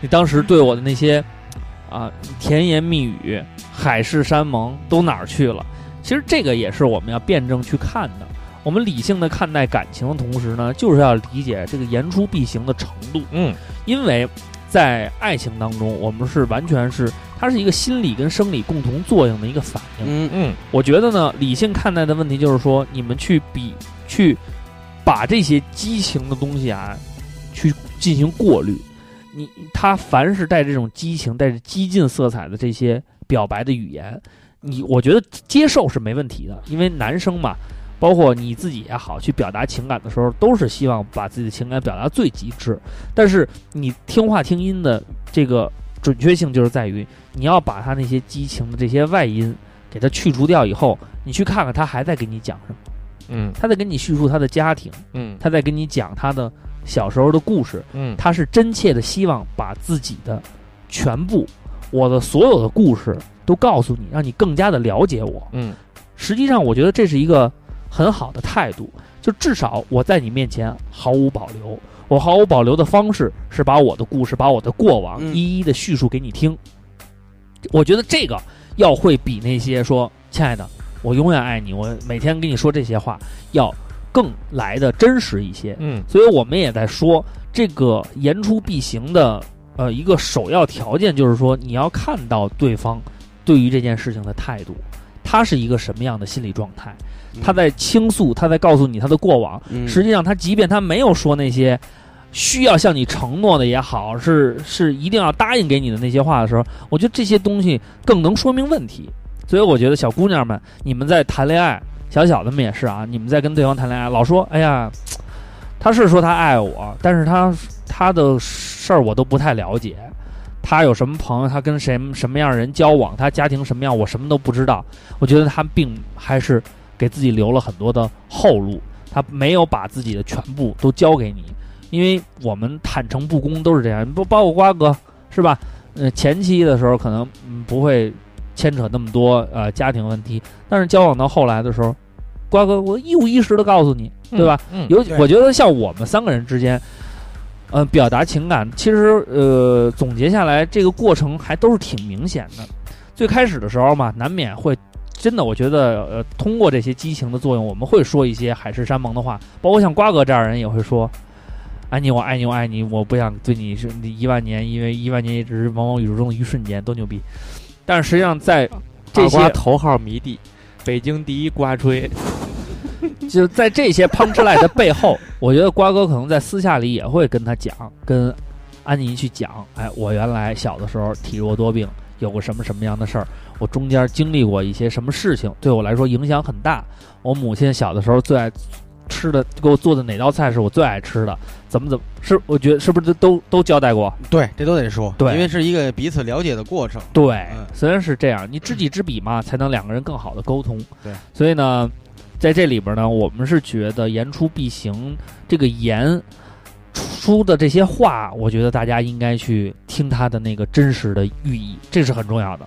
Speaker 3: 你当时对我的那些啊甜言蜜语、海誓山盟都哪儿去了？其实这个也是我们要辩证去看的。我们理性的看待感情的同时呢，就是要理解这个言出必行的程度。
Speaker 5: 嗯，
Speaker 3: 因为在爱情当中，我们是完全是它是一个心理跟生理共同作用的一个反应。
Speaker 4: 嗯，
Speaker 5: 嗯
Speaker 3: 我觉得呢，理性看待的问题就是说，你们去比去把这些激情的东西啊，去进行过滤。你他凡是带这种激情、带着激进色彩的这些表白的语言，你我觉得接受是没问题的，因为男生嘛，包括你自己也好，去表达情感的时候，都是希望把自己的情感表达最极致。但是你听话听音的这个准确性，就是在于你要把他那些激情的这些外因给它去除掉以后，你去看看他还在跟你讲什么，
Speaker 5: 嗯
Speaker 3: 他在跟你叙述他的家庭，
Speaker 5: 嗯
Speaker 3: 他在跟你讲他的小时候的故事，
Speaker 5: 嗯，
Speaker 3: 他是真切的希望把自己的全部，我的所有的故事都告诉你，让你更加的了解我。
Speaker 5: 嗯
Speaker 3: 实际上，我觉得这是一个很好的态度，就至少我在你面前毫无保留。我毫无保留的方式是把我的故事、把我的过往
Speaker 4: 嗯
Speaker 3: 一一的叙述给你听。我觉得这个要会比那些说“亲爱的，我永远爱你”，我每天跟你说这些话要更来的真实一些。
Speaker 5: 嗯
Speaker 3: 所以我们也在说，这个言出必行的呃一个首要条件就是说，你要看到对方对于这件事情的态度，他是一个什么样的心理状态，他在倾诉，他在告诉你他的过往。
Speaker 4: 嗯
Speaker 3: 实际上，他即便他没有说那些需要向你承诺的也好，是是一定要答应给你的那些话的时候，我觉得这些东西更能说明问题。所以我觉得小姑娘们，你们在谈恋爱，小小的们也是啊，你们在跟对方谈恋爱，老说哎呀，他是说他爱我，但是他他的事儿我都不太了解。他有什么朋友？他跟谁什么样的人交往？他家庭什么样？我什么都不知道。我觉得他并还是给自己留了很多的后路。他没有把自己的全部都交给你，因为我们坦诚不公都是这样，不包括瓜哥是吧？呃，前期的时候可能嗯不会牵扯那么多呃家庭问题，但是交往到后来的时候，瓜哥我一五一十的告诉你，对吧？？
Speaker 5: 嗯，
Speaker 3: 尤
Speaker 4: 对
Speaker 3: 我觉得像我们三个人之间，呃，表达情感，其实呃，总结下来，这个过程还都是挺明显的。最开始的时候嘛，难免会真的，我觉得呃，通过这些激情的作用，我们会说一些海誓山盟的话，包括像瓜哥这样的人也会说。爱你，我哎爱你，我爱你，我不想对你是你一万年，因为一万年也只是茫茫宇宙中的一瞬间，多牛逼！但是实际上，在这
Speaker 5: 二
Speaker 3: 些
Speaker 6: 啊
Speaker 5: 瓜头号迷弟，北京第一瓜吹，
Speaker 3: [LAUGHS] 就在这些 punchline 的背后，我觉得瓜哥可能在私下里也会跟他讲，跟安妮去讲，哎，我原来小的时候体弱多病，有过什么什么样的事儿，我中间经历过一些什么事情，对我来说影响很大。我母亲小的时候最爱吃的，给我做的哪道菜是我最爱吃的，怎么怎么是？我觉得是不是都都交代过？
Speaker 4: 对，这都得说，
Speaker 3: 对
Speaker 4: 因为是一个彼此了解的过程。
Speaker 3: 对
Speaker 4: 嗯，
Speaker 3: 虽然是这样，你知己知彼嘛，才能两个人更好的沟通。
Speaker 4: 对，
Speaker 3: 所以呢，在这里边呢，我们是觉得言出必行，这个言出的这些话，我觉得大家应该去听它的那个真实的寓意，这是很重要的。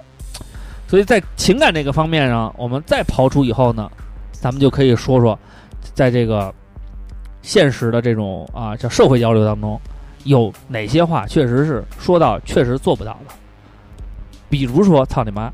Speaker 3: 所以在情感这个方面上，我们再刨出以后呢，咱们就可以说说，在这个现实的这种啊叫社会交流当中，有哪些话确实是说到确实做不到的。比如说“操你妈”，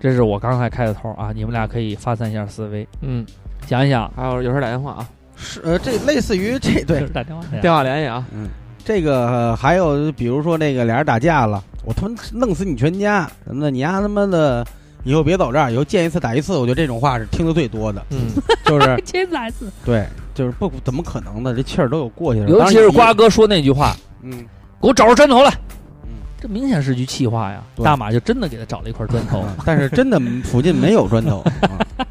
Speaker 3: 这是我刚才开的头啊，你们俩可以发散一下思维，
Speaker 5: 嗯，
Speaker 3: 想一想，
Speaker 5: 还有有事打电话啊，
Speaker 4: 是呃，这类似于这对
Speaker 3: 打电话，
Speaker 5: 电话联系啊，
Speaker 4: 嗯这个、呃还有比如说那个俩人打架了，我他妈弄死你全家什么的，你丫他妈的以后别走这儿，以后见一次打一次，我觉得这种话是听的最多的，
Speaker 5: 嗯，
Speaker 4: 就是
Speaker 8: 接来自
Speaker 4: 对，就是不怎么可能的，这气儿都有过去了。
Speaker 3: 尤其
Speaker 4: 当
Speaker 3: 是
Speaker 4: 然你
Speaker 3: 瓜，哥说那句话
Speaker 4: 嗯，：“
Speaker 3: 给我找着砖头来。”
Speaker 4: 嗯
Speaker 3: 这明显是句气话呀！
Speaker 4: 对
Speaker 3: 大马就真的给他找了一块
Speaker 4: 嗯
Speaker 3: 砖头。
Speaker 4: 嗯但是真的附近没有砖头，啊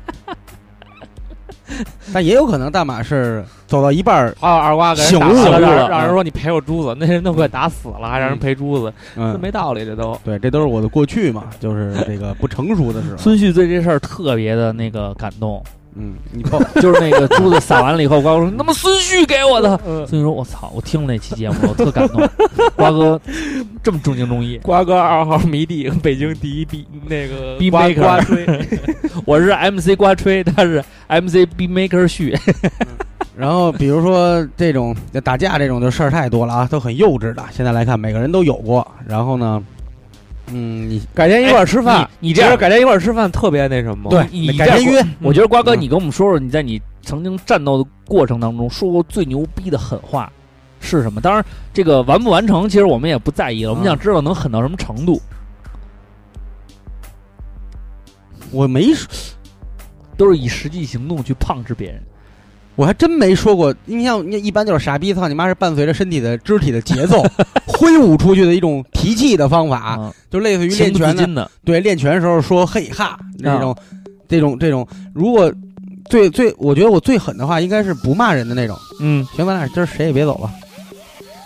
Speaker 4: 但也有可能大马是走到一半儿，
Speaker 5: 二啊二瓜给人
Speaker 4: 醒
Speaker 5: 打
Speaker 4: 悟
Speaker 5: 死了，
Speaker 4: 了
Speaker 5: 让
Speaker 4: 嗯
Speaker 5: 人让人说你赔我珠子，那人都快打死了，还让人赔珠子，这
Speaker 6: [LAUGHS]
Speaker 4: 嗯，
Speaker 5: 没道理，这都
Speaker 4: 对，这都是我的过去嘛，就是这个不成熟的时候。
Speaker 3: 孙旭对这事儿特别的那个感动，
Speaker 4: 嗯，你看，
Speaker 3: 就是那个珠子撒完了以后，瓜哥说：“他妈孙旭给我的。”孙旭说：“我操，我听了那期节目，我特感动，瓜哥这么重情重义。
Speaker 5: 瓜哥二号迷弟， [LAUGHS] 北京第一 B 那个
Speaker 3: B
Speaker 5: 瓜
Speaker 3: maker
Speaker 5: 瓜吹，
Speaker 3: 我是 MC 瓜吹，他是 MC B Maker 旭，
Speaker 4: 然后比如说这种打架这种的事儿太多了啊，都很幼稚的。现在来看，每个人都有过。然后呢，嗯，你改天一块儿吃饭，
Speaker 5: 哎你
Speaker 3: 这样
Speaker 5: 改天一块儿吃饭特别那什么
Speaker 4: 对，
Speaker 3: 你
Speaker 4: 改天约。
Speaker 3: 我觉得瓜哥，
Speaker 4: 嗯
Speaker 3: 你跟我们说说你在你曾经战斗的过程当中说过最牛逼的狠话是什么？当然，这个完不完成，其实我们也不在意了，我们
Speaker 4: 嗯
Speaker 3: 想知道能狠到什么程度。
Speaker 4: 我没说，
Speaker 3: 都是以实际行动去胖制别人。
Speaker 4: 我还真没说过。你像一般就是傻逼，操你妈是伴随着身体的肢体的节
Speaker 5: [LAUGHS]
Speaker 4: 奏挥舞出去的一种提气的方
Speaker 5: 啊
Speaker 4: 法，
Speaker 3: 嗯，
Speaker 4: 就类啊似于
Speaker 3: 情
Speaker 4: 练
Speaker 3: 不自
Speaker 4: 拳的
Speaker 3: 禁的，
Speaker 4: 对，练拳的时候说嘿哈那种，
Speaker 5: 啊
Speaker 4: 这种这种，如果最最，我觉得我最狠的话应该是不骂人的那种。
Speaker 5: 嗯，
Speaker 4: 行，咱俩今儿谁也别走了。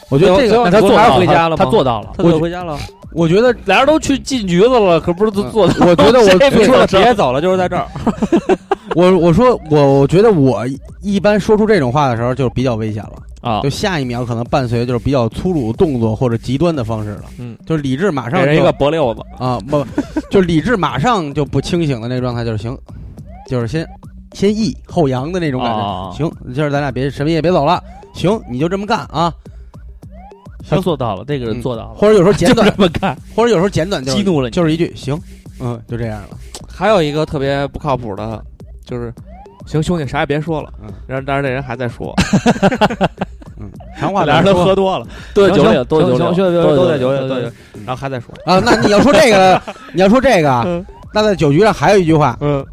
Speaker 4: 我觉得这
Speaker 5: 最
Speaker 4: 个，
Speaker 5: 后
Speaker 3: 那他做到
Speaker 5: 还是回家了
Speaker 3: 他
Speaker 5: 吗
Speaker 3: 他做到了。
Speaker 5: 他
Speaker 4: 我
Speaker 5: 就
Speaker 4: 觉
Speaker 5: 回家了，
Speaker 4: 我觉得，
Speaker 3: 俩人都去进局子了，可不是做
Speaker 4: [LAUGHS]
Speaker 3: 做到。
Speaker 4: 我觉得我
Speaker 3: 这不
Speaker 4: 最
Speaker 3: 是
Speaker 5: 别走了，就是在这儿，
Speaker 4: [LAUGHS] 我我说我我觉得我一般说出这种话的时候就比较危险了，
Speaker 3: 啊
Speaker 4: 就下一秒可能伴随的就是比较粗鲁的动作或者极端的方式了。
Speaker 5: 嗯，
Speaker 4: 就是理智马
Speaker 5: 给
Speaker 4: 上
Speaker 5: 人一
Speaker 4: 就
Speaker 5: 个脖溜子，
Speaker 4: 啊不，就是理智马上就不清醒的那状态，就是行，就是先先抑后扬的那种感觉。
Speaker 5: 哦
Speaker 3: 啊，
Speaker 4: 行，今儿咱俩别什么也别走了，行，你就这么干啊。
Speaker 3: 他做到了，这个人做到了，
Speaker 4: 或者有时候简
Speaker 3: 就
Speaker 4: 短
Speaker 3: 这，么干，
Speaker 4: 或者有时候简短就
Speaker 3: 激
Speaker 4: 是
Speaker 3: 怒了你。
Speaker 4: 就是一句行，嗯，就这样了。
Speaker 5: 还有一个特别不靠谱的，就是。行，兄弟，啥也别说了
Speaker 4: 嗯。
Speaker 5: 然后，但是那人还在说，
Speaker 4: 长
Speaker 5: [LAUGHS]
Speaker 4: 话
Speaker 5: 俩人都
Speaker 4: 短说
Speaker 5: 喝多了，
Speaker 3: 对
Speaker 5: 行
Speaker 3: 酒里，
Speaker 5: 行
Speaker 3: 都
Speaker 5: 行
Speaker 3: 酒里，
Speaker 5: 行行都在
Speaker 3: 酒
Speaker 5: 酒里，
Speaker 3: 里对
Speaker 5: 对，然后还在说，
Speaker 4: 啊，那你要说
Speaker 3: [LAUGHS]
Speaker 4: 这个，你要说这个啊
Speaker 5: 嗯，
Speaker 4: 那在酒局上还有一句话，
Speaker 5: 嗯，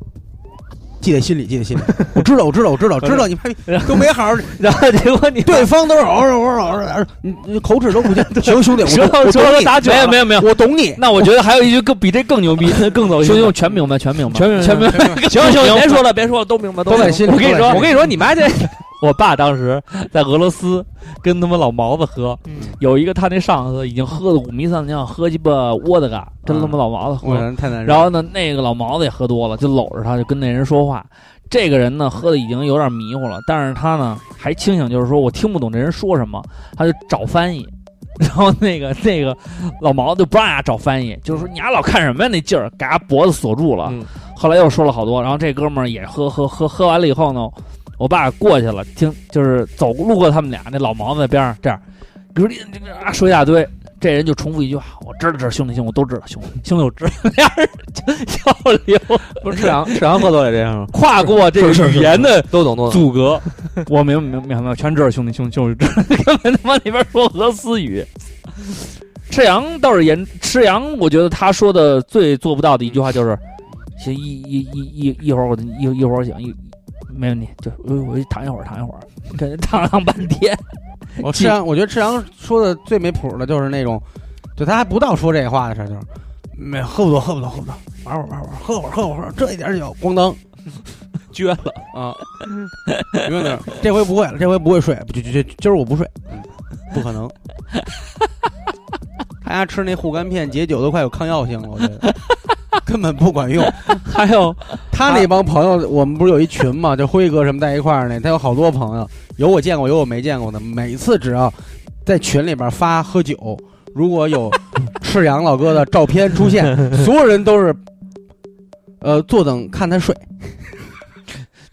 Speaker 4: 记在心里，记在心里。我知道，我知道，我知道，
Speaker 3: 嗯
Speaker 4: 知道你妈逼都没好好，
Speaker 3: 然后结果你
Speaker 4: 对方都是嗷嗷嗷嗷嗷，你你口齿都
Speaker 3: [LAUGHS]
Speaker 4: 不清。行，兄弟，我
Speaker 3: 舌
Speaker 4: 懂
Speaker 3: 头
Speaker 4: 我
Speaker 3: 舌头
Speaker 4: 懂你，
Speaker 3: 打卷，没有没有没有。
Speaker 4: 我懂你。
Speaker 3: 那我觉得还有一句更比这更牛逼，更走兄弟，我全明白，全明白，
Speaker 5: 全明白
Speaker 3: 全明白。 [LAUGHS]
Speaker 5: 行行，别说了，别说了，都明白，
Speaker 4: 都在
Speaker 5: 明白
Speaker 4: 心里
Speaker 3: 我跟你
Speaker 4: 都在
Speaker 3: 说，我
Speaker 4: 心里
Speaker 3: 跟你说，你妈这， [LAUGHS] 我爸当时在俄罗斯跟他们老毛子喝，
Speaker 5: 嗯
Speaker 3: 有一个他那上司已经喝的五迷三道，喝鸡巴窝的嘎，跟
Speaker 5: 嗯
Speaker 3: 他们老毛子喝
Speaker 4: 我。人太难受了。
Speaker 3: 然后呢，那个老毛子也喝多了，就搂着他，就跟那人说话。这个人呢，喝的已经有点迷糊了，但是他呢还清醒，就是说我听不懂这人说什么，他就找翻译。 [LAUGHS] 然后那个那个老毛子就不让人家找翻译，就是说你丫老看什么呀那劲儿，给他脖子锁住了。
Speaker 5: 嗯
Speaker 3: 后来又说了好多，然后这哥们儿也喝喝喝喝完了以后呢，我爸过去了，听就是走路过他们俩，那老毛子在边上这样，比如你这个啊说一大堆，这人就重复一句话：“我知道，知道，兄弟，兄弟，我都知道，兄弟，兄弟，我知道。”俩人就交流，
Speaker 5: 不是赤阳，赤阳喝多了这样吗？
Speaker 3: 跨过这个语言的
Speaker 5: 都懂都懂。
Speaker 3: 阻隔。我明白明白明白，全知道，兄弟，兄弟，兄弟，知道，根本他妈那边说俄斯语。赤阳倒是严，赤阳，我觉得他说的最做不到的一句话就是：“行，一一一一一会儿我一一会儿我醒，一没问题，就我我躺一会儿，躺一会儿，感觉躺上半天。
Speaker 4: 我赤阳，我觉得赤阳说的最没谱的就是那种，就他还不到说这话的时候，就是没有喝不多，喝不多，喝不多，玩会儿玩会儿，喝会儿喝会儿，这一点酒咣 [LAUGHS] 当
Speaker 5: 撅
Speaker 4: 了啊！明白没有？这回不会了，这回不会睡，就就就今儿我不睡，嗯不可能。 [LAUGHS] 他家吃那护肝片解酒都快有抗药性了，我觉得根本不管用。
Speaker 5: 还有
Speaker 4: 他那帮朋友，我们不是有一群嘛，就辉哥什么在一块儿呢，他有好多朋友，有我见过，有我没见过的。每次只要在群里边发喝酒，如果有赤阳老哥的照片出现，所有人都是呃坐等看他睡。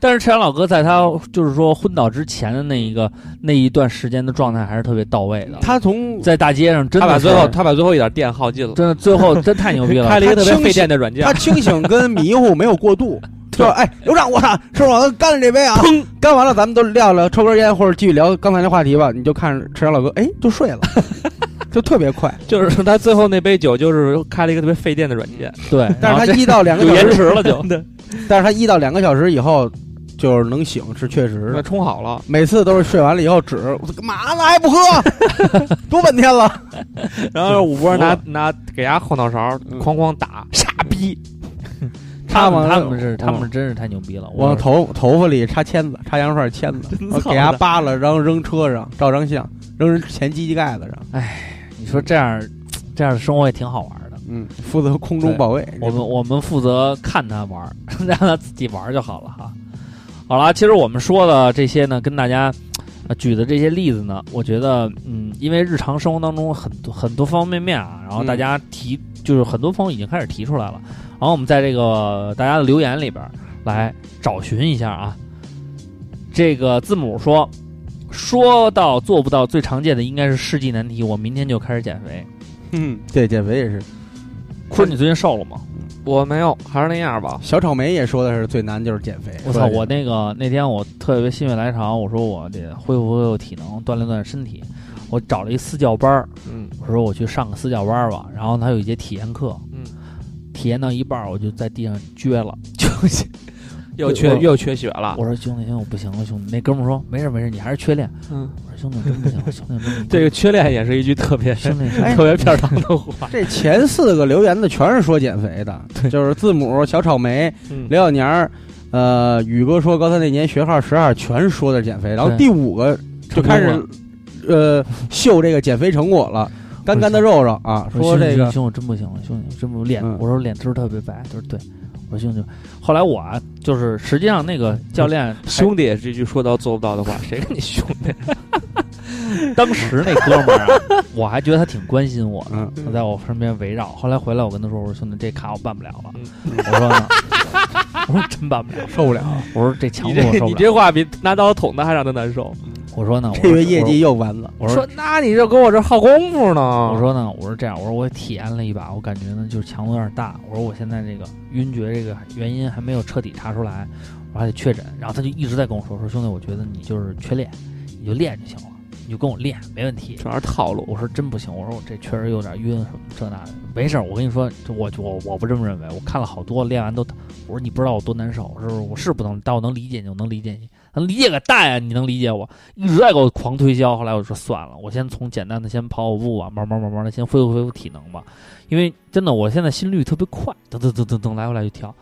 Speaker 3: 但是赤阳老哥在他就是说昏倒之前的那一个那一段时间的状态还是特别到位的。
Speaker 4: 他从
Speaker 3: 在大街上真
Speaker 5: 他把
Speaker 3: 的是
Speaker 5: 最后他把最后一点电耗尽了，
Speaker 3: 真的啊最后真太牛
Speaker 6: [LAUGHS]
Speaker 3: 逼了，
Speaker 5: 开了一个特别
Speaker 4: 他清
Speaker 5: 费电的软件
Speaker 4: 他。清醒跟迷糊没有过渡，就是哎，刘畅，我操，是我干了这杯啊！砰，干完了咱们都撂了，抽根烟或者继续聊刚才那话题吧。你就看赤阳老哥，哎，就睡了，就特别快。
Speaker 5: 就是他最后那杯酒，就是开了一个特别费电的软件，
Speaker 3: 对，
Speaker 4: 但是他一到两个
Speaker 5: 有
Speaker 4: 小时
Speaker 5: 延迟了嗯 [LAUGHS] 就，
Speaker 4: 但是他一到两个小时以后就是能醒，是确实
Speaker 5: 那
Speaker 4: 的。
Speaker 5: 充好 [LAUGHS] 了，
Speaker 4: 每次都是睡完了以后指，我说干嘛呢？还
Speaker 3: [LAUGHS]
Speaker 4: 不喝？多半天了。
Speaker 5: 嗯 [LAUGHS] 然后五波拿拿给伢后脑勺哐哐打，傻逼！
Speaker 3: 他们
Speaker 4: 往
Speaker 3: 他们是他
Speaker 4: 往
Speaker 3: 们真是太牛逼了，
Speaker 4: 往
Speaker 3: 我
Speaker 4: 头头发里插签子，插洋帅签子，我给他扒了，然后扔车上，照张相，扔人前机器盖子上。
Speaker 3: 你说这样这样的生活也挺好玩的。
Speaker 4: 嗯，负责空中保卫。
Speaker 3: 我们我们负责看他玩儿， [LAUGHS] 让他自己玩儿就好了哈。好啦，其实我们说的这些呢，跟大家、呃举的这些例子呢，我觉得，嗯，因为日常生活当中很多很多方方面面啊，然后大家提、就是很多朋友已经开始提出来了，然后我们在这个大家的留言里边儿来找寻一下啊。这个字母说，说到做不到，最常见的应该是世纪难题。我明天就开始减肥。
Speaker 4: 嗯，对，减肥也是。
Speaker 3: 坤，你最近瘦了吗？
Speaker 5: 我没有，还是那样吧。
Speaker 4: 小草莓也说的是最难就是减肥。
Speaker 3: 我操！我那个那天我特别心血来潮，我说我得恢复恢复体能，锻炼锻炼身体。我找了一私教班儿，
Speaker 5: 嗯，
Speaker 3: 我说我去上个私教班儿吧。然后他有一节体验课，
Speaker 5: 嗯，
Speaker 3: 体验到一半儿我就在地上撅了，就
Speaker 5: 又缺
Speaker 3: 我
Speaker 5: 又缺血
Speaker 4: 啊
Speaker 5: 了。
Speaker 3: 我说兄弟兄弟我不行了，兄弟。那哥们儿说没事没事，你还是缺练。
Speaker 5: 嗯，
Speaker 3: 我说兄弟真不行，兄弟真
Speaker 4: [LAUGHS]
Speaker 3: 不行
Speaker 5: 这个缺练也是一句特
Speaker 3: [LAUGHS]
Speaker 5: 别
Speaker 3: 兄弟
Speaker 4: 哎
Speaker 5: 特别片儿糖的话。
Speaker 4: 这前四个留言的全是说减肥的，就是字母、小草莓、
Speaker 5: 嗯
Speaker 4: 刘小年儿，呃，宇哥说高三那年学号十二全说的是减肥，然后
Speaker 3: 对
Speaker 4: 第五个就开始呃秀这个减肥成果了，干干的肉肉啊，说
Speaker 3: 说
Speaker 4: 这个
Speaker 3: 兄弟真不行了，兄弟真不脸，
Speaker 4: 嗯
Speaker 3: 我说脸汁儿特别白，他说对。我说兄弟，后来我啊，就是实际上那个教练
Speaker 5: 兄弟也是一句说到做不到的话，谁跟你兄弟？
Speaker 3: 当时那哥们儿 [LAUGHS] 啊，我还觉得他挺关心我的，
Speaker 4: 嗯，
Speaker 3: 他在我身边围绕。后来回来，我跟他说：“我说兄弟，这卡我办不了了。
Speaker 5: 嗯
Speaker 3: 我说呢：“ [LAUGHS] 我说真办不了，
Speaker 4: 受不了，
Speaker 3: [LAUGHS] 我说这强
Speaker 5: 你
Speaker 3: 度我
Speaker 5: 这
Speaker 3: 受
Speaker 5: 你
Speaker 3: 不了。
Speaker 5: 这话比拿刀捅他还让他难受。”
Speaker 3: 我说呢，我
Speaker 4: [LAUGHS] 这
Speaker 3: 说
Speaker 4: 个业绩啊又完了。
Speaker 3: 我
Speaker 4: [LAUGHS]
Speaker 3: 说
Speaker 5: 那你这跟我这耗功夫呢
Speaker 3: 我说呢，我说这样，我说我体验了一把，我感觉呢就是强度有点大。我说我现在这个晕厥这个原因还没有彻底查出来，我还得确诊。然后他就一直在跟我说：“说兄弟，我觉得你就是缺练，你就练就行了，你就跟我练，没问题。”
Speaker 5: 主要是套路。
Speaker 3: 我说真不行，我说我这确实有点晕什么这那的，没事儿，我跟你说，这我我我不这么认为，我看了好多练完都，我说你不知道我多难受，是不是？我是不能，但我能理解你，我能理解你，能理解个蛋呀、你能理解我？一直在给我狂推销，后来我说算了，我先从简单的先跑跑步吧，慢慢慢慢的先恢复恢复体能吧，因为真的我现在心率特别快，噔噔噔噔噔来回来去跳，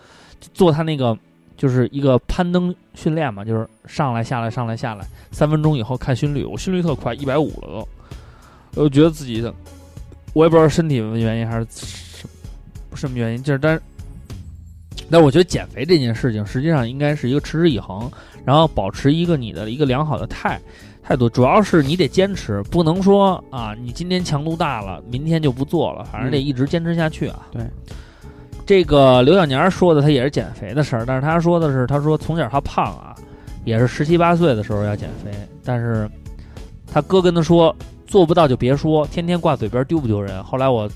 Speaker 3: 做他那个。就是一个攀登训练嘛，就是上来下来上来下来，三分钟以后看心率，我心率特快，一百五了都。我觉得自己的，我也不知道是身体的原因还是什什么原因，就是但是，但我觉得减肥这件事情实际上应该是一个持之以恒，然后保持一个你的一个良好的态态度，主要是你得坚持，不能说啊你今天强度大了，明天就不做了，反正得一直坚持下去啊。
Speaker 4: 对。
Speaker 3: 这个刘小年儿说的，他也是减肥的事儿，但是他说的是，他说从小他胖啊，也是十七八岁的时候要减肥，但是他哥跟他说做不到就别说，天天挂嘴边丢不丢人？后来我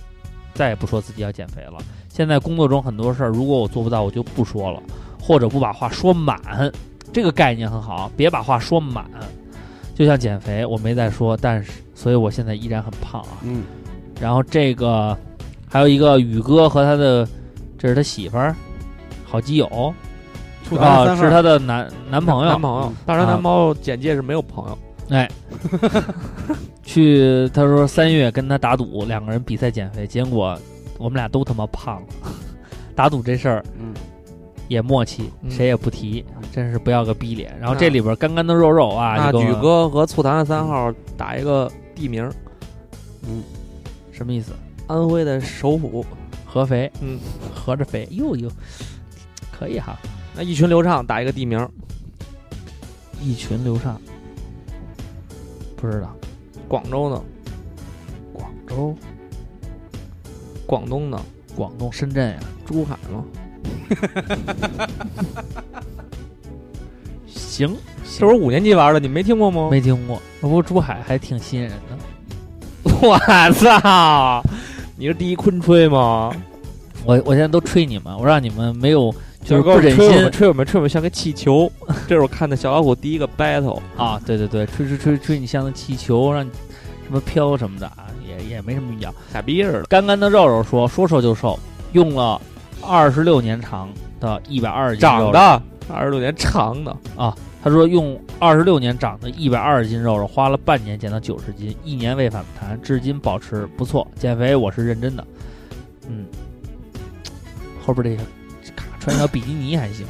Speaker 3: 再也不说自己要减肥了。现在工作中很多事儿，如果我做不到，我就不说了，或者不把话说满。这个概念很好，别把话说满。就像减肥，我没再说，但是所以我现在依然很胖啊。
Speaker 4: 嗯，
Speaker 3: 然后这个还有一个宇哥和他的，这是他媳妇儿，好基友
Speaker 4: 吐槽
Speaker 3: 啊，
Speaker 4: 三
Speaker 3: 是
Speaker 4: 份
Speaker 3: 他
Speaker 4: 儿，
Speaker 3: 的男男朋友啊
Speaker 5: 男，朋友，当然男朋友简介是没有朋友。
Speaker 3: 哎，去他说三月跟他打赌，两个人比赛减肥，结果我们俩都他妈胖了。打赌这事儿
Speaker 4: 嗯，
Speaker 3: 也默契，
Speaker 5: 嗯
Speaker 3: 谁也不提，真是不要个逼脸。然后
Speaker 5: 那
Speaker 3: 这里边干干的肉肉啊，
Speaker 5: 那
Speaker 3: 就跟
Speaker 5: 宇
Speaker 3: 我
Speaker 5: 哥和醋坛的三号打一个地名，
Speaker 3: 什么意思？
Speaker 5: 安徽的首府，
Speaker 3: 合肥，
Speaker 5: 嗯，
Speaker 3: 合着肥，哟哟，可以哈，
Speaker 5: 那一群流畅打一个地名，
Speaker 3: 一群流畅，不知道
Speaker 5: 广州呢，广州，广东呢，
Speaker 3: 广东深圳呀、
Speaker 5: 珠海吗？
Speaker 3: 行，
Speaker 5: 这我五年级玩的，你没听过吗？
Speaker 3: 没听过，要不珠海还挺吸引人的。
Speaker 5: 我操！你是第一昆吹吗？
Speaker 3: 我我现在都吹你们，我让你们没有就
Speaker 5: 给
Speaker 3: 是不
Speaker 5: 我
Speaker 3: 忍
Speaker 5: 吹我
Speaker 3: 心
Speaker 5: 们，吹我们，吹我们像个气球。这是我看的小老虎第一个 battle，
Speaker 3: 啊，对对对，吹吹吹吹你像个气球，让你什么飘什么的啊，也也没什么必要。
Speaker 5: 傻逼似的。
Speaker 3: 干干的肉肉说说瘦就瘦，用了二十六年长的一百二十斤肉
Speaker 5: 长
Speaker 3: 肉
Speaker 5: 的二十六年长的，
Speaker 3: 啊，他说用二十六年长的一百二十斤肉肉，花了半年减到九十斤，一年未反弹，至今保持不错。减肥我是认真的，嗯，后边这个卡穿一条比基尼还行。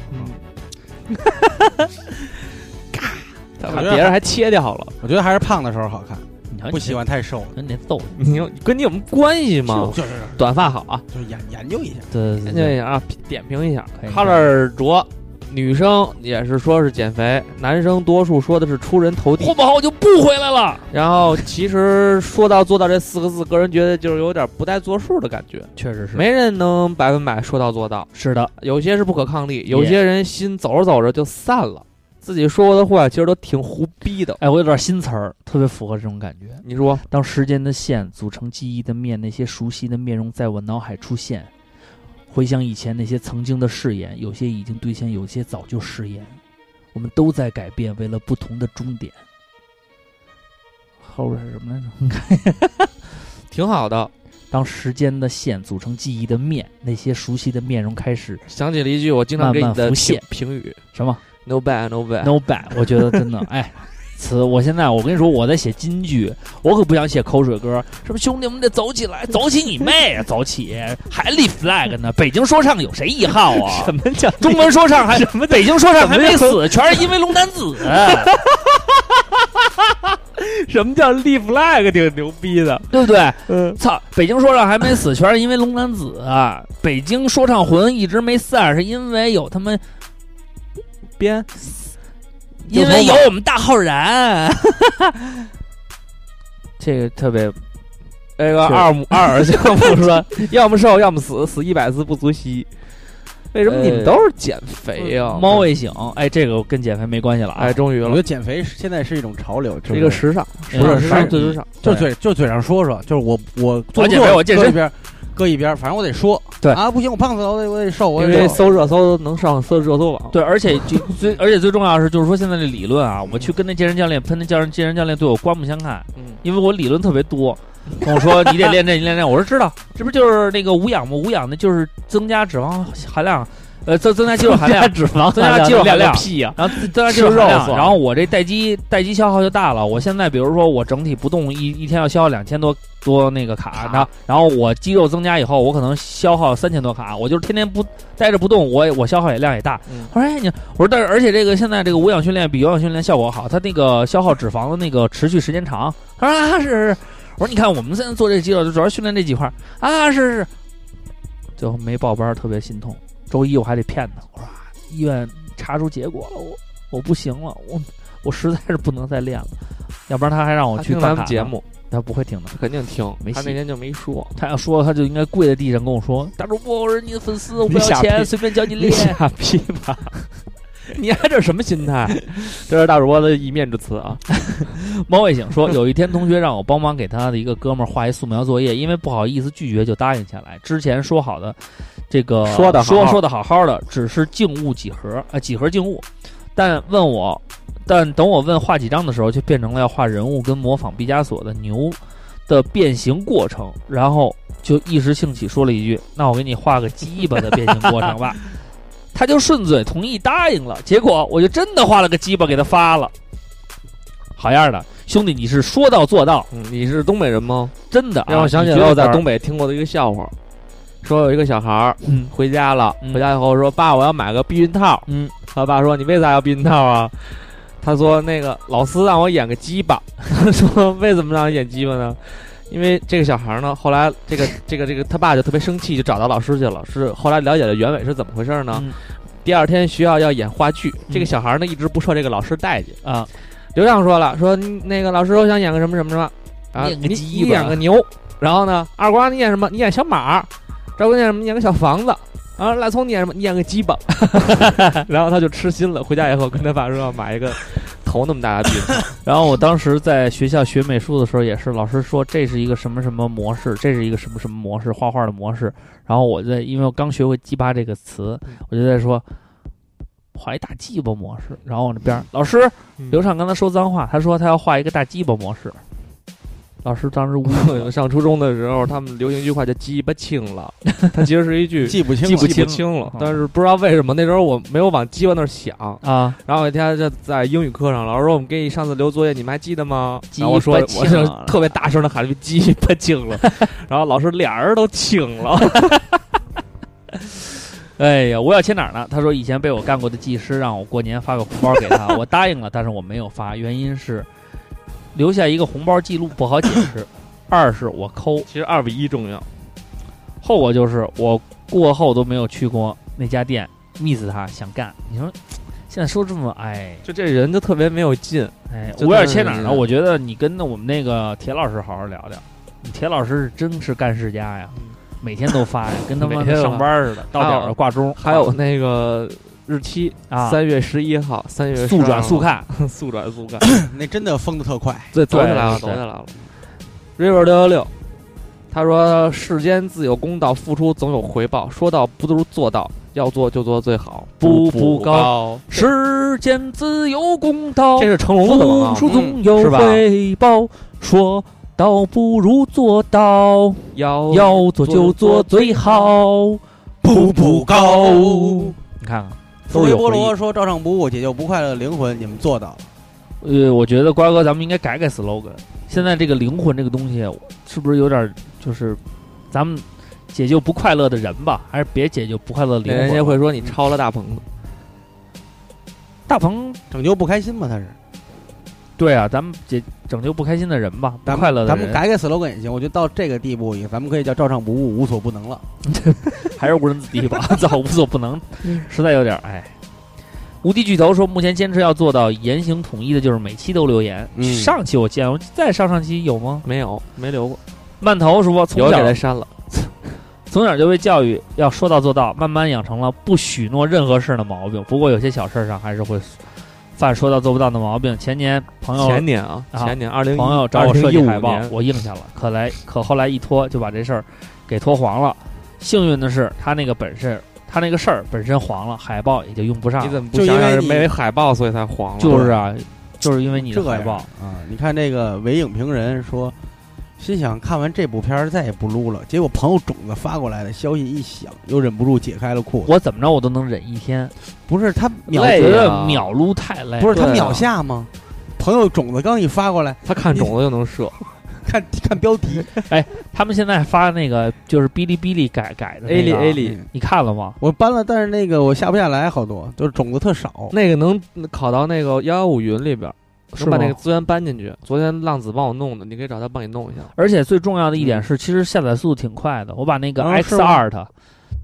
Speaker 4: 我觉得
Speaker 5: 别人还切掉
Speaker 3: [LAUGHS]
Speaker 5: 了，
Speaker 4: 我觉得还是胖的时候好看，
Speaker 3: 你瞧你
Speaker 4: 不喜欢太瘦的，
Speaker 3: 这，你得揍你
Speaker 6: 你有跟你有什么关系吗？
Speaker 4: 就是
Speaker 5: 短发好啊，
Speaker 4: 就是研研究一下，
Speaker 3: 对对
Speaker 6: 那啊，点评一下
Speaker 3: 嗯可以
Speaker 6: ，Color 卓，女生也是说是减肥，男生多数说的是出人头地
Speaker 3: 混。不好我就不回来了。
Speaker 6: 然后其实说到做到这四个字，个人觉得就是有点不带作数的感觉，
Speaker 3: 确实是，
Speaker 6: 没人能百分百说到做到，
Speaker 3: 是的，
Speaker 6: 有些是不可抗力，有些人心走着走着就散了。自己说过的话其实都挺胡逼的。
Speaker 3: 哎，我有点新词儿，特别符合这种感觉。
Speaker 6: 你说
Speaker 3: 当时间的线组成记忆的面，那些熟悉的面容在我脑海出现。回想以前那些曾经的誓言，有些已经兑现，有些早就誓言。我们都在改变，为了不同的终点。后边是什么来着？
Speaker 6: 挺好的，
Speaker 3: 当时间的线组成记忆的面，那些熟悉的面容开始
Speaker 6: 想起了一句我经常给你
Speaker 3: 慢慢
Speaker 6: 的
Speaker 3: 浮
Speaker 6: 评
Speaker 3: 现
Speaker 6: 评语
Speaker 3: 什么
Speaker 6: ：no bad no bad。
Speaker 3: no bad？我觉得真的，哎，词我现在我跟你说，我在写金句，我可不想写口水歌，什么兄弟们得走起来，走起你妹，啊，走起，还立 flag 呢？北京说唱有谁一号啊？
Speaker 6: 什么叫
Speaker 3: 中国说唱还什么？北京说唱还没死，全是因为龙丹子。啊
Speaker 6: [LAUGHS] 什么叫立 flag 挺牛逼的？
Speaker 3: 对不对？
Speaker 6: 嗯，
Speaker 3: 操，北京说唱还没死，全是因为龙丹子啊！北京说唱魂一直没散，是因为有他们
Speaker 6: 编
Speaker 3: 因为有我们大浩然。这个特别
Speaker 6: 这个
Speaker 3: 是
Speaker 6: 二母二儿项目说，要么瘦，要么死，死一百次不足惜。为什么你们
Speaker 3: 呃
Speaker 6: 都是减肥呀、
Speaker 3: 猫未醒，哎，这个跟减肥没关系了啊
Speaker 6: 哎，。终于
Speaker 4: 我觉
Speaker 6: 了
Speaker 4: 得，减肥是现在是一种潮流，就是
Speaker 6: 一个时尚，
Speaker 3: 嗯
Speaker 4: 不是
Speaker 6: 时
Speaker 4: 是
Speaker 6: 尚最时尚。
Speaker 4: 就嘴就嘴上说说，就是我我做
Speaker 3: 我减肥我健身
Speaker 4: 搁一边，搁一边，反正我得说。
Speaker 3: 对
Speaker 4: 啊，不行，我胖死了，我得我得瘦，我
Speaker 6: 因
Speaker 4: 得
Speaker 6: 为
Speaker 4: 瘦。
Speaker 6: 搜热搜能上搜热搜网，
Speaker 3: 对，而且就最而且最重要的是，就是说现在这理论啊，我去跟那健身教练喷，那教人健身教练对我刮目相看，
Speaker 6: 嗯，
Speaker 3: 因为我理论特别多，跟我说你得练这，你练这，我说知道，这不就是那个无氧吗？无氧的就是增加脂肪含量，呃，增增加肌肉含量，
Speaker 6: 脂肪
Speaker 3: 增加肌肉含量
Speaker 6: 屁呀、
Speaker 3: 然后自增加肌
Speaker 6: 吃 [LAUGHS]
Speaker 3: 肉含
Speaker 6: 肉
Speaker 3: 量，
Speaker 6: 算
Speaker 3: 然后我这待机待机消耗就大了。我现在比如说我整体不动一一天要消耗两千多多那个卡，然后然后我肌肉增加以后，我可能消耗三千多卡。我就是天天不待着不动，我也我消耗也量也大。
Speaker 6: 嗯
Speaker 3: 我说哎你，我说但是而且这个现在这个无氧训练比有氧训练效果好，它那个消耗脂肪的那个持续时间长。他说啊是是是，我说你看我们现在做这个肌肉就主要训练这几块儿啊是是，最后没报班儿特别心痛。周一我还得骗他，我说啊医院查出结果了，我我不行了，我我实在是不能再练了，要不然他还让我
Speaker 6: 他
Speaker 3: 去
Speaker 6: 听
Speaker 3: 办
Speaker 6: 咱
Speaker 3: 卡
Speaker 6: 们
Speaker 3: 呢
Speaker 6: 节，目，
Speaker 3: 他不会听的。
Speaker 6: 他肯定听，
Speaker 3: 没
Speaker 6: 他
Speaker 3: 戏
Speaker 6: 那天就没说。
Speaker 3: 他要说他就应该跪在地上跟我说：“大主播，我是你的粉丝，我不
Speaker 6: 你
Speaker 3: 要
Speaker 6: 傻
Speaker 3: 钱，
Speaker 6: 逼
Speaker 3: 随便教你
Speaker 6: 你
Speaker 3: 练。
Speaker 6: 傻逼
Speaker 3: [LAUGHS]
Speaker 6: 吧？你还这什么心态？ [LAUGHS] 这是大主播的一面之词啊！” [LAUGHS]
Speaker 3: 猫卫醒说：“有一天，同学让我帮忙给他的一个哥们儿画一素描作业，因为不好意思拒绝，就答应下来。之前说好的，这个
Speaker 6: 说得好
Speaker 3: 说
Speaker 6: 好
Speaker 3: 说的好好的，只是静物几何啊、呃几何静物。但问我，但等我问画几张的时候，就变成了要画人物跟模仿毕加索的牛的变形过程。然后就一时兴起说了一句：‘那我给你画个鸡巴的变形过程
Speaker 6: [LAUGHS]
Speaker 3: 吧。’他就顺嘴同意答应了。结果我就真的画了个鸡巴给他发了。好样的，兄弟，你是说到做到，
Speaker 6: 嗯你是东北人吗？
Speaker 3: 真的、啊。
Speaker 6: 让我想起
Speaker 3: 你觉
Speaker 6: 了
Speaker 3: 得
Speaker 6: 我在
Speaker 3: 玩儿
Speaker 6: 东北听过的一个笑话，说有一个小孩儿
Speaker 3: 嗯
Speaker 6: 回家了，
Speaker 3: 嗯
Speaker 6: 回家以后说：“爸，我要买个避孕套。”
Speaker 3: 嗯，
Speaker 6: 他爸说：“你为啥要避孕套啊？”他说：“那个老师让我演个鸡巴。” [LAUGHS] 说：“为什么让我演鸡巴呢？”因为这个小孩儿呢，后来这个这个这个他爸就特别生气，就找到老师去了。是后来了解了原委是怎么回事呢？
Speaker 3: 嗯
Speaker 6: 第二天学校要演话剧，这
Speaker 3: 嗯
Speaker 6: 个小孩儿呢一直不受这个老师待见。
Speaker 3: 啊，
Speaker 6: 刘畅说了，说你那个老师，我想演个什么什么什么，啊，
Speaker 3: 演个
Speaker 6: 你
Speaker 3: 鸡
Speaker 6: 你
Speaker 3: 吧
Speaker 6: 演个牛，然后呢，二瓜你演什么？你演小马，赵哥你演什么？你演个小房子。然后赖聪你演什么？你演个
Speaker 3: [LAUGHS]
Speaker 6: 鸡巴，然后他就痴心了。回家以后跟他爸说要买一个头那么大的病，。
Speaker 3: 然后我当时在学校学美术的时候，也是老师说这是一个什么什么模式，这是一个什么什么模式，画画的模式。然后我在因为我刚学会“鸡巴”这个词，我就在说画一大鸡巴模式。然后我那边 [LAUGHS] 儿老师刘畅刚才说脏话，他说他要画一个大鸡巴模式。老师当时 [LAUGHS] 无语了
Speaker 6: 上初中的时候，他们流行一句话叫“鸡巴清
Speaker 3: [LAUGHS]
Speaker 6: 了”，它其实是一句
Speaker 4: 记不清
Speaker 6: 记
Speaker 4: 了，
Speaker 6: 不
Speaker 3: 记不
Speaker 6: 清
Speaker 3: 了
Speaker 6: 了，但是不知道为什么那时候我没有往鸡巴那儿想，
Speaker 3: 啊，
Speaker 6: 然后有一天就在英语课上，老师说我们给你上次留作业，你们还记得吗？
Speaker 3: 鸡
Speaker 6: 然后我说
Speaker 3: 巴
Speaker 6: 我
Speaker 3: 青
Speaker 6: 就
Speaker 3: 了
Speaker 6: 特别大声的喊了一句鸡巴青了，然后老师脸儿都青了。
Speaker 3: 哎呀，我要签哪儿呢？他说以前被我干过的技师让我过年发个红包给他，
Speaker 6: [LAUGHS]
Speaker 3: 我答应了，但是我没有发，原因是留下一个红包记录不好解释，二是我抠，
Speaker 6: 其实二比一重要。
Speaker 3: 后果就是我过后都没有去过那家店，miss 他想干。你说现在说这么哎
Speaker 6: 就这人就特别没有劲，
Speaker 3: 哎，
Speaker 6: 就
Speaker 3: 五点
Speaker 6: 当
Speaker 3: 切哪
Speaker 6: 然
Speaker 3: 儿
Speaker 6: 是
Speaker 3: 呢？我觉得你跟那我们那个铁老师好好聊聊，
Speaker 6: 嗯
Speaker 3: 你铁老师真是干事家呀，每天都发呀，跟他妈
Speaker 6: 每天都发
Speaker 3: 上班似的，到点儿了挂钟。
Speaker 6: 还有那个日期
Speaker 3: 啊
Speaker 6: 三月十一号，三月
Speaker 3: 速转
Speaker 6: 12号
Speaker 3: 速，看，
Speaker 6: 速转速看，
Speaker 4: 那真的疯的特快，
Speaker 6: 对，躲起来了，
Speaker 3: 对
Speaker 6: 躲起来了。River 六幺六，他说：“世间自有公道，付出总有回报。说到不如做到，要做就做最好，
Speaker 3: 步
Speaker 6: 步
Speaker 3: 步
Speaker 6: 高。
Speaker 3: 时间自有公道，
Speaker 6: 这是成龙的广
Speaker 3: 付出
Speaker 6: 告，
Speaker 3: 总有
Speaker 6: 嗯是吧
Speaker 3: 回
Speaker 6: 嗯
Speaker 3: 报，嗯说到不如做到，
Speaker 6: 要
Speaker 3: 要做就做最好，步步高。你看看，啊都
Speaker 4: 弗
Speaker 3: 是
Speaker 4: 雷
Speaker 3: 有
Speaker 4: 波
Speaker 3: 回忆
Speaker 4: 罗说：“照唱不误，解救不快乐的灵魂。”你们做到了，
Speaker 3: 呃，我觉得瓜哥，咱们应该改改 slogan。现在这个灵魂这个东西，是不是有点儿就是，咱们解救不快乐的人吧，还是别解救不快乐的灵
Speaker 6: 人
Speaker 3: 魂
Speaker 6: 家
Speaker 3: 吧？
Speaker 6: 会说你超了大鹏子。
Speaker 3: 大鹏，
Speaker 4: 拯救不开心嘛？他是
Speaker 3: 对啊，咱们解拯救不开心的人吧，不
Speaker 4: 咱们
Speaker 3: 快乐的人，
Speaker 4: 咱们改改 slogan 也行。我觉得到这个地步，也咱们可以叫照唱不误，无所不能了。
Speaker 3: 还是无人子弟吧， [LAUGHS] 早无所不能，实在有点儿哎。无敌巨头说，目前坚持要做到言行统一的，就是每期都留言。
Speaker 4: 嗯
Speaker 3: 上期我见，我再上上期有吗？
Speaker 6: 没有，没留过，
Speaker 3: 慢头说，从
Speaker 6: 有给
Speaker 3: 小
Speaker 6: 他删了。
Speaker 3: 从小就被教育要说到做到，慢慢养成了不许诺任何事儿的毛病。不过有些小事儿上还是会犯说到做不到的毛病。前年朋友
Speaker 6: 前年啊，
Speaker 3: 啊
Speaker 6: 前年二零
Speaker 3: 朋友找我设计海报，
Speaker 6: 年，
Speaker 3: 我应下了，可来可后来一拖就把这事儿给拖黄了。幸运的是，他那个本事，他那个事儿本身黄了，海报也就用不上
Speaker 6: 你
Speaker 3: 了。
Speaker 6: 怎么不
Speaker 4: 就
Speaker 6: 想
Speaker 4: 因为
Speaker 6: 想是
Speaker 4: 你
Speaker 6: 没海报，所以才黄了？
Speaker 3: 就是啊，就是因为你
Speaker 4: 这
Speaker 3: 的
Speaker 4: 个
Speaker 3: 海报，
Speaker 4: 啊，你看这个伪影评人说，心想看完这部片儿再也不撸了。结果朋友种子发过来的消息一响，又忍不住解开了裤子。
Speaker 3: 我怎么着我都能忍一天。
Speaker 4: 不是他秒
Speaker 3: 我
Speaker 6: 累
Speaker 3: 觉得
Speaker 6: 啊
Speaker 3: 秒撸太累了，
Speaker 4: 不是他
Speaker 6: 对啊
Speaker 4: 秒下吗？朋友种子刚一发过来，
Speaker 6: 他看种子就能射
Speaker 4: 看看标题
Speaker 3: 他们现在发那个就是哔哩哔哩改改的
Speaker 6: A
Speaker 3: 那
Speaker 6: 里
Speaker 3: 个啊
Speaker 6: A 里，
Speaker 3: 你看了吗？
Speaker 4: 嗯我搬了，但是那个我下不下来，好多就是种子特少。
Speaker 6: 那个能考到那个幺幺五云里边儿，
Speaker 3: 是
Speaker 6: 能把那
Speaker 3: 吗
Speaker 6: 个资源搬进去。昨天浪子帮我弄的，你可以找他帮你弄一下。
Speaker 3: 而且最重要的一点是，其实下载速度挺快的。我把那个
Speaker 4: 嗯啊
Speaker 3: X
Speaker 4: 是吗
Speaker 3: art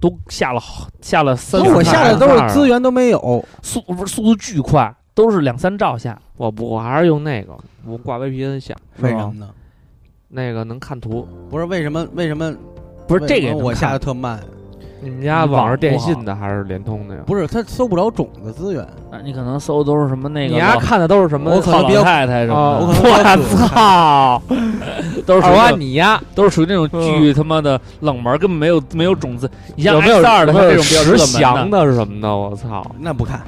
Speaker 3: 都下了好下了三
Speaker 4: 那
Speaker 3: 四
Speaker 6: 那
Speaker 3: 趟，
Speaker 4: 我下
Speaker 6: 来
Speaker 4: 的都是资源都没有，
Speaker 3: 速不是速度巨快，都是两三兆下。
Speaker 6: 我不，我还是用那个，我挂 VPN 下，
Speaker 3: 是吗
Speaker 4: 为什么呢？
Speaker 6: 那个能看图。
Speaker 4: 不是为什么？为什么？
Speaker 3: 不是
Speaker 4: 为
Speaker 3: 这
Speaker 4: 什
Speaker 3: 个
Speaker 4: 么我下的
Speaker 3: 下
Speaker 4: 特慢，
Speaker 6: 你们家
Speaker 3: 你网
Speaker 6: 网是电
Speaker 3: 不好
Speaker 6: 信的还是联通的呀？
Speaker 4: 不是他搜不着种子资源，
Speaker 3: 啊你可能搜都是什么那个
Speaker 6: 你家
Speaker 3: 老
Speaker 6: 看的都是什么
Speaker 4: 我？可能
Speaker 3: 老
Speaker 4: 比较
Speaker 3: 太太什
Speaker 6: 啊
Speaker 4: 我
Speaker 3: 么
Speaker 4: 可
Speaker 3: 的，
Speaker 4: 能比啊较
Speaker 3: 我
Speaker 4: 可
Speaker 3: 操， [LAUGHS] 都是
Speaker 6: [LAUGHS]
Speaker 3: 属
Speaker 6: 二
Speaker 3: 于
Speaker 6: 娃
Speaker 3: 那种
Speaker 6: 你呀，
Speaker 3: 都是属于那种巨他妈的冷门，根本没有没嗯有种子。你像 X 二的
Speaker 6: 有
Speaker 3: 它
Speaker 6: 没
Speaker 3: 这
Speaker 6: 有
Speaker 3: 种比较
Speaker 6: 石
Speaker 3: 热
Speaker 6: 祥
Speaker 3: 门的。
Speaker 6: 的是什么的？我操！
Speaker 4: 那不看。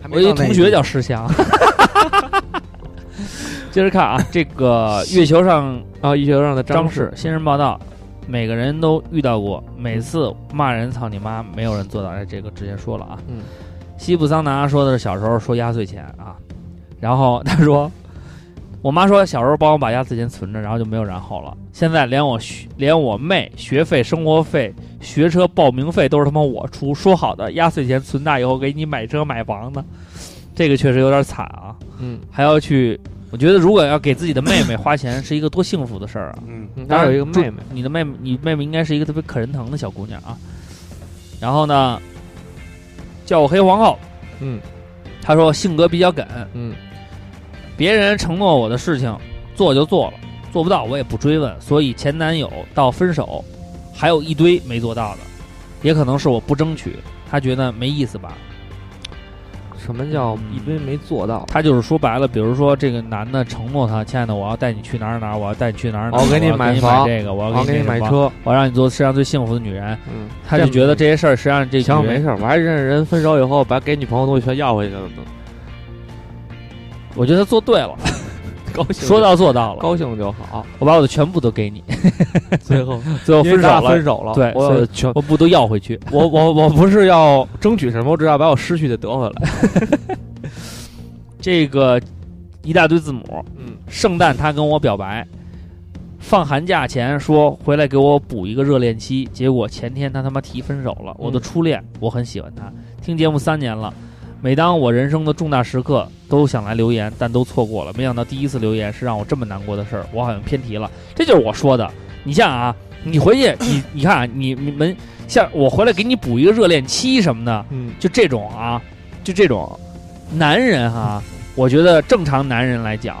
Speaker 4: 还没
Speaker 3: 我一
Speaker 4: 到那
Speaker 3: 同
Speaker 4: 一
Speaker 3: 学
Speaker 4: 步
Speaker 3: 叫石祥。 [LAUGHS] 接着看啊，这个月球上
Speaker 6: 啊，医学上的
Speaker 3: 张
Speaker 6: 氏
Speaker 3: 氏，新人报道，每个人都遇到过，每次骂人操你妈，没有人做到。哎，这个直接说了啊。
Speaker 6: 嗯，
Speaker 3: 西部桑拿说的是小时候说压岁钱啊，然后他说， [LAUGHS] 我妈说小时候帮我把压岁钱存着，然后就没有然后了。现在连我学连我妹学费、生活费、学车报名费都是他妈我出，说好的压岁钱存大以后给你买车买房呢，这个确实有点惨啊，
Speaker 6: 嗯，
Speaker 3: 还要去。我觉得如果要给自己的妹妹花钱，是一个多幸福的事儿啊！
Speaker 4: 嗯，
Speaker 6: 嗯他有一个
Speaker 3: 祝
Speaker 6: 妹妹，
Speaker 3: 你的妹妹，你妹妹应该是一个特别可人疼的小姑娘啊。然后呢，叫我黑皇后，
Speaker 6: 嗯
Speaker 3: 她说性格比较梗，
Speaker 6: 嗯，
Speaker 3: 别人承诺我的事情做就做了，做不到我也不追问，所以前男友到分手，还有一堆没做到的，也可能是我不争取，她觉得没意思吧。
Speaker 6: 什么叫
Speaker 3: 嗯
Speaker 6: 一堆没做到？
Speaker 3: 她就是说白了，比如说这个男的承诺她，亲爱的，我要带你去哪儿哪儿，我要带你去哪儿哪儿，
Speaker 6: 我给
Speaker 3: 我
Speaker 6: 你
Speaker 3: 要
Speaker 6: 买
Speaker 3: 给你
Speaker 6: 房
Speaker 3: 这个，我
Speaker 6: 我
Speaker 3: 要
Speaker 6: 给
Speaker 3: 给
Speaker 6: 你买
Speaker 3: 什么，
Speaker 6: 车，
Speaker 3: 我要让你做世界上最幸福的女人。
Speaker 6: 嗯，
Speaker 3: 他就觉得这些事儿，实际上这
Speaker 6: 行，
Speaker 3: 女人
Speaker 6: 没事儿，我还认识人，分手以后把给女朋友东西全要回去了都，
Speaker 3: 我觉得他做对了，
Speaker 6: [LAUGHS] 高兴就
Speaker 3: 说到做到了。
Speaker 6: [LAUGHS] 高兴就好。
Speaker 3: 我把我的全部都给
Speaker 6: [LAUGHS]
Speaker 3: 你，
Speaker 6: 最后
Speaker 3: 最后
Speaker 6: [LAUGHS] 因为
Speaker 3: 分手
Speaker 6: 咱俩
Speaker 3: 了，
Speaker 6: 分手了，
Speaker 3: 对
Speaker 6: 我
Speaker 3: 所以
Speaker 6: 全
Speaker 3: 我不都要回去？
Speaker 6: 我我我不是要争取什么，我只要把我失去的得回来。
Speaker 3: 这个一大堆字母，
Speaker 6: 嗯，
Speaker 3: 圣诞他跟我表白，放寒假前说回来给我补一个热恋期，结果前天他他妈提分手了。我的初恋，我很喜欢他，听节目三年了。每当我人生的重大时刻，都想来留言，但都错过了。没想到第一次留言是让我这么难过的事儿，我好像偏题了。这就是我说的。你像啊，你回去，你你看啊，你你们像我回来给你补一个热恋期什么的，
Speaker 6: 嗯，
Speaker 3: 就这种啊，就这种男人哈、我觉得正常男人来
Speaker 6: [LAUGHS]
Speaker 3: 讲，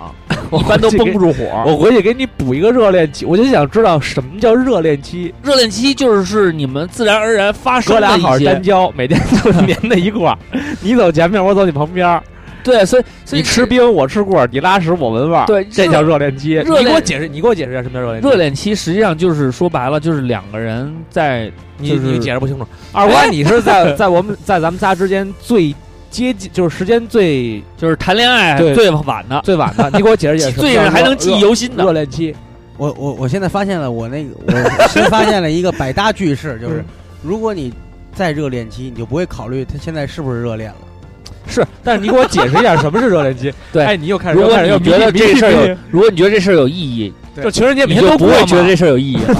Speaker 3: 一般都绷不住火。
Speaker 6: 我回去给你补一个热恋期，我就想知道什么叫热恋期。
Speaker 3: [LAUGHS] 热恋期就是是你们自然而然发生
Speaker 6: 哥俩
Speaker 3: 的
Speaker 6: 好好
Speaker 3: 一
Speaker 6: 单
Speaker 3: 些，
Speaker 6: 交，每天就粘在一
Speaker 3: [LAUGHS]
Speaker 6: 块儿，你走前面，我走你旁边儿，
Speaker 3: 对，所以所以
Speaker 6: 你吃冰我吃棍儿，你拉屎我闻味儿，
Speaker 3: 对
Speaker 6: 这
Speaker 3: 热
Speaker 6: 叫热恋期。
Speaker 3: 热
Speaker 6: 你给我
Speaker 3: 恋
Speaker 6: 解释，你给我解释一下什么叫热恋期。
Speaker 3: 热恋期，实际上就是说白了就是两个人在
Speaker 6: 你
Speaker 3: 就是哎
Speaker 6: 你解释不清楚。二瓜，你
Speaker 3: [LAUGHS]
Speaker 6: 是在在我们在咱们仨之间最接近，就是时间最
Speaker 3: 就是谈恋爱
Speaker 6: 对
Speaker 3: 最晚的，
Speaker 6: 最晚的。你给我解释解释，
Speaker 3: 最还能记忆犹新
Speaker 6: 热
Speaker 3: 的。
Speaker 6: 热恋期。
Speaker 4: 我我我现在发现了，我那个我新发现了一个百搭句式， [LAUGHS] 就是如果你在热恋期，你就不会考虑他现在是不是热恋了。
Speaker 6: 是，但是你给我解释一下什么是热恋期。
Speaker 3: [LAUGHS] 对
Speaker 6: 哎，你又开始，
Speaker 3: 如
Speaker 6: 又
Speaker 3: 果
Speaker 6: 开
Speaker 3: 你
Speaker 6: 始又
Speaker 3: 觉得
Speaker 6: 迷信
Speaker 3: 这事儿
Speaker 6: 迷信
Speaker 3: 有，如果你觉得这事儿有意义，
Speaker 6: 就情人节每
Speaker 3: 你
Speaker 6: 天
Speaker 3: 就
Speaker 6: 都
Speaker 3: 不
Speaker 6: 过
Speaker 3: 会
Speaker 6: 嘛
Speaker 3: 觉得这事儿有意义了。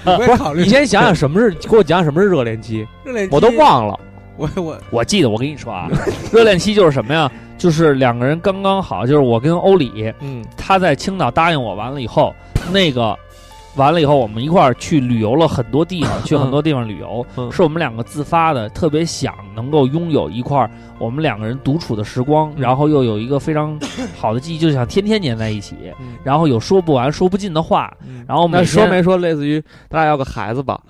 Speaker 4: [LAUGHS] 不会考
Speaker 6: 不是，
Speaker 4: 虑
Speaker 6: 你先想想什么是，给我讲讲什么是热恋期，
Speaker 4: 热恋期，
Speaker 6: [LAUGHS] 我都忘了。
Speaker 4: 我我
Speaker 3: 我记得，我跟你说啊， [LAUGHS] 热恋期就是什么呀？就是两个人刚刚好，就是我跟欧里，
Speaker 6: 嗯，
Speaker 3: 他在青岛答应我，完了以后，那个完了以后，我们一块儿去旅游了很多地
Speaker 6: [LAUGHS]
Speaker 3: 方，去很多地方旅游，
Speaker 6: 嗯
Speaker 3: 是我们两个自发的，特别想能够拥有一块儿我们两个人独处的时光，
Speaker 6: 嗯
Speaker 3: 然后又有一个非常好的记忆，就想天天黏在一起，
Speaker 6: 嗯
Speaker 3: 然后有说不完、说不尽的话。然后每
Speaker 6: 那
Speaker 3: 天
Speaker 6: 说没说类似于咱俩要个孩子吧？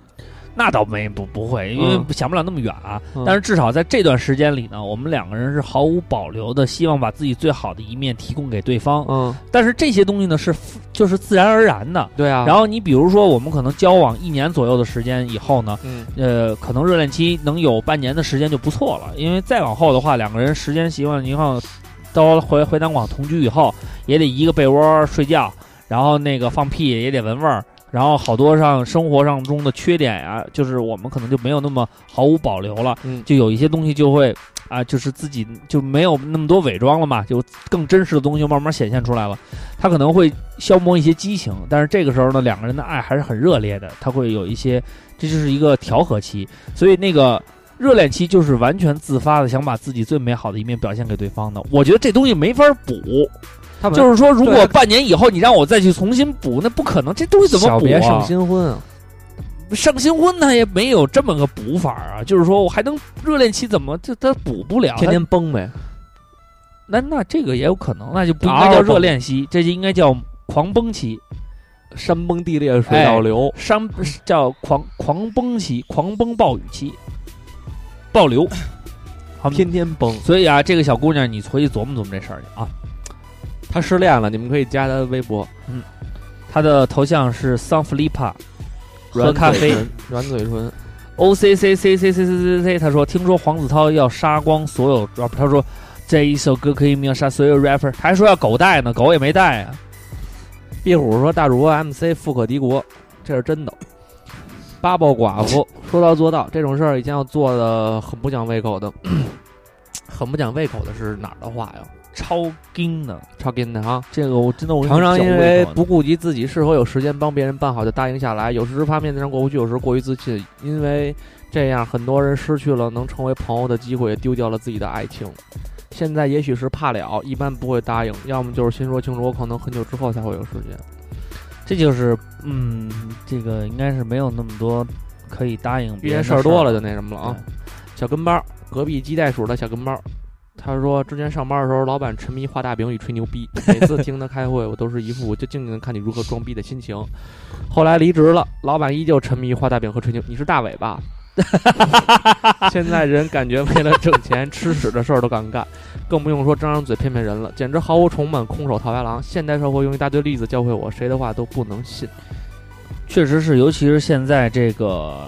Speaker 3: 那倒没不不会，因为
Speaker 6: 嗯
Speaker 3: 想不了那么远啊。
Speaker 6: 嗯
Speaker 3: 但是至少在这段时间里呢，我们两个人是毫无保留的，希望把自己最好的一面提供给对方。
Speaker 6: 嗯，
Speaker 3: 但是这些东西呢，是就是自然而然的。
Speaker 6: 对啊。
Speaker 3: 然后你比如说，我们可能交往一年左右的时间以后呢，
Speaker 6: 嗯，
Speaker 3: 呃，可能热恋期能有半年的时间就不错了，因为再往后的话，两个人时间习惯，你看，到回回南广同居以后，也得一个被窝睡觉，然后那个放屁也得闻味儿，然后好多上生活上中的缺点呀、就是我们可能就没有那么毫无保留了，
Speaker 6: 嗯
Speaker 3: 就有一些东西就会啊、就是自己就没有那么多伪装了嘛，就更真实的东西就慢慢显现出来了，他可能会消磨一些激情，但是这个时候呢，两个人的爱还是很热烈的，他会有一些。这就是一个调和期。所以那个热恋期就是完全自发的想把自己最美好的一面表现给对方的。我觉得这东西没法补，
Speaker 6: 他们
Speaker 3: 就是说，如
Speaker 6: 对
Speaker 3: 果半年以后你让我再去重新补，那不可能，这东西怎么补、啊？
Speaker 6: 小别上新婚啊。
Speaker 3: 上新婚他也没有这么个补法啊。就是说我还能热恋期怎么就他补不了？
Speaker 6: 天天崩呗。
Speaker 3: 那那这个也有可能，那就不应
Speaker 6: 嗷
Speaker 3: 该
Speaker 6: 嗷
Speaker 3: 叫
Speaker 6: 蹦
Speaker 3: 热恋期，这就应该叫狂崩期。
Speaker 6: 山崩地裂水倒流，
Speaker 3: 山叫狂狂崩期、狂崩暴雨期、暴
Speaker 6: [LAUGHS]
Speaker 3: 流，好吗
Speaker 6: 天天崩。
Speaker 3: 所以啊，这个小姑娘，你回去琢磨琢磨这事儿去啊。
Speaker 6: 他失恋了，你们可以加他的微博。
Speaker 3: 她的头像是桑弗利帕，喝
Speaker 6: 软
Speaker 3: 咖
Speaker 6: 嘴
Speaker 3: 啡
Speaker 6: 唇，软嘴唇，
Speaker 3: O C C C C C C C C。她说，听说黄子韬要杀光所有 rap，她说这一首歌可以秒杀所有 rapper，她还说要狗带呢，狗也没带啊。
Speaker 6: 壁虎说大主播 MC 富可敌国，这是真的。八抱寡妇说到做到，这种事儿以前我做的很不讲胃口的， [COUGHS] 很不讲胃口的是哪儿的话呀？
Speaker 3: 超精呢，
Speaker 6: 超跟的哈，
Speaker 3: 这个我真的我
Speaker 6: 常常
Speaker 3: 小
Speaker 6: 因为
Speaker 3: 胃口呢
Speaker 6: 不顾及自己是否有时间帮别人办好就答应下来，有时方面子上过不去，有时过于自信，因为这样很多人失去了能成为朋友的机会，也丢掉了自己的爱情。现在也许是怕了，一般不会答应，要么就是先说清楚，我可能很久之后才会有时间。
Speaker 3: 这就是嗯，这个应该是没有那么多可以答应
Speaker 6: 遇
Speaker 3: 别人的
Speaker 6: 见事儿多了就那什么了啊
Speaker 3: 对。
Speaker 6: 小跟班儿，隔壁鸡袋鼠的小跟班儿，他说之前上班的时候，老板沉迷画大饼与吹牛逼，每次听他开会，我都是一副我就静静的看你如何装逼的心情。后来离职了，老板依旧沉迷于画大饼和吹牛。你是大伟吧？ [LAUGHS] 现在人感觉为了挣钱，吃屎的事儿都敢干，更不用说张张嘴骗骗人了，简直毫无崇本，空手套白狼。现代社会用一大堆例子教会我，谁的话都不能信。
Speaker 3: 确实是，尤其是现在这个，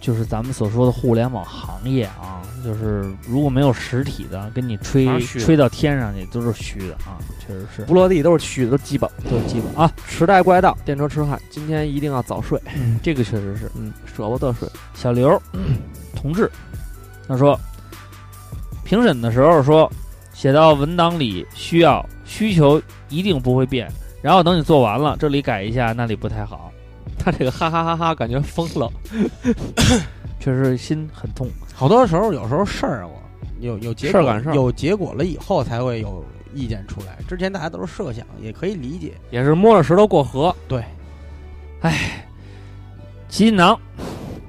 Speaker 3: 就是咱们所说的互联网行业啊，就是如果没有实体的，跟你吹
Speaker 6: 哪儿虚
Speaker 3: 吹到天上去都是虚的啊，确实是
Speaker 6: 不落地都是虚的，都是鸡巴。
Speaker 3: 都是基本啊，
Speaker 6: 时代怪盗，电车痴汉，今天一定要早睡，
Speaker 3: 这个确实是。
Speaker 6: 嗯，舍不得睡。
Speaker 3: 小刘、 [CLEARS THROAT] 同志，他说，评审的时候说，写到文档里需要需求一定不会变，然后等你做完了，这里改一下，那里不太好，
Speaker 6: 他这个哈哈哈哈，感觉疯了。
Speaker 3: 确实心很痛。
Speaker 4: 好多时候有时候事儿啊，我有有结
Speaker 6: 事
Speaker 4: 果
Speaker 6: 儿赶事儿
Speaker 4: 有结果了以后才会有意见出来，之前大家都是设想，也可以理解。
Speaker 6: 也是摸着石头过河。
Speaker 3: 齐锦囊，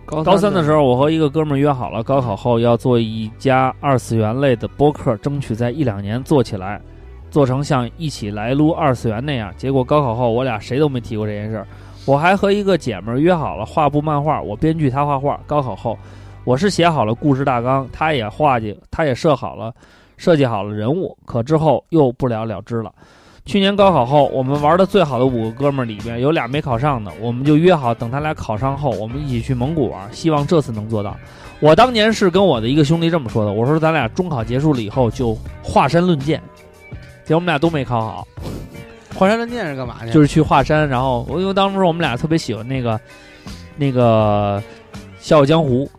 Speaker 6: 高
Speaker 3: 高三的时候，我和一个哥们儿约好了，高考后要做一家二次元类的播客，争取在一两年做起来，做成像一起来撸二次元那样。结果高考后，我俩谁都没提过这件事儿。我还和一个姐们儿约好了画部漫画，我编剧，她画画。高考后，我是写好了故事大纲，她也画计，她也设好了，设计好了人物。可之后又不了了之了。去年高考后，我们玩的最好的五个哥们儿里边有俩没考上的，我们就约好等他俩考上后，我们一起去蒙古玩，希望这次能做到。我当年是跟我的一个兄弟这么说的，我说咱俩中考结束了以后就华山论剑，结果我们俩都没考好，
Speaker 4: 华山论剑是干嘛去？
Speaker 3: 就是是去华山，然后我因为当时我们俩特别喜欢那个那个《笑傲江湖》，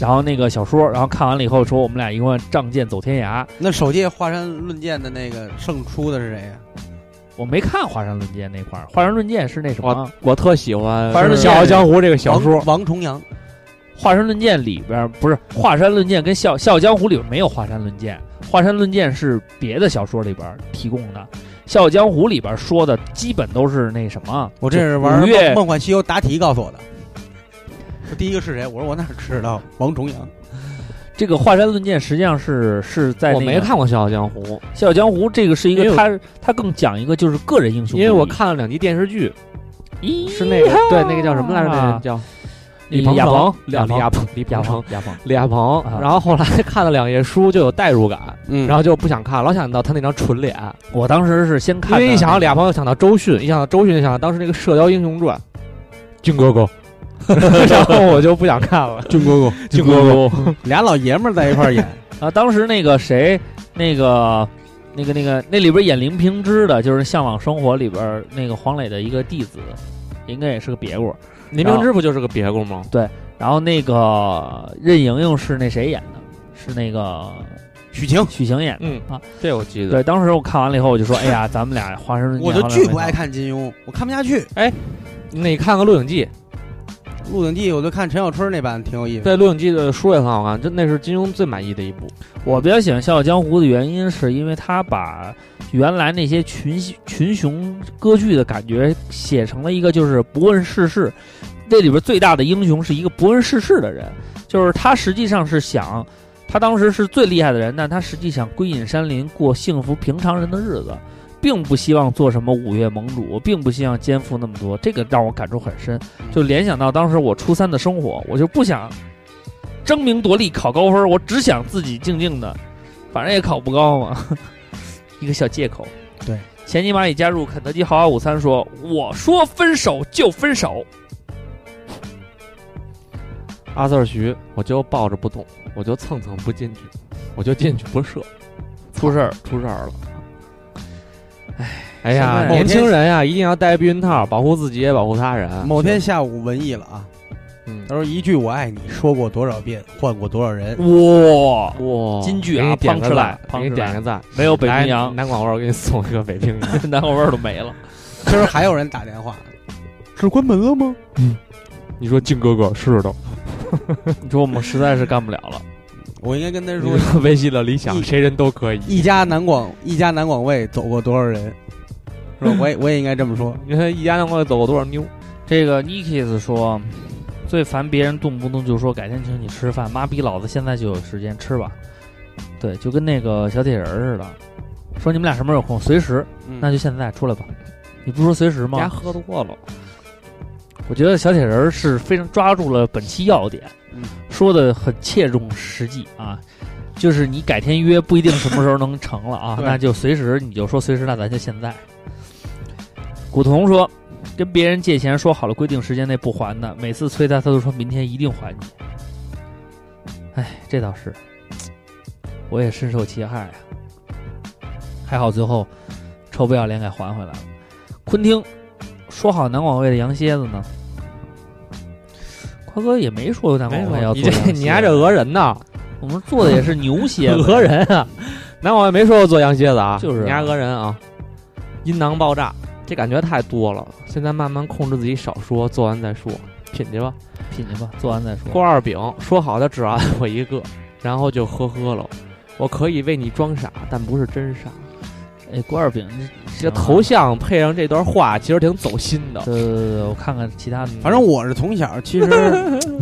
Speaker 3: 然后那个小说，然后看完了以后说我们俩一块仗剑走天涯，
Speaker 4: 那首届华山论剑的那个胜出的是谁啊呀？
Speaker 3: 我没看华山论剑那块儿，华山论剑是那什么？
Speaker 6: 我特喜欢《
Speaker 4: 反正
Speaker 6: 笑傲江湖》这个小
Speaker 4: 王
Speaker 6: 说，
Speaker 4: 王重阳。
Speaker 3: 《华山论剑》里边儿不是《华山论剑》跟《笑笑傲江湖》里边没有《华山论剑》，《华山论剑》是别的小说里边儿提供的，《笑傲江湖》里边儿说的基本都是那什么，
Speaker 4: 我这是玩
Speaker 3: 五
Speaker 4: 梦
Speaker 3: 月
Speaker 4: 梦幻西游答题告诉我的。说第一个是谁？我说我哪知道？王重阳。
Speaker 3: 这个《华山论剑》实际上是是在、那
Speaker 6: 我
Speaker 3: 个
Speaker 6: 没看过《笑傲江湖》，
Speaker 3: 《笑傲江湖》，这个是一
Speaker 6: 因为
Speaker 3: 个
Speaker 6: 我
Speaker 3: 它它更讲一个就是个人英雄主义，
Speaker 6: 因为我看了两集电视剧，
Speaker 3: 咦
Speaker 6: 是 [LAUGHS] 那个对那个叫什么来着？那个叫李鹏
Speaker 3: 亚
Speaker 6: 程
Speaker 3: 鹏，
Speaker 6: 李
Speaker 3: 亚
Speaker 6: 李亚
Speaker 3: 鹏
Speaker 6: 鹏，李
Speaker 3: 亚
Speaker 6: 鹏程
Speaker 3: 鹏，亚鹏，
Speaker 6: 李亚鹏
Speaker 3: 啊。
Speaker 6: 然后后来看了两页书，就有代入感，
Speaker 4: 嗯
Speaker 6: 然后就不想看，老想到他那张蠢脸，
Speaker 3: 我当时是先
Speaker 6: 因
Speaker 3: 看的，
Speaker 6: 为一想到李亚鹏，就想到周迅，一想到周迅，就想到当时那个《射雕英雄传》， [LAUGHS] 靖哥哥， [LAUGHS] 然后我就不想看了。
Speaker 4: 俊哥哥，
Speaker 6: [LAUGHS] 靖哥哥，
Speaker 4: 俩老爷们儿在一块 [LAUGHS] 儿演，
Speaker 3: 啊，当时那个谁，那个。那个、那个、那里边演林平之的，就是《向往生活》里边儿那个黄磊的一个弟子，应该也是个别过。
Speaker 6: 林明之不就是个别故吗？
Speaker 3: 然后那个任盈盈是那谁演的？是那个
Speaker 4: 许晴。
Speaker 3: 许晴演的。
Speaker 6: 嗯
Speaker 3: 啊，
Speaker 6: 这我记得。
Speaker 3: 对，当时我看完了以后，我就说：“哎呀，咱们俩华山论剑。”
Speaker 4: 我就巨不爱。看金庸，我看不下去。
Speaker 6: 那你看看《鹿鼎记》，
Speaker 4: 《鹿鼎记》我就看陈小春那版挺有意思。
Speaker 6: 对，《鹿鼎记》的书也很好看，真那是金庸最满意的一部。
Speaker 3: 我比较喜欢《笑傲江湖》的原因，是因为他把原来那些群群雄割据的感觉写成了一个就是不问世事。那里边最大的英雄是一个不问世事的人，就是他实际上是想，他当时是最厉害的人，但他实际想归隐山林，过幸福平常人的日子，并不希望做什么五岳盟主，并不希望肩负那么多。这个让我感触很深，就联想到当时我初三的生活，我就不想争名夺利考高分，我只想自己静静的，反正也考不高嘛， [LAUGHS] 一个小借口。
Speaker 4: 对，
Speaker 3: 前几蚂蚁加入肯德基豪华午餐说：“我说分手就分手。
Speaker 6: 阿瑟徐，我就抱着不动，我就蹭蹭不进去，我就进去不射，出事儿出事儿了。哎，哎呀
Speaker 3: 现，在
Speaker 6: 年轻人呀，一定要戴避孕套，保护自己也保护他人。
Speaker 4: 某天下午文艺了啊，
Speaker 6: 嗯，
Speaker 4: 他说一句“我爱你”说过多少遍，换过多少人”， [LAUGHS]
Speaker 3: 哇，
Speaker 6: 哇，
Speaker 3: 金句啊
Speaker 6: 给你点个
Speaker 3: 胖吃
Speaker 6: 赞
Speaker 3: 懒，胖吃
Speaker 6: 给你
Speaker 3: 懒
Speaker 6: 点个赞。
Speaker 3: 没有北
Speaker 6: 来
Speaker 3: 冰洋， [LAUGHS]
Speaker 6: 南广味儿，我给你送一个北冰洋。 [LAUGHS]
Speaker 3: 南国味儿都没了。
Speaker 4: 今儿还有人打电话，是关门了吗？
Speaker 6: 你说靖哥哥是 [LAUGHS] 的，
Speaker 3: 你说我们实在是干不了了。
Speaker 4: 我应该跟他说，
Speaker 6: 说维系了理想，
Speaker 4: 一
Speaker 6: 谁人都可以。
Speaker 4: 一家南广，一家南广卫走过多少 [LAUGHS] 人，是吧？我也我也应该这么说。
Speaker 6: 你看一家南广味走过多少妞？
Speaker 3: 这个 Nikis 说，最烦别人动不动就说改天请你吃饭，妈逼老子现在就有时间吃吧。对，就跟那个小铁人似的，说你们俩什么时候有空，随时，
Speaker 4: 嗯
Speaker 3: 那就现在出来吧。你不说随时
Speaker 6: 家
Speaker 3: 吗？
Speaker 6: 喝多了，
Speaker 3: 我觉得小铁人是非常抓住了本期要点，
Speaker 4: 嗯
Speaker 3: 说的很切中实际啊。就是你改天约不一定什么时候能成了啊，
Speaker 4: 对
Speaker 3: 那就随时你就说随时，那咱就现在。古潼说，跟别人借钱说好了规定时间内不还哎的，每次催他，他都说明天一定还你。哎，这倒是，我也深受其害啊。还好最后臭不要脸给还回来了。昆汀说好南广味的羊蝎子 [LAUGHS] 呢？瓜哥也没说南广味要
Speaker 6: 哦你
Speaker 3: 做羊蝎
Speaker 6: 这
Speaker 3: 子，
Speaker 6: 你还这讹人呢？
Speaker 3: 我们做的也是牛 [LAUGHS] 蝎子，
Speaker 6: [LAUGHS] 讹人啊！南广也没说过做羊蝎子啊，
Speaker 3: 就是啊
Speaker 6: 你还讹人啊！阴囊爆炸，这感觉太多了。现在慢慢控制自己少说，做完再说，品去吧。
Speaker 3: 品去吧，做完再说。
Speaker 6: 锅二饼说好的只爱我一个，然后就呵呵了。我可以为你装傻，但不是真傻。
Speaker 3: 哎，锅二饼
Speaker 6: 这
Speaker 3: 嗯
Speaker 6: 个头像配上这段话，其实挺走心的。
Speaker 3: 对对对对，我看看
Speaker 6: 嗯
Speaker 3: 其他的。
Speaker 4: 反正我是从小 [LAUGHS] 其实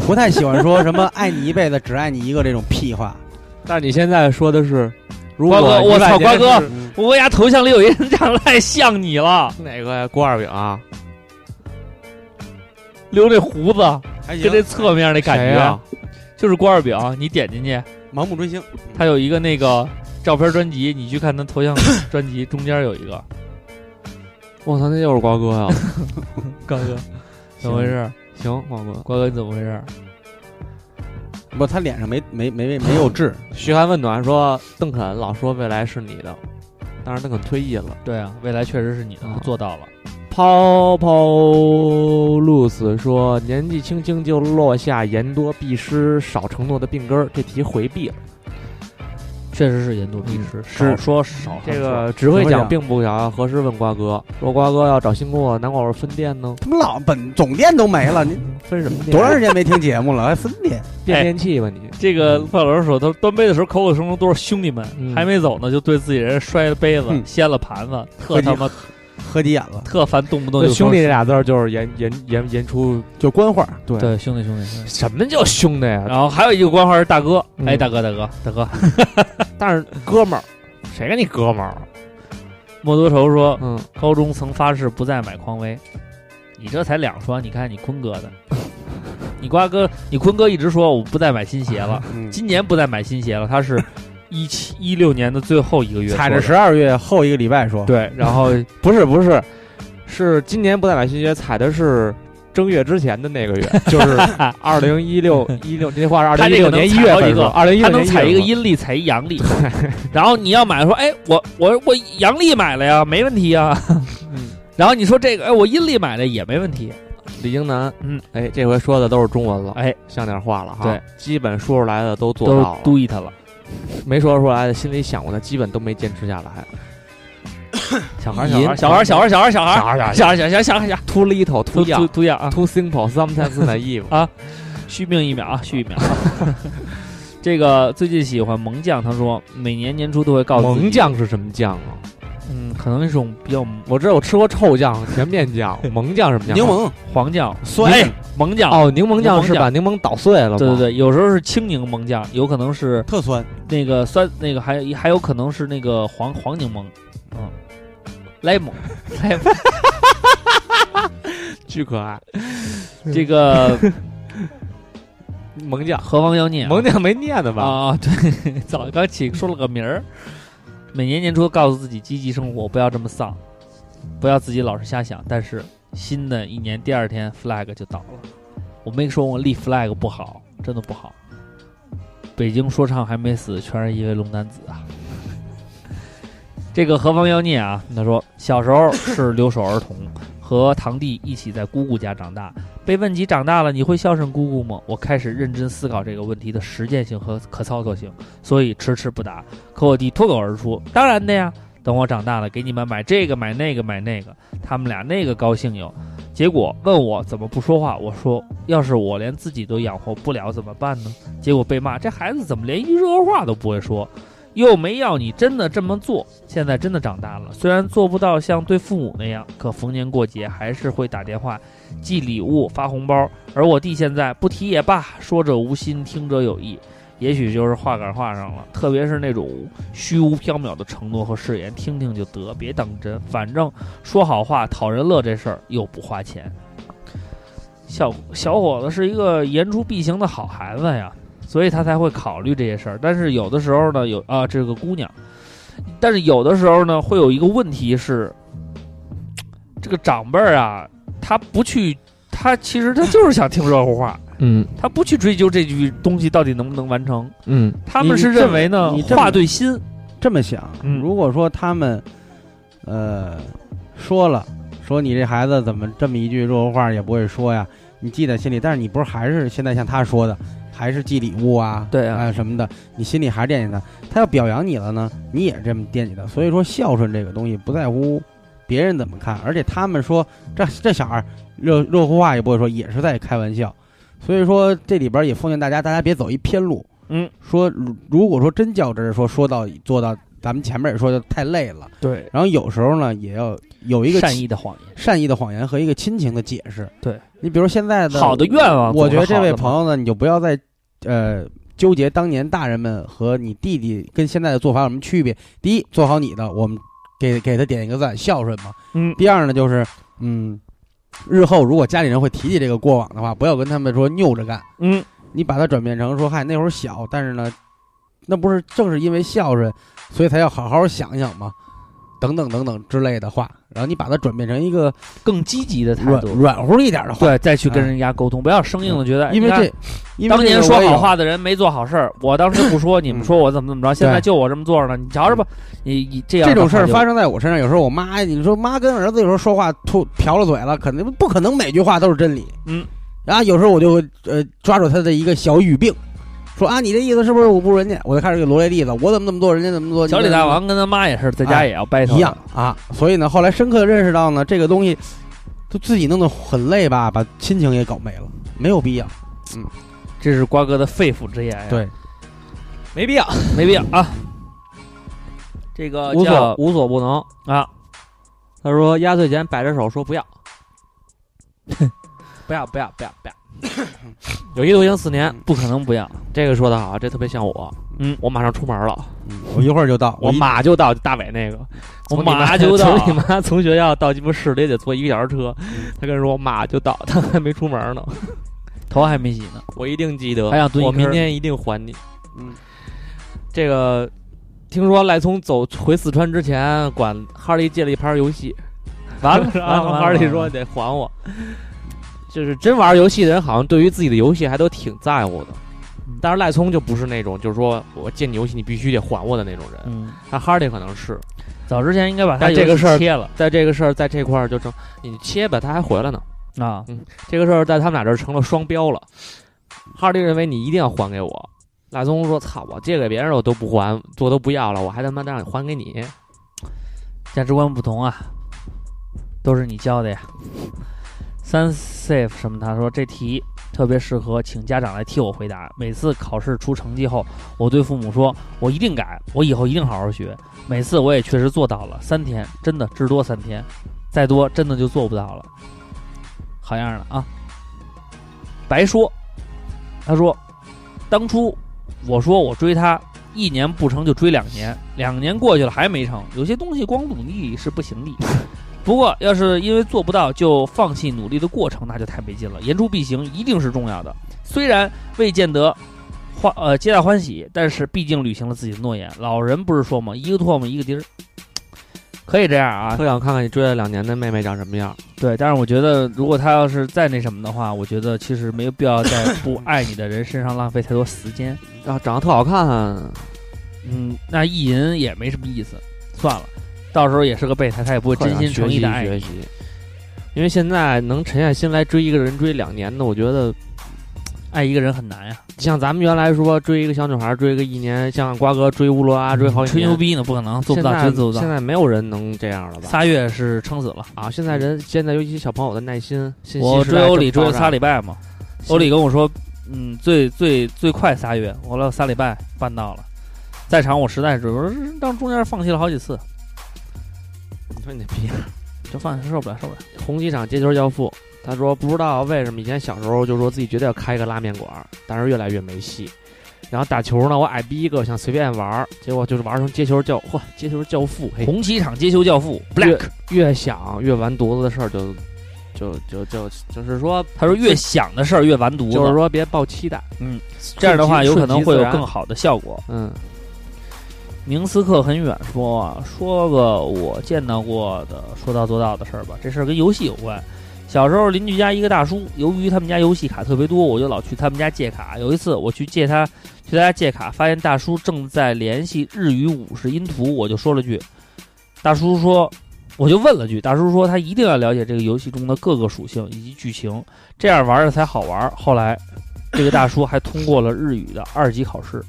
Speaker 4: 不太喜欢说什么“爱你一辈子，只爱你一个”这种屁话。
Speaker 6: 但是你现在说的是，如
Speaker 3: 瓜
Speaker 6: 果
Speaker 3: 哥，我
Speaker 6: 一百
Speaker 3: 操，瓜
Speaker 6: 年
Speaker 3: 哥
Speaker 6: 是，
Speaker 4: 嗯
Speaker 3: 我家头像里有一人长得太像你了，
Speaker 6: 哪个呀？锅二饼啊？
Speaker 3: 留这胡子
Speaker 4: 还
Speaker 3: 跟这侧面那感
Speaker 6: 谁
Speaker 3: 觉，
Speaker 6: 呀
Speaker 3: 就是锅二饼。你点进去，
Speaker 4: 盲目追星，
Speaker 3: 他有一个那个照片专辑，你去看他头像专辑中间有一个
Speaker 6: 我操，那就是瓜哥 [LAUGHS] 呀！
Speaker 3: 瓜哥， [LAUGHS] 怎么回事？
Speaker 6: 行，瓜哥，
Speaker 3: 瓜哥你怎么回事？
Speaker 4: 不，他脸上没没没没有痣，
Speaker 6: 嘘寒问暖说，邓肯老说未来是你的，但是邓肯退役了。
Speaker 3: 对啊，未来确实是你的，他做到了。
Speaker 6: 抛抛露丝说：“年纪轻轻就落下言多必失、少承诺的病根儿，这题回避了。
Speaker 3: 确嗯实是言多必失，少说少
Speaker 6: 这个只会讲并不讲，何时问瓜哥？若瓜哥要找新工作，难怪我是分店呢。
Speaker 4: [LAUGHS] 他妈老本总店都没了，你
Speaker 6: 分什么店？哎
Speaker 4: 多长时间没听节目了？还分店？
Speaker 6: 变电器吧你？
Speaker 3: 这个范老师说，他端杯的时候口口声声都是兄弟们，
Speaker 6: 嗯
Speaker 3: 还没走呢就对自己人摔了杯子、
Speaker 4: 嗯
Speaker 3: 掀了盘子，特
Speaker 4: 喝急
Speaker 3: 他妈
Speaker 4: 喝急眼 [LAUGHS] 了，
Speaker 3: 特烦，动不动
Speaker 6: 那
Speaker 3: 就
Speaker 6: 兄弟
Speaker 3: 说
Speaker 6: 这俩字儿就是言言言言出
Speaker 4: 就官话。
Speaker 6: 对
Speaker 3: 对兄弟兄弟。兄弟
Speaker 6: 什么叫兄弟啊呀？
Speaker 3: 然后还有一个官话是大哥，
Speaker 6: 嗯
Speaker 3: 哎大哥大哥大哥，
Speaker 6: 但是 [LAUGHS] 哥们儿，
Speaker 3: 哎
Speaker 6: 谁跟你哥们儿？
Speaker 3: 莫多愁说
Speaker 6: 嗯，
Speaker 3: 高中曾发誓不再买匡威，你这才两双，你看你坤哥的，你瓜哥你坤哥一直说我不再买新鞋了，
Speaker 4: 嗯，
Speaker 3: 今年不再买新鞋了，他是一七一六年的最后一个月
Speaker 4: 踩着
Speaker 3: 说的
Speaker 4: 十二月后一个礼拜说，
Speaker 6: 对，然后 [LAUGHS] 不是不是，是今年不再买新鞋，踩的是正月之前的那个 [LAUGHS] 月，就是二零一六一六，这话是二
Speaker 3: 他
Speaker 6: 零一
Speaker 3: 这个
Speaker 6: 六
Speaker 3: 能
Speaker 6: 年一
Speaker 3: 踩
Speaker 6: 月
Speaker 3: 好几
Speaker 6: 份
Speaker 3: 个
Speaker 6: 说，二零一
Speaker 3: 他
Speaker 6: 六
Speaker 3: 能
Speaker 6: 年
Speaker 3: 踩一个
Speaker 6: 月份
Speaker 3: 阴历，踩一阳历，然后你要买说，哎，我我我阳历买了呀，没问题呀。 [LAUGHS] 然后你说这个，哎，我阴历买的也没问题。
Speaker 6: 李英男，
Speaker 3: 嗯，
Speaker 6: 哎，这回说的都是中文了，
Speaker 3: 哎，
Speaker 6: 像点话了哈，
Speaker 3: 对，
Speaker 6: 基本说出来的都做
Speaker 3: 都
Speaker 6: 到了，
Speaker 3: do it 了，
Speaker 6: 没说出来的心里想过的基本都没坚持下来。小孩儿，小孩儿，
Speaker 3: 小孩儿，嗯小孩儿，小孩儿，小孩
Speaker 6: 孩
Speaker 3: 儿，
Speaker 6: 儿
Speaker 3: 小孩儿，小孩儿，小孩儿，小孩儿，
Speaker 6: ，too little too
Speaker 3: 都
Speaker 6: young
Speaker 3: 都样啊！
Speaker 6: too simple sometimes naive，
Speaker 3: 续命一秒啊， [LAUGHS] 续一秒。这个最近喜欢萌酱，他说每年年初都会告诉自己
Speaker 6: 萌，酱是什么酱啊？
Speaker 3: 嗯，可能是种比较
Speaker 6: 我知道我吃过
Speaker 3: [LAUGHS]
Speaker 6: 臭酱、甜面酱，萌酱什么酱？
Speaker 4: 柠檬
Speaker 3: 黄酱、
Speaker 4: 酸
Speaker 3: 哎萌酱。
Speaker 6: 哦，柠檬酱是把
Speaker 3: 柠
Speaker 6: 柠檬捣碎了吗？
Speaker 3: 对对对，有时候是青柠檬酱，有可能是
Speaker 4: 特酸，
Speaker 3: 那个酸，那个还有还有可能是那个黄黄柠檬，嗯，lemon lemon
Speaker 6: 巨可爱，
Speaker 3: 这个
Speaker 6: 萌酱，
Speaker 3: 何方妖孽啊
Speaker 6: 萌酱没念的吧？
Speaker 3: 啊，对， [LAUGHS] 早刚起说了个名儿。每年年初告诉自己积极生活，不要这么丧，不要自己老是瞎想。但是新的一年第二天 flag 就倒了。我没说我立 flag 不好，真的不好。北京说唱还没死，全是因为龙丹子 [LAUGHS] 啊。这个何方妖孽啊，他说小时候是留守儿童，和堂弟一起在姑姑家长大。被问及长大了你会孝顺姑姑吗？我开始认真思考这个问题的实践性和可操作性，所以迟迟不答。可我弟脱口而出：“当然的呀！等我长大了，给你们买这个买那个买那个。”他们俩那个高兴哟。结果问我怎么不说话，我说：“要是我连自己都养活不了怎么办呢？”结果被骂：“这孩子怎么连一句热话都不会说？”又没要你真的这么做，现在真的长大了，虽然做不到像对父母那样，可逢年过节还是会打电话寄礼物、发红包，而我弟现在不提也罢，说者无心，听者有意，也许就是话赶话上了。特别是那种虚无缥缈的承诺和誓言，听听就得，别当真。反正说好话、讨人乐这事儿又不花钱。小小伙子是一个言出必行的好孩子呀，所以他才会考虑这些事儿。但是有的时候呢，有啊，这个姑娘，但是有的时候呢，会有一个问题是，这个长辈儿啊，他不去，他其实他就是想听热乎话，
Speaker 6: 嗯
Speaker 3: 他不去追究这句东西到底能不能完成。
Speaker 6: 嗯，
Speaker 3: 他们是认为呢
Speaker 4: 你，这么
Speaker 3: 话对心，
Speaker 4: 这么想，
Speaker 3: 嗯
Speaker 4: 如果说他们，呃，说了，说你这孩子怎么这么一句热乎话也不会说呀，你记在心里，但是你不是还是现在像他说的，还是寄礼物啊，
Speaker 3: 对啊
Speaker 4: 啊、什么的，你心里还惦记他。他要表扬你了呢，你也这么惦记他。所以说孝顺这个东西，不在乎别人怎么看，而且他们说这这小孩儿热热乎话也不会说，也是在开玩笑。所以说这里边也奉劝大家，大家别走一偏路。
Speaker 6: 嗯，
Speaker 4: 说如如果说真较真儿说说到做到，咱们前面也说就太累了。
Speaker 3: 对，
Speaker 4: 然后有时候呢，也要有一个
Speaker 3: 善意的谎言，
Speaker 4: 善意的谎言和一个亲情的解释。
Speaker 3: 对
Speaker 4: 你，比如现在的
Speaker 3: 好的愿望啊
Speaker 4: 我
Speaker 3: 总是
Speaker 4: 觉得这
Speaker 3: 好的
Speaker 4: 位
Speaker 3: 嘛
Speaker 4: 朋友呢，你就不要再呃纠结当年大人们和你弟弟跟现在的做法有什么区别。第一，做好你的，我们给给他点一个赞，孝顺嘛。
Speaker 6: 嗯
Speaker 4: 第二呢，就是嗯，日后如果家里人会提起这个过往的话，不要跟他们说拗着干，
Speaker 6: 嗯，
Speaker 4: 你把它转变成说，嗨，那会儿小，但是呢，那不是正是因为孝顺，所以才要好好想想吗？等等等等之类的话，然后你把它转变成一个
Speaker 3: 更积极的态
Speaker 4: 软
Speaker 3: 度，
Speaker 4: 软乎一点的话，
Speaker 3: 对，再去跟人家沟通，不要生硬的觉得，
Speaker 4: 因为
Speaker 3: 你看
Speaker 4: 这，因为
Speaker 3: 当年
Speaker 4: 这个
Speaker 3: 说
Speaker 4: 我也有嗯
Speaker 3: 好话的人没做好事儿，我当时不说，你们说我怎么怎么着，现在就我这么做着呢，你瞧着吧，你你这样
Speaker 4: 这
Speaker 3: 的
Speaker 4: 种事儿
Speaker 3: 话就
Speaker 4: 发生在我身上，有时候我妈，你说妈跟儿子有时候说话吐瓢了嘴了，可能不可能每句话都是真理，
Speaker 6: 嗯，
Speaker 4: 然后有时候我就会呃抓住他的一个小语病，说啊你这意思是不是我不如人家，我就开始给罗列例子，我怎么怎么做，人家怎么做，
Speaker 3: 小李
Speaker 4: 你怎么
Speaker 3: 大
Speaker 4: 怎么做
Speaker 3: 王跟他妈也是在家
Speaker 4: 哎
Speaker 3: 也要 battle
Speaker 4: 嗯一样啊。所以呢，后来深刻地认识到呢，这个东西就自己弄得很累吧，把亲情也搞没了，没有必要。
Speaker 3: 这是瓜哥的肺腑之言呀，
Speaker 4: 对，
Speaker 6: 没必要，
Speaker 3: 没必要啊。这个
Speaker 6: 无所
Speaker 3: 叫
Speaker 6: 无所不能啊。他说压岁钱摆着手说
Speaker 3: [LAUGHS]
Speaker 6: 不要，不要不要不要不要， [COUGHS] 有期徒刑四年。
Speaker 3: 不可能不要，
Speaker 6: 这个说的好，啊这特别像我。嗯，我马上出门了，
Speaker 4: 嗯我一会儿就到，
Speaker 6: 我
Speaker 4: 一
Speaker 6: 马就到大伟那个，
Speaker 3: 我
Speaker 6: 从你妈 [LAUGHS]
Speaker 3: 马就到嗯
Speaker 6: 从你妈从学校到鸡巴市里得坐一个小时车，他跟人说我马就到，他还没出门呢。
Speaker 3: 头还没洗呢，
Speaker 6: 我一定记得，
Speaker 3: 还想蹲一
Speaker 6: 我明
Speaker 3: 根儿
Speaker 6: 天一定还你。
Speaker 4: 嗯，
Speaker 6: 这个听说赖聪走回四川之前，管哈利借了一盘
Speaker 3: [LAUGHS]
Speaker 6: 游戏，完了，然后
Speaker 3: 完了
Speaker 6: 哈利
Speaker 3: 完了
Speaker 6: 说你得还我。就是真玩游戏的人，好像对于自己的游戏还都挺在乎的。
Speaker 3: 嗯
Speaker 6: 但是赖聪就不是那种，就是说我借你游戏，你必须得还我的那种人。
Speaker 3: 嗯，
Speaker 6: 那哈利可能是
Speaker 3: 早之前应该把他
Speaker 6: 但这个
Speaker 3: 游戏
Speaker 6: 事儿
Speaker 3: 切了
Speaker 6: 在这个事儿，在这块儿就成你切吧，他还回来呢。
Speaker 3: 啊，
Speaker 6: 这个事儿在他们俩这儿成了双标了。哈利认为你一定要还给我，赖松说：“操，我借给别人我都不还，我都不要了，我还他妈让你还给你。
Speaker 3: 价值观不同啊，都是你教的呀。三 safe 什么？他说这题特别适合请家长来替我回答。每次考试出成绩后，我对父母说：“我一定改，我以后一定好好学。”每次我也确实做到了，三天真的至多三天，再多真的就做不到了。好样的啊！白说，他说当初我说我追他，一年不成就追两年，两年过去了还没成，有些东西光努力是不行的。 [LAUGHS] 不过要是因为做不到就放弃努力的过程，那就太没劲了。言出必行一定是重要的，虽然未见得欢呃皆大欢喜，但是毕竟履行了自己的诺言。老人不是说吗？一个唾沫一个钉儿，可以这样啊。
Speaker 6: 特想看看你追了两年的妹妹长什么样。
Speaker 3: 对，但是我觉得，如果他要是再那什么的话，我觉得其实没有必要在
Speaker 6: [LAUGHS]
Speaker 3: 不爱你的人身上浪费太多时间。
Speaker 6: 啊，长得特好看，啊
Speaker 3: 嗯，那意淫也没什么意思，算了，到时候也是个备胎，他也不会
Speaker 6: 特
Speaker 3: 真
Speaker 6: 想
Speaker 3: 心诚意的爱
Speaker 6: 学
Speaker 3: 你。
Speaker 6: 习学习。因为现在能沉下心来追一个人追两年的，我觉得
Speaker 3: 爱一个人很难呀，
Speaker 6: 像咱们原来说追一个小女孩追个一年，像瓜哥追乌罗拉追好几
Speaker 3: 吹
Speaker 6: 年，
Speaker 3: 牛逼呢，不可能做不到，
Speaker 6: 现在
Speaker 3: 真做不
Speaker 6: 现
Speaker 3: 到。
Speaker 6: 在没有人能这样了吧？
Speaker 3: 仨月是撑死了，
Speaker 6: 啊，现在人现在尤其小朋友的耐心，信息
Speaker 3: 我
Speaker 6: 时
Speaker 3: 追
Speaker 6: 代
Speaker 3: 欧
Speaker 6: 正
Speaker 3: 里追了
Speaker 6: 发展
Speaker 3: 仨礼拜嘛，欧里跟我说，嗯，最最最快仨月，我来仨礼拜办到了。再长我实在是追，我说当中间放弃了好几次，
Speaker 6: 你说你这逼
Speaker 3: 就放弃受不了，受不了。
Speaker 6: 红旗场街球教父，他说不知道为什么以前小时候就说自己绝对要开一个拉面馆儿，但是越来越没戏。然后打球呢，我矮逼一个，想随便玩儿，结果就是玩成街球教，嚯，街球教父，嘿，
Speaker 3: 红旗场街球教父 Black，
Speaker 6: 越越想越完犊子的事儿就就就就就是说，
Speaker 3: 他说越想的事儿越完犊子，
Speaker 6: 就是说别抱期待，
Speaker 3: 嗯，这样的话有可能会有更
Speaker 6: 好，
Speaker 3: 好的效果。
Speaker 6: 嗯，
Speaker 3: 明斯克很远说啊，说个我见到过的说到做到的事儿吧。这事儿跟游戏有关。小时候邻居家一个大叔，由于他们家游戏卡特别多，我就老去他们家借卡。有一次我去借他去他家借卡，发现大叔正在联系日语五十音图，我就说了句，大叔说，我就问了句，大叔说他一定要了解这个游戏中的各个属性以及剧情，这样玩着才好玩。后来，这个大叔还通过了日语的二级考试。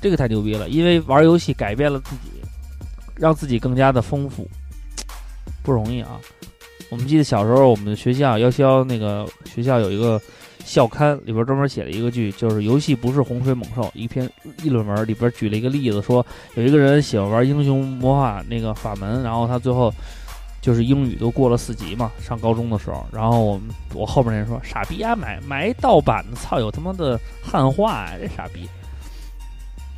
Speaker 3: 这个太牛逼了，因为玩游戏改变了自己，让自己更加的丰富。不容易啊。我们记得小时候我们学校幺七幺那个学校有一个校刊，里边专门写了一个剧，就是游戏不是洪水猛兽，一篇议论文里边举了一个例子，说有一个人喜欢玩英雄魔法那个法门，然后他最后。就是英语都过了四级嘛，上高中的时候，然后我们我后面那人说傻逼啊，买买一盗版的，操，有他妈的汉化啊，这傻逼。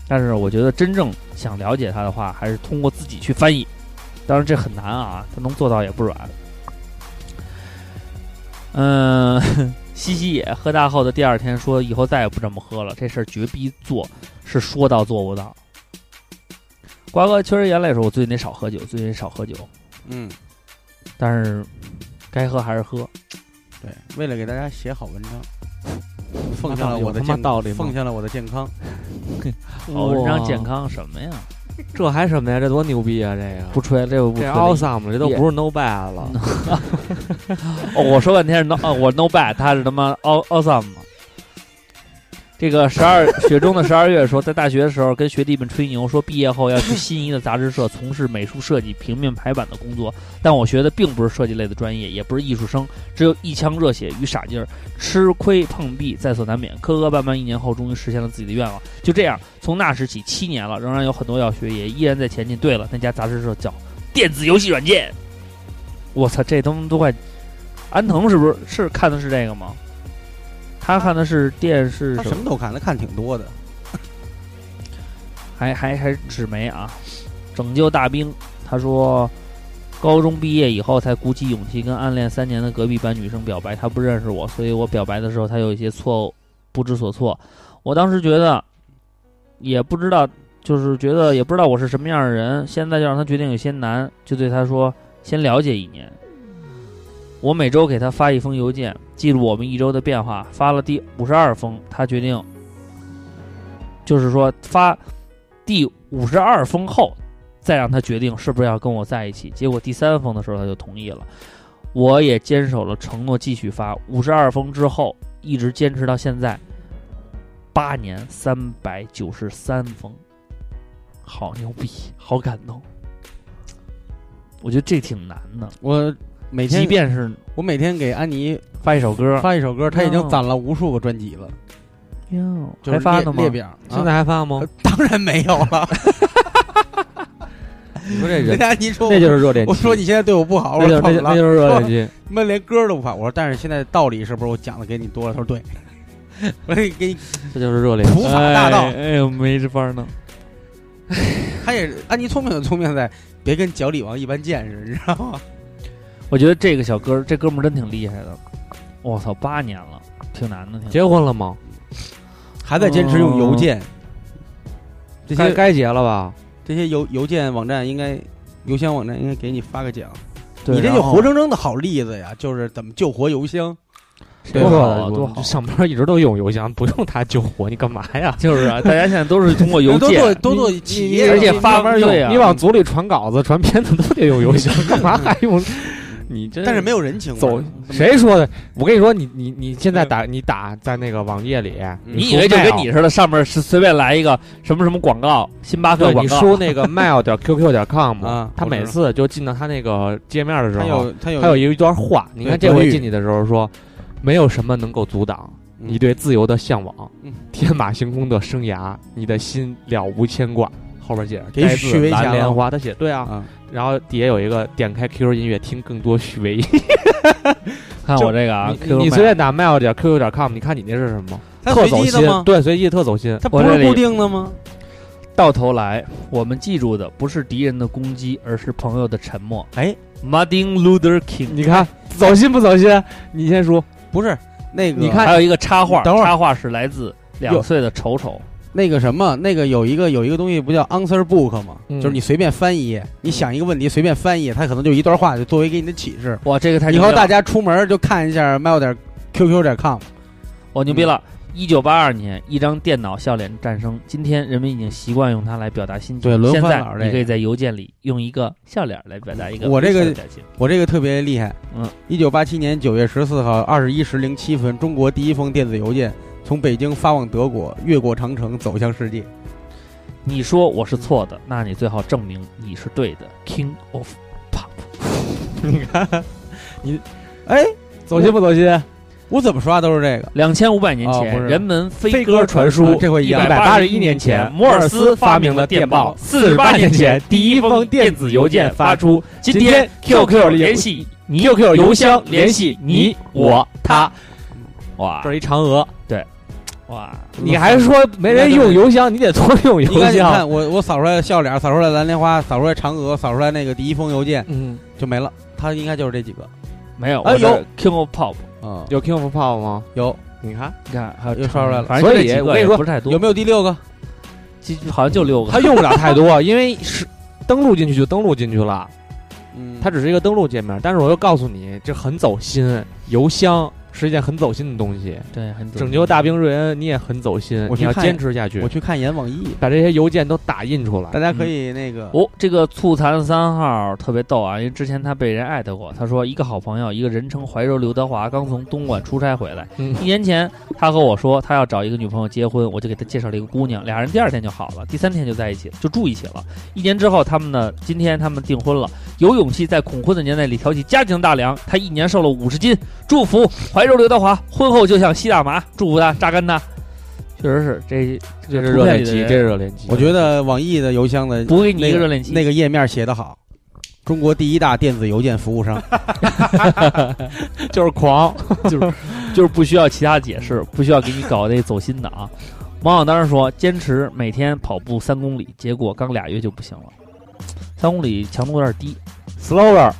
Speaker 3: 但是我觉得真正想了解它的话，还是通过自己去翻译。当然这很难啊，他能做到也不软。嗯， [LAUGHS] 西西也喝大后的第二天说以后再也不这么喝了，这事儿绝逼做，是说到做不到。瓜哥确实原来也说，我最近得少喝酒，最近得少喝酒，
Speaker 4: 嗯，
Speaker 3: 但是该喝还是喝。
Speaker 4: 对，为了给大家写好文章，奉
Speaker 6: 那
Speaker 4: 献了
Speaker 6: 有
Speaker 4: 我的
Speaker 6: 他妈
Speaker 4: 健
Speaker 6: 道理吗
Speaker 4: 奉献了我的健康。
Speaker 3: 好文章
Speaker 6: 哇
Speaker 3: 哦
Speaker 6: 哦
Speaker 3: 健康什么呀？
Speaker 6: 这还什么呀？这多牛逼啊！这个
Speaker 3: 不吹，这个不
Speaker 6: 这
Speaker 3: 吹。
Speaker 6: awesome 了，这都不是 no bad 了。 [LAUGHS]
Speaker 3: 哦，我说半天是 no，、哦、我 no bad，他是他妈 aw- awesome。这个十二 [LAUGHS] 雪中的十二月说，在大学的时候跟学弟们吹牛，说毕业后要去心仪的杂志社从事美术设计、平面排版的工作。但我学的并不是设计类的专业，也不是艺术生，只有一腔热血与傻劲儿，吃亏碰壁在所难免。磕磕绊绊一年后，终于实现了自己的愿望。就这样，从那时起七年了，仍然有很多要学，也依然在前进。对了，那家杂志社叫电子游戏软件。我操，这他妈都快安藤是不是是看的是这个吗？他看的是电视
Speaker 4: 他
Speaker 3: 什
Speaker 4: 什
Speaker 3: 么？
Speaker 4: 么都看，他看挺多的。
Speaker 3: 还还还纸媒啊？拯救大兵，他说，高中毕业以后才鼓起勇气跟暗恋三年的隔壁班女生表白，她不认识我，所以我表白的时候她有一些错误，不知所措。我当时觉得，也不知道，就是觉得也不知道我是什么样的人。现在就让她决定有些难，就对她说，先了解一年。我每周给她发一封邮件，记录我们一周的变化。发了第五十二封，她决定，就是说发第五十二封后，再让他决定是不是要跟我在一起。结果第三封的时候他就同意了，我也坚守了承诺，继续发。五十二封之后，一直坚持到现在，八年三百九十三封，好牛逼，好感动。我觉得这挺难的，
Speaker 4: 我每
Speaker 3: 即
Speaker 4: 天，
Speaker 3: 便是
Speaker 4: 我每天给安妮
Speaker 3: 发一首歌，
Speaker 4: 发一首歌，他已经
Speaker 3: 哦
Speaker 4: 攒了无数个专辑了，
Speaker 3: 哟，
Speaker 4: 就是
Speaker 3: 还发
Speaker 4: 列
Speaker 3: 呢吗
Speaker 4: 列？表，
Speaker 6: 现
Speaker 4: 啊
Speaker 6: 在还发 [LAUGHS] 吗？
Speaker 4: 呃当然没有了。
Speaker 6: 你说这
Speaker 4: [LAUGHS] 人
Speaker 6: 人，
Speaker 4: 家安妮说
Speaker 6: [LAUGHS]
Speaker 4: 我，
Speaker 6: 那就是热恋期。
Speaker 4: 我说你现在对我不好，我
Speaker 6: 那就
Speaker 4: 说
Speaker 6: 是
Speaker 4: 怎
Speaker 6: 那就那
Speaker 4: 么了？
Speaker 6: 就是热恋期。
Speaker 4: 他妈连歌都不发。我说，但是现在道理是不是我讲的给你多了？他说对。 [LAUGHS] 我说给你，
Speaker 6: 这就是热恋期。
Speaker 4: 普法大道
Speaker 6: 哎哎呦，没这法弄。
Speaker 4: 他也是安妮聪明就聪明在，别跟脚李王一般见识，你知道吗？
Speaker 3: 我觉得这个小哥，这哥们儿真挺厉害的。我操，八年了，挺难的，挺难的
Speaker 6: 嗯结婚了吗？
Speaker 4: 还在坚持用邮件，这
Speaker 6: 该
Speaker 4: 些
Speaker 6: 该结了吧？
Speaker 4: 哦这些邮邮件网站应该，邮箱网站应该给你发个奖。
Speaker 3: 对
Speaker 4: 你这
Speaker 3: 然
Speaker 4: 就
Speaker 3: 后
Speaker 4: 活生生的好例子呀，就是怎么救活邮箱。对
Speaker 6: 多
Speaker 3: 吧
Speaker 6: 好啊
Speaker 3: 多
Speaker 6: 多
Speaker 3: 好
Speaker 6: 好！上班一直都用邮箱，不用他救火，你干嘛呀？
Speaker 3: 就是 [LAUGHS] 啊，大家现在都是通过邮
Speaker 4: 都
Speaker 3: 件
Speaker 4: 做，都做企业，
Speaker 6: 而且
Speaker 4: 你
Speaker 6: 发班用
Speaker 3: 对啊，
Speaker 6: 你往组里传稿子、传片子都得用邮箱， [LAUGHS] 干嘛还用？你这
Speaker 4: 但是没有人情味
Speaker 6: 走
Speaker 4: 儿。
Speaker 6: 谁说的？我跟你说，你你你现在打你打在那个网页里，
Speaker 3: 嗯你以为就跟你似的，上面是随便来一个什么什么广告，星巴克
Speaker 6: 对你
Speaker 3: 广告，
Speaker 6: 输那个 mail 点 qq
Speaker 3: [LAUGHS]
Speaker 6: 点 com，
Speaker 4: 啊
Speaker 6: 他
Speaker 4: 我知
Speaker 6: 每
Speaker 4: 道
Speaker 6: 次就进到他那个界面的时
Speaker 4: 他
Speaker 6: 候，
Speaker 4: 有他有
Speaker 6: 他有一段话，你看这
Speaker 4: 对短
Speaker 6: 回
Speaker 4: 语
Speaker 6: 进去的时候说，没有什么能够阻挡
Speaker 4: 嗯
Speaker 6: 你对自由的向往
Speaker 4: 嗯，
Speaker 6: 天马行空的生涯，你的心了无牵挂。后边写着
Speaker 4: 给
Speaker 6: 摘
Speaker 4: 许
Speaker 6: 自
Speaker 4: 巍
Speaker 6: 蓝
Speaker 4: 侠
Speaker 6: 莲
Speaker 4: 了
Speaker 6: 花，他写对啊，
Speaker 4: 啊，
Speaker 6: 然后底下有一个点开 QQ 音乐听更多许巍。
Speaker 3: 看我这个啊
Speaker 6: 你
Speaker 3: ，QQ
Speaker 6: 你
Speaker 3: 麦
Speaker 6: 随便打 mail 点 qq 点 com，你看你那是什么？
Speaker 4: 他
Speaker 6: 特
Speaker 4: 随
Speaker 6: 走
Speaker 4: 机的
Speaker 6: 心
Speaker 4: 吗？
Speaker 6: 对，随机特走心。
Speaker 4: 他不
Speaker 3: 我这
Speaker 4: 是
Speaker 3: 里
Speaker 4: 固定的吗？
Speaker 3: 到头来，我们记住的不是敌人的攻击，而是朋友的沉默。
Speaker 4: 哎
Speaker 3: ，Martin Luther King，
Speaker 6: 你看
Speaker 4: 嗯
Speaker 6: 走心不走心？你先说，
Speaker 4: 不是那个，
Speaker 6: 你看
Speaker 3: 还有一个插画，
Speaker 4: 等会儿
Speaker 3: 插画是来自两岁的丑丑，
Speaker 4: 那个什么，那个有一个有一个东西不叫 answer book 吗？
Speaker 6: 嗯
Speaker 4: 就是你随便翻一页，你想一个问题随便翻一页，它可能就一段话，就作为给你的启示。
Speaker 3: 哇，这个太
Speaker 4: 以
Speaker 3: 牛逼
Speaker 4: 后
Speaker 3: 了
Speaker 4: 大家出门就看一下 mail 点 qq 点 com，
Speaker 3: 我牛逼了！一九八二年，一张电脑笑脸诞生。今天人们已经习惯用它来表达心情。
Speaker 4: 对轮
Speaker 3: 现
Speaker 4: 番
Speaker 3: 在
Speaker 4: 老师这
Speaker 3: 你可以
Speaker 4: 个
Speaker 3: 在邮件里用一个笑脸来表达一个
Speaker 4: 我这个
Speaker 3: 微笑的表情。
Speaker 4: 我这个特别厉害。
Speaker 3: 嗯，
Speaker 4: 一九八七年九月十四号二十一时零七分，中国第一封电子邮件从北京发往德国，越过长城走向世界。
Speaker 3: 你说我是错的，那你最好证明你是对的。King of Pop，
Speaker 5: 你看，你，哎，走心不走心？
Speaker 4: 我怎么刷都是这个。
Speaker 3: 两千五百年
Speaker 5: 哦不
Speaker 3: 前，
Speaker 5: 是
Speaker 3: 人们飞
Speaker 5: 飞
Speaker 3: 鸽
Speaker 5: 鸽
Speaker 3: 传
Speaker 5: 传
Speaker 3: 书
Speaker 5: 书，
Speaker 4: 这回一
Speaker 3: 一
Speaker 4: 样
Speaker 3: 百八十一年前，摩尔斯发明了电报。四十八年前，第一封电子邮件发出。今天 QQ 联系你，QQ 邮箱联系你我他。哇
Speaker 6: 这，是一嫦娥，
Speaker 3: 哇，
Speaker 6: 你还说没人用邮箱，你得多用
Speaker 4: 你
Speaker 6: 邮
Speaker 4: 看，你
Speaker 6: 箱。
Speaker 4: 看我我扫出来笑脸，扫出来蓝莲花，扫出来嫦娥，扫出来那个第一封邮件
Speaker 6: 嗯，
Speaker 4: 就没了。它应该就是这几个。
Speaker 3: 没有，
Speaker 4: 哎
Speaker 3: 我这
Speaker 4: 有
Speaker 3: King Pop，
Speaker 4: 嗯，
Speaker 6: 有 King of Pop 吗？
Speaker 4: 有
Speaker 6: 你看，
Speaker 3: 你看还有
Speaker 4: 又刷出来了
Speaker 3: 反正就这几
Speaker 6: 所以
Speaker 3: 个
Speaker 6: 我跟你
Speaker 3: 也
Speaker 6: 说
Speaker 3: 不是太多
Speaker 4: 有，没有第六个？
Speaker 3: 几好像就
Speaker 6: [LAUGHS]
Speaker 3: 六个
Speaker 6: 它。用不了太多，因为是登录进去就登录进去了，
Speaker 4: 嗯，
Speaker 6: 它只是一个登录界面。但是我又告诉你，这很走心，邮箱是一件很走心的东西。
Speaker 3: 对，很准
Speaker 6: 拯救大兵瑞恩，你也很走心，
Speaker 4: 我去
Speaker 6: 你要
Speaker 4: 看
Speaker 6: 坚持下去
Speaker 4: 我，去嗯看阎王一，
Speaker 6: 把这些邮件都打印出来
Speaker 4: 大。家可以那个
Speaker 3: 哦，这个醋坛三号特别逗啊，因为之前他被人艾特过，他说一个好朋友，一个人称怀柔刘德华，刚从东莞出差回来，
Speaker 6: 嗯
Speaker 3: 一年前他和我说他要找一个女朋友结婚，我就给他介绍了一个姑娘，俩人第二天就好了，第三天就在一起了，就住一起了。一年之后，他们呢，今天他们订婚了，有勇气在恐婚的年代里挑起家庭大梁。他一年瘦了五十斤，祝福怀柔刘德华婚后就像吸大麻，祝福他榨干他。确实是这，
Speaker 6: 这是
Speaker 3: 图
Speaker 6: 热
Speaker 3: 片里的
Speaker 6: 恋期，
Speaker 3: 人
Speaker 6: 这是热恋期。
Speaker 4: 我觉得网易的邮箱的
Speaker 3: 不给你
Speaker 4: 那
Speaker 3: 一个热恋期，
Speaker 4: 那个页面写的好，中国第一大电子邮件服务商。
Speaker 3: 就是狂，就是就是不需要其他解释，不需要给你搞那走心的啊。 [LAUGHS] 网友当时说，坚持每天跑步三公里，结果刚俩月就不行了，三公里强度有点低。
Speaker 6: slogan：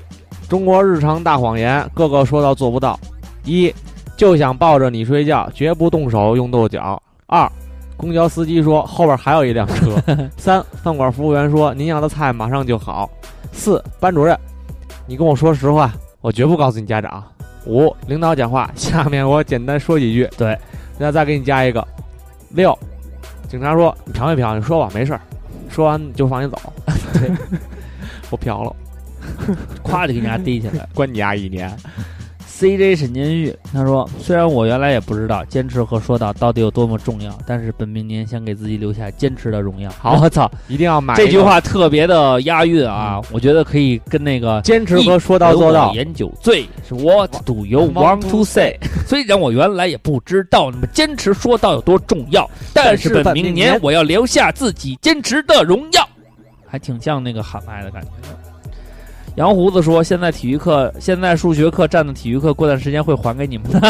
Speaker 6: 中国日常大谎言，个个说到做不到。一，就想抱着你睡觉，绝不动手用豆角。二，公交司机说后边还有一辆车。三，饭馆服务员说您要的菜马上就好。四，班主任，你跟我说实话，我绝不告诉你家长。五，领导讲话，下面我简单说几句。
Speaker 3: 对，
Speaker 6: 那再给你加一个。六，警察说你嫖没嫖？你说吧，没事儿。说完就放你走。 [LAUGHS] 对，我嫖了。
Speaker 3: 咵就给人家逮起来。
Speaker 6: 关你丫一年。
Speaker 3: CJ 沈监狱他说，虽然我原来也不知道坚持和说到到底有多么重要，但是本命年先给自己留下坚持的荣耀。
Speaker 6: 好
Speaker 3: 我操，
Speaker 6: 一定要买
Speaker 3: 这句，话特别的押韵啊，我觉得可以跟那个
Speaker 6: 坚持和说到做
Speaker 3: 有我
Speaker 6: 到。
Speaker 3: 言酒醉是 What do you want to say？虽然我原来也不知道你们坚持说到有多重要，但是本明年我要留下自己坚持的荣耀，还挺像那个喊麦的感觉。杨胡子说：“现在体育课，现在数学课占的体育课，过段时间会还给你们 [LAUGHS] 的。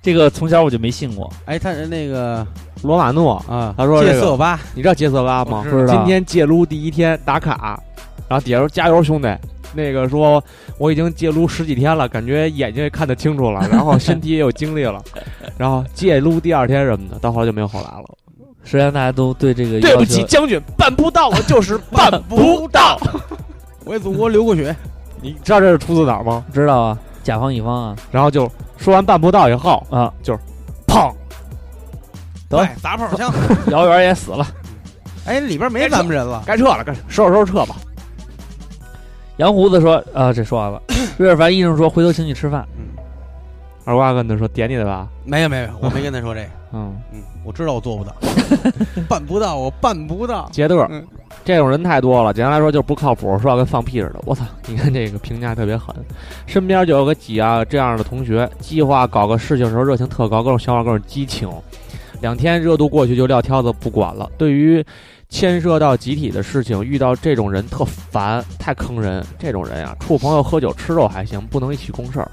Speaker 3: 这个从小我就没信过，
Speaker 4: [LAUGHS] 哎，他那个
Speaker 6: 罗马诺，
Speaker 4: 啊，
Speaker 6: 他说这
Speaker 4: 戒
Speaker 6: 个
Speaker 4: 色吧，
Speaker 6: 你知道杰瑟拉吗？
Speaker 3: 我知道
Speaker 6: 今天戒撸第一天打卡，然后底下说加油兄弟。那个说我已经戒撸十几天了，感觉眼睛也看得清楚 [LAUGHS] 了，然后身体也有精力了，然后戒撸第二天什么的，到后来就没有后来了。
Speaker 3: 实际上大家都对这个
Speaker 6: 对
Speaker 3: 要
Speaker 6: 不
Speaker 3: 求
Speaker 6: 起，将军，办不到，我就是办不到。
Speaker 4: 为祖国流过血。
Speaker 6: [LAUGHS] 你知道这是出自哪儿吗？
Speaker 3: 知道啊，甲方乙方啊
Speaker 6: 然后就说完办不到以后，
Speaker 3: 啊，
Speaker 6: 砰，
Speaker 3: 得
Speaker 4: [LAUGHS] 哎砸炮枪，
Speaker 3: 姚元也死了。”
Speaker 4: [LAUGHS] 哎，里边没咱们人了。
Speaker 6: 该撤了，该撤收拾收拾撤吧。
Speaker 3: 杨胡子说：“啊、这说完了。”瑞尔凡医生说：“回头请你吃饭。
Speaker 6: 二瓜跟他说点你的吧，
Speaker 4: 没有没有，我没跟他说这个。
Speaker 6: 嗯，
Speaker 4: 嗯，我知道我做 [LAUGHS] 不到，办不到，我办不到。
Speaker 6: 杰德，
Speaker 4: 嗯
Speaker 6: 这种人太多了，简单来说就是不靠谱，说话跟放屁似的。我操，你看这个评价特别狠，身边就有个几啊这样的同学，计划搞个事情的时候热情特高，各种想法各种激情，两天热度过去就撂挑子不管了。对于牵涉到集体的事情，遇到这种人特烦，太坑人。这种人呀、啊处朋友喝酒吃肉还行，不能一起共事儿。”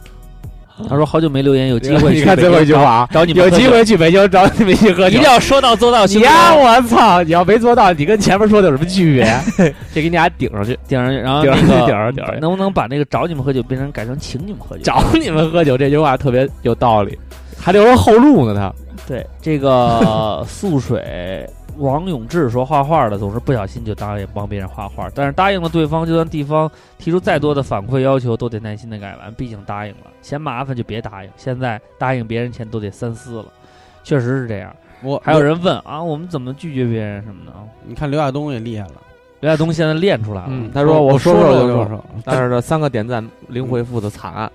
Speaker 3: 他说：“好久没留言，有机会
Speaker 6: [LAUGHS] 你
Speaker 3: 去
Speaker 6: 看
Speaker 3: 北
Speaker 6: 最后一
Speaker 3: 京
Speaker 6: 句话啊，
Speaker 3: 找你们
Speaker 6: 有
Speaker 3: 喝
Speaker 6: 机
Speaker 3: 酒
Speaker 6: 会去北京找你们一起喝
Speaker 3: 一
Speaker 6: 酒
Speaker 3: 定。要说到做到。”
Speaker 6: 你呀，我操！你要没做到，你跟前面说的有什么区别？ [LAUGHS] 这给你俩顶上去，
Speaker 3: 顶上去，然后
Speaker 6: 顶
Speaker 3: 那
Speaker 6: 上去，顶
Speaker 3: 个
Speaker 6: 上去，顶上去。
Speaker 3: 能不能把那个找你们喝酒变成改成请你们喝酒？
Speaker 6: 找你们喝酒这句话特别有道理，还留了后路呢。
Speaker 3: 对这个
Speaker 6: [LAUGHS]
Speaker 3: 素水王永志说：“画画的总是不小心就答应帮别人画画，但是答应了对方，就算对方提出再多的反馈要求，都得耐心的改完，毕竟答应了，嫌麻烦就别答应。现在答应别人前都得三思了，确实是这样。
Speaker 4: 我
Speaker 3: 还有，人问啊，我们怎么拒绝别人什么的啊？”
Speaker 4: 你看刘亚东也厉害了。
Speaker 3: 刘亚东现在练出来了，
Speaker 6: 嗯，他说
Speaker 4: 我
Speaker 6: 说
Speaker 4: 说
Speaker 6: 说
Speaker 4: 就
Speaker 6: 就
Speaker 4: 说，
Speaker 6: 但是这三个点赞零回复的惨案，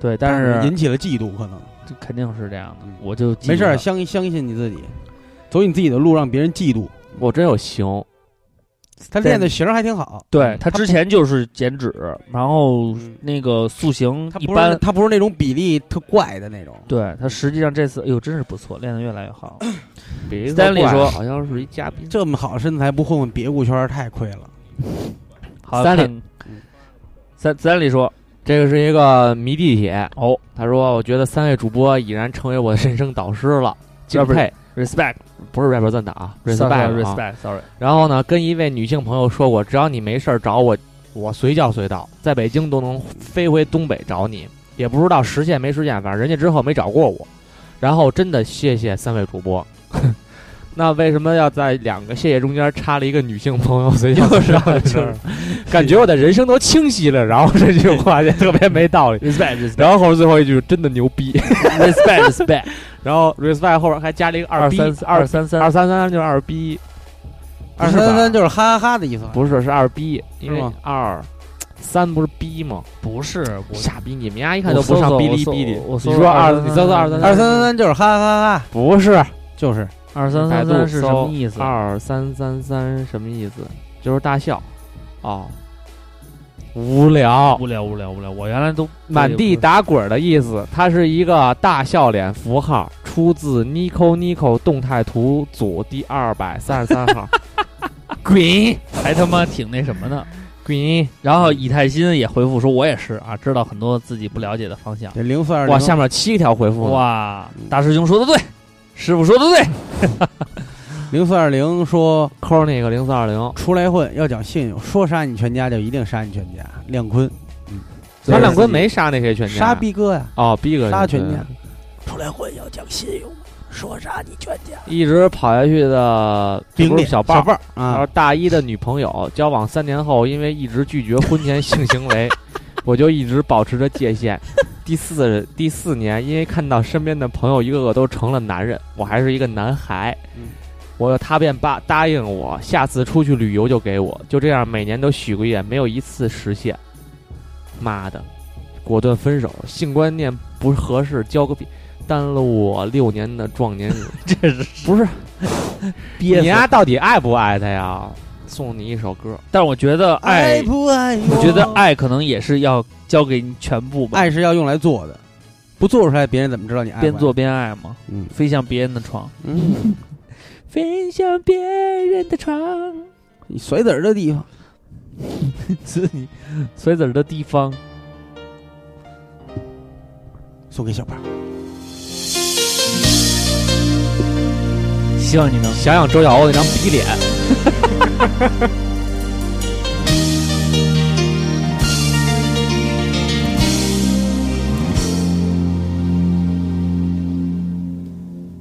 Speaker 3: 对，但是
Speaker 4: 引起了嫉妒，可能
Speaker 3: 这肯定是这样的
Speaker 4: 嗯。
Speaker 3: 我就记
Speaker 4: 没事儿，
Speaker 3: 得
Speaker 4: 相相信你自己，走你自己的路，让别人嫉妒。
Speaker 6: 我真有型。
Speaker 4: 他练的型儿还挺好。
Speaker 3: 对嗯他之前就是减脂，然后
Speaker 4: 嗯
Speaker 3: 那个塑
Speaker 6: 嗯
Speaker 3: 形
Speaker 4: 他
Speaker 3: 一
Speaker 4: 不是
Speaker 3: 般，
Speaker 4: 他不是那种比例特怪的那种。
Speaker 3: 对他实际上这次，哎呦，真是不错，练得越来越 [CLEARS THROAT] 好。
Speaker 6: 别
Speaker 3: Stanley
Speaker 6: 怪
Speaker 3: 说
Speaker 6: 好像是一嘉宾，
Speaker 4: 这么好身材不混混别顾圈儿太亏了。
Speaker 3: 好，
Speaker 6: 三里
Speaker 3: 看三三里说，
Speaker 6: 这个是一个迷地铁
Speaker 3: 哦。
Speaker 6: 他说：“我觉得三位主播已然成为我的人生导师了，敬
Speaker 3: 要不
Speaker 6: 佩。
Speaker 3: respect
Speaker 6: 不是 represent 啊
Speaker 3: respect
Speaker 6: ，respect 啊。
Speaker 3: respect sorry，
Speaker 6: 然后呢，跟一位女性朋友说过，只要你没事儿找我，我随叫随到，在北京都能飞回东北找你。也不知道实现没实现，反正人家之后没找过我。然后真的谢谢三位主播。那为什么要在两个谢谢中间插了一个女性朋友随叫随到的事儿？感觉我的人生都清晰了。然后这句话也特别没道理。
Speaker 3: respect respect
Speaker 6: 然后后面最后一句真的牛逼，
Speaker 3: respect respect
Speaker 6: [LAUGHS] 然后 respect 后边还加了一个
Speaker 3: 二
Speaker 6: 逼，
Speaker 3: 三
Speaker 6: 二
Speaker 3: 二三三
Speaker 6: 二三三就是二逼，
Speaker 4: 二
Speaker 6: 不是吧
Speaker 4: 三三就是哈哈哈的意思吧。
Speaker 6: 不是是二逼，因为
Speaker 4: 是吗
Speaker 6: 二三不是逼吗？
Speaker 3: 不是我
Speaker 6: 傻逼，你们家一
Speaker 3: 看
Speaker 6: 看
Speaker 3: 就
Speaker 6: 就
Speaker 3: 不
Speaker 6: 不
Speaker 3: 上
Speaker 6: 上
Speaker 3: 哔
Speaker 6: 哔
Speaker 3: 哩
Speaker 6: 哩
Speaker 3: 哔
Speaker 6: 哔
Speaker 3: 哩
Speaker 6: 哩。
Speaker 3: 你
Speaker 6: 你
Speaker 3: 说
Speaker 6: 说
Speaker 3: 二
Speaker 6: 二，
Speaker 3: 你
Speaker 6: 你
Speaker 3: 搜
Speaker 6: 搜
Speaker 3: 搜
Speaker 6: 搜
Speaker 3: 二
Speaker 6: 二
Speaker 3: 三
Speaker 6: 三
Speaker 4: 二三三就是哈哈哈，
Speaker 6: 不是
Speaker 4: 就是
Speaker 3: 二三
Speaker 6: 百
Speaker 3: 三
Speaker 6: 度
Speaker 3: 三是什
Speaker 6: 搜
Speaker 3: 么意思？
Speaker 6: 二三三三什么意思？就是大笑，哦，无聊，
Speaker 3: 无聊无聊无聊，我原来都
Speaker 6: 满地打滚的意思。它是一个大笑脸符号，出自 Nico Nico 动态图组第二百三十三号。滚
Speaker 3: [LAUGHS] 还他妈挺那什么的。
Speaker 6: 滚！
Speaker 3: 然后以太新也回复说，我也是啊，知道很多自己不了解的方向。
Speaker 4: 这零四二
Speaker 6: 哇，下面七条回复呢，
Speaker 3: 哇，大师兄说的对，师傅说的对，
Speaker 4: 零四二零说
Speaker 6: 扣那个零四二零。
Speaker 4: 出来混要讲信用，说杀你全家就一定杀你全家。亮坤，
Speaker 6: 他两坤没杀那谁全家，
Speaker 4: 杀逼哥呀，
Speaker 6: 哦，逼哥
Speaker 4: 杀全家。
Speaker 7: 出来混要讲信用，说啥你全家。
Speaker 6: 一直跑下去的
Speaker 4: 顶
Speaker 6: 不是
Speaker 4: 脸
Speaker 6: 小
Speaker 4: 豹
Speaker 6: 豹，
Speaker 4: 儿
Speaker 6: 他
Speaker 4: 啊
Speaker 6: 说，大一的女朋友交往三年后，因为一直拒绝婚前性行
Speaker 4: [LAUGHS]
Speaker 6: 为，我就一直保持着界限。第四第四年，因为看到身边的朋友一个个都成了男人，我还是一个男孩
Speaker 4: 嗯，
Speaker 6: 我他便答答应我，下次出去旅游就给我，就这样每年都许个愿，没有一次实现。妈的，果断分手，性观念不合适，交个屁。耽误了我六年的壮年
Speaker 4: [LAUGHS]
Speaker 6: 人，
Speaker 3: [LAUGHS] 这是
Speaker 6: 不是
Speaker 3: 憋
Speaker 6: 你
Speaker 3: 死。
Speaker 6: 丫、到底爱不爱他呀？送你一首歌，
Speaker 3: 但是我觉得
Speaker 6: 哎
Speaker 3: 爱，
Speaker 4: 不爱我
Speaker 3: 我觉得爱可能也是要交给你全部吧，
Speaker 4: 爱是要用来做的，不做出来别人怎么知道你爱不爱？
Speaker 3: 边做边爱嘛，
Speaker 4: 嗯
Speaker 3: 飞向别人的床。
Speaker 4: 嗯，
Speaker 6: 飞向别人的床。
Speaker 4: 你甩子儿的地方，
Speaker 3: 是你随子儿的地方。
Speaker 4: 送给小胖。
Speaker 3: 希望你能
Speaker 6: 想想周晓鸥那张
Speaker 3: [LAUGHS]
Speaker 6: 逼脸，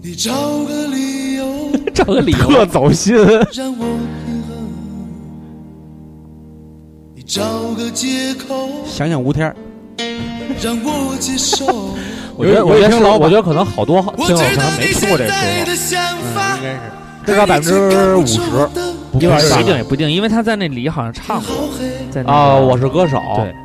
Speaker 9: 你找个理由
Speaker 3: 找个理由。
Speaker 6: 特走心。
Speaker 9: 让我平衡，你找个借口
Speaker 4: 想想吴天儿，
Speaker 9: 让我接受。
Speaker 6: 我觉得，我觉得，我觉得可能好多
Speaker 9: 我
Speaker 6: 听
Speaker 9: 知
Speaker 6: 友可
Speaker 9: 道
Speaker 6: 能没
Speaker 9: 你
Speaker 6: 听过这个
Speaker 9: 现在
Speaker 6: 说
Speaker 9: 的想法，嗯
Speaker 6: 法，至少百分之五十。
Speaker 9: 十。
Speaker 3: 一会儿
Speaker 6: 是
Speaker 3: 不一定也不一定，因为他在那里好哦像唱过，
Speaker 9: 好黑，
Speaker 3: 在那个
Speaker 6: 啊，我是歌手，
Speaker 3: 对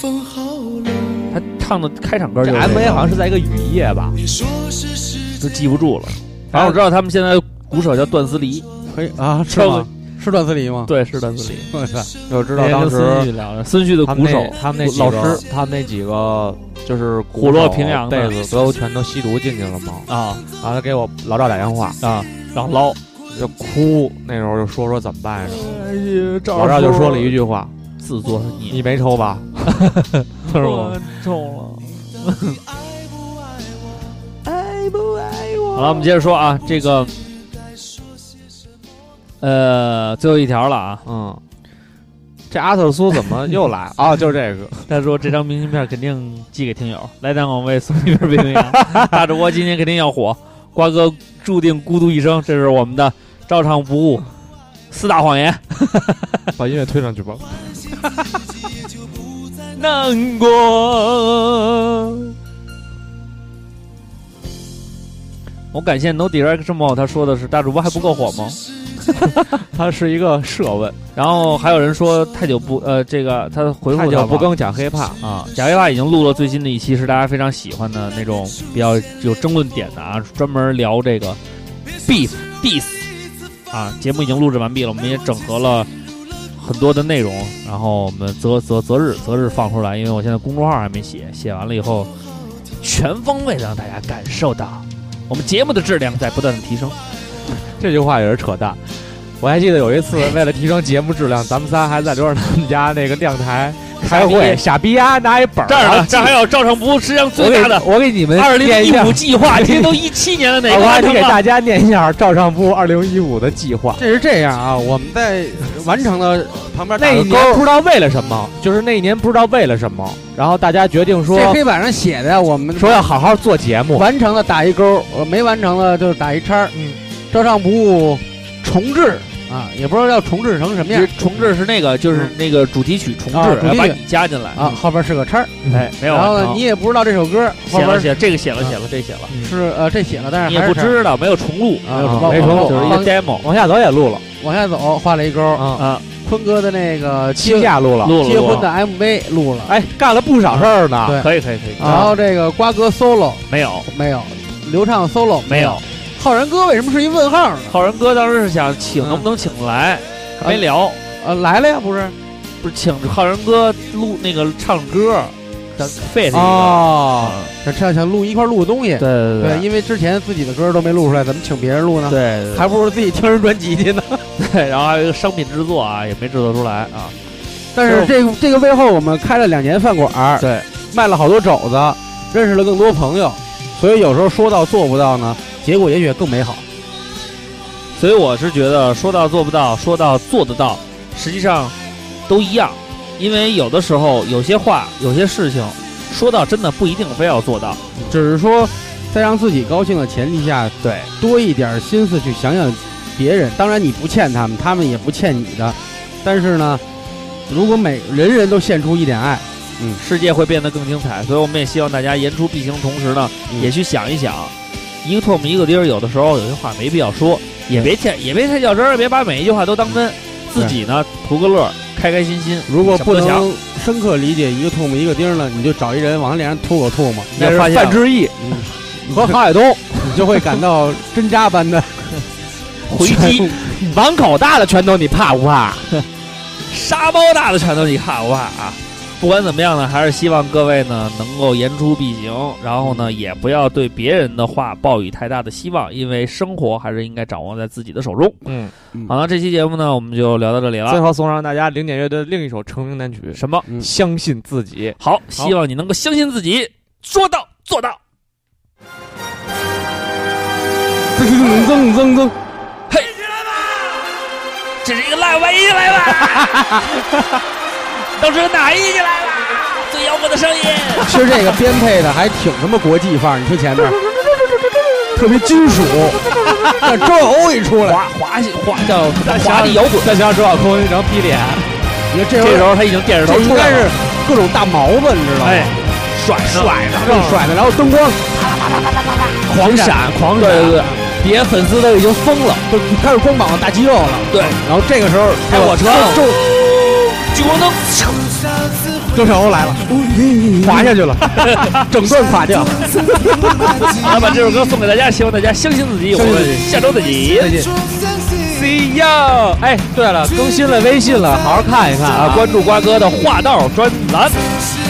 Speaker 9: 风好冷。
Speaker 3: 他唱的开场歌
Speaker 6: 这
Speaker 3: 就是这
Speaker 6: MV
Speaker 3: 个
Speaker 6: 好像是在一个雨夜吧。
Speaker 9: 你说是时
Speaker 3: 都
Speaker 9: 间
Speaker 3: 记不住了。反正我知道他们现在鼓手叫段思黎，
Speaker 4: 可以啊？ [LAUGHS] 是
Speaker 3: 这
Speaker 4: 吗？是段思黎吗？
Speaker 3: 对，是段思黎。
Speaker 4: 我操，
Speaker 6: 我知
Speaker 3: 那天跟孙旭聊的，孙旭的
Speaker 6: 他
Speaker 3: 鼓
Speaker 6: 们
Speaker 3: 手
Speaker 6: 那，他们那几
Speaker 3: 老
Speaker 6: 个
Speaker 3: 师
Speaker 6: 他们那几个就是
Speaker 3: 虎
Speaker 6: 鼓
Speaker 3: 落
Speaker 6: 手
Speaker 3: 平阳的
Speaker 6: 贝斯不都全都吸毒进去了吗？
Speaker 3: 啊
Speaker 6: 然后他给我老赵打电话，
Speaker 3: 啊，然后捞，
Speaker 6: 就哭，那时候就说说怎么办呀？
Speaker 3: 老
Speaker 6: 老赵就说了一句话
Speaker 3: 自作：“孽，
Speaker 6: 你没抽 [LAUGHS] 吧？”他 [LAUGHS] 说
Speaker 3: 我中 [LAUGHS] 了。好了，我们接着说啊，这个，呃，最后一条了啊。：“
Speaker 6: 嗯，这阿特苏怎么又来了啊？就是这个，
Speaker 3: 他说这张明信片肯定寄给听友，来点广味送一瓶冰冰 [LAUGHS] 洋。大主播今年肯定要火，瓜哥注定孤独一生，这是我们的照常不误。四大谎言，
Speaker 6: [LAUGHS] 把音乐推上去吧。
Speaker 3: 难过。我感谢 No Direction Mo，他说的是大主播还不够火吗？
Speaker 6: [LAUGHS] 他是一个设问，
Speaker 3: 然后还有人说太久不呃，这个他回
Speaker 6: 太
Speaker 3: 复
Speaker 6: 久
Speaker 3: 他
Speaker 6: 不
Speaker 3: 不
Speaker 6: 更讲 hiphop，
Speaker 3: 啊，贾维拉已经录了最新的一期，是大家非常喜欢的那种比较有争论点的啊，专门聊这个 beef diss 啊。节目已经录制完毕了，我们也整合了很多的内容，然后我们择择择日择日放出来，因为我现在公众号还没写，写完了以后，全方位的让大家感受到我们节目的质量在不断的提升。
Speaker 6: 这句话也是扯淡。我还记得有一 [LAUGHS] 次，为了提升节目质量，咱们仨还在刘二他们家那个亮台开 [LAUGHS] 会，傻逼呀、拿一本儿
Speaker 3: 这儿呢
Speaker 6: 啊，
Speaker 3: 这儿还有照常不误，世界上最大的
Speaker 6: 我给我给你们
Speaker 3: 二
Speaker 6: 念
Speaker 3: 零
Speaker 6: 一
Speaker 3: 一
Speaker 6: 下
Speaker 3: 五，计
Speaker 6: [LAUGHS]
Speaker 3: 划，这都一七年的哪
Speaker 6: 我还得
Speaker 3: 个
Speaker 6: 给
Speaker 3: 了？
Speaker 6: 大家念一下赵尚武二零一五的计 [LAUGHS] 划。
Speaker 4: [LAUGHS] 这是这样啊，我们在完成了旁边打
Speaker 6: 那
Speaker 4: 个
Speaker 6: 一
Speaker 4: 勾
Speaker 6: 年不知道为了什么，就是那一年不知道为了什么，然后大家决定
Speaker 4: 这
Speaker 6: 说
Speaker 4: 黑板上写的呀，我们
Speaker 6: 说要好好做节目，
Speaker 4: [LAUGHS] 完成了打一勾，我没完成了就是打一叉。嗯，照上不误重置啊，也不知道要重置成什么样
Speaker 3: 重置是那个，就是那个主题曲重
Speaker 4: 嗯啊
Speaker 3: 置，
Speaker 4: 主
Speaker 3: 要
Speaker 4: 题
Speaker 3: 把
Speaker 4: 曲
Speaker 3: 你加进来
Speaker 4: 啊，。后边是个叉。
Speaker 3: 哎，没有完
Speaker 4: 然
Speaker 3: 成。
Speaker 4: 后呢，你也不知道这首歌后
Speaker 3: 写了
Speaker 4: 边
Speaker 3: 写了这个写了
Speaker 4: 啊
Speaker 3: 写了这写了，
Speaker 4: 是呃这写了，但
Speaker 3: 你也
Speaker 4: 是还
Speaker 3: 不
Speaker 4: 是
Speaker 3: 知道，没有重录，
Speaker 4: 啊
Speaker 3: 没有重录，
Speaker 4: 没有重录
Speaker 3: 就是一个
Speaker 4: 往
Speaker 3: demo
Speaker 6: 往下走也录了
Speaker 4: 往下走画了一勾。
Speaker 6: 啊，
Speaker 3: 啊，
Speaker 4: 坤哥的那个
Speaker 6: 七
Speaker 4: 结
Speaker 6: 下录了，
Speaker 3: 录了
Speaker 4: 啊结
Speaker 3: 录
Speaker 4: 婚的
Speaker 3: 了，
Speaker 4: MV 录了，
Speaker 6: 哎，干了不少事儿呢。
Speaker 4: 对
Speaker 3: 可以可以可以，啊
Speaker 4: 然后这个瓜哥 solo
Speaker 3: 没有
Speaker 4: 没有，刘畅 solo
Speaker 3: 没有，
Speaker 4: 浩然哥为什么是一问号呢？
Speaker 3: 浩然哥当时是想请能不能请得来，还没聊，
Speaker 4: 呃，来了呀，不是？
Speaker 3: 不是请浩然哥录那个唱歌，咱费了一个，啊
Speaker 4: 哦，想想想录一块儿录个东西，
Speaker 3: 对对
Speaker 4: 对，因为之前自己的歌都没录出来，怎么请别人录呢？
Speaker 3: 对
Speaker 4: 还不如自己听人专辑去呢。
Speaker 3: [LAUGHS] 对，然后还有一个商品制作啊，也没制作出来啊，
Speaker 4: 但是这个这个背后，我们开了两年饭馆儿，
Speaker 3: 对，
Speaker 4: 卖了好多肘子，认识了更多朋友，所以有时候说到做不到呢，结果也许更美好。
Speaker 3: 所以我是觉得说到做不到，说到做得到，实际上都一样，因为有的时候有些话、有些事情，说到真的不一定非要做到。
Speaker 4: 只是说，在让自己高兴的前提下，
Speaker 3: 对，
Speaker 4: 多一点心思去想想别人。当然，你不欠他们，他们也不欠你的。但是呢，如果每人人都献出一点爱，
Speaker 3: 世界会变得更精彩。所以我们也希望大家言出必行，同时呢，
Speaker 4: 嗯
Speaker 3: 也去想一想，一个唾沫一个钉儿。有的时候有些话没必要说，也别太也别太较真儿，别把每一句话都当真。自己呢，图个乐儿，开开心心。
Speaker 4: 如果
Speaker 3: 什
Speaker 4: 不
Speaker 3: 么都想，
Speaker 4: 能深刻理解一个唾沫一个钉儿呢，你就找一人往他脸上吐口唾沫，
Speaker 3: 那是
Speaker 6: 范志毅
Speaker 4: 和郝海东，你就会感到针扎般的
Speaker 3: 回击，
Speaker 6: 碗口大的拳头你怕不怕？
Speaker 3: [LAUGHS] 沙包大的拳头，你怕不怕啊？不管怎么样呢，还是希望各位呢能够言出必行，然后
Speaker 6: 嗯
Speaker 3: 呢也不要对别人的话抱以太大的希望，因为生活还是应该掌握在自己的手中。
Speaker 6: 嗯，
Speaker 3: 好了，这期节目呢我们就聊到这里
Speaker 6: 最
Speaker 3: 了。
Speaker 6: 后送上大家零点乐队的另一首成名单曲《
Speaker 3: 什么？
Speaker 4: 嗯
Speaker 6: 相信自己》。
Speaker 3: 好，希望你能够相信自己，说到做到。
Speaker 4: 噌噌噌噌噌。
Speaker 3: 这是一个烂玩意来了，
Speaker 6: [LAUGHS]
Speaker 3: 都是个哪一起来了？最摇滚的声音，
Speaker 4: 其实这个编配的还挺他妈国际范儿，你听前面，特别金属。但周欧一出来，
Speaker 3: 滑滑滑叫华丽摇滚。
Speaker 6: 再加上周晓坤一张逼脸，
Speaker 4: 你看这
Speaker 3: 这
Speaker 4: 会
Speaker 3: 时
Speaker 4: 儿
Speaker 3: 候他已经电视
Speaker 4: 这
Speaker 3: 头
Speaker 4: 应
Speaker 3: 出来
Speaker 4: 该是
Speaker 3: 了，
Speaker 4: 各种大毛子，你知道吗？
Speaker 3: 哎，甩甩的，
Speaker 4: 正甩的，然后灯光
Speaker 3: 狂闪狂闪，对对对，底下粉丝都已经疯了，哎
Speaker 4: 就开始光膀子大肌肉了。
Speaker 3: 对，
Speaker 4: 然后这个时候
Speaker 3: 开火车了
Speaker 4: 周
Speaker 3: 聚光灯，
Speaker 4: 周晓欧来了，滑下去了，整段
Speaker 9: [LAUGHS]
Speaker 4: 垮掉。
Speaker 3: 来把这首歌送给大家，希望大家相信自己，我们下周再见。
Speaker 6: See you！哎，对了，更新了微信了，好好看一看
Speaker 3: 啊，关注瓜哥的话道专栏。
Speaker 9: 是啊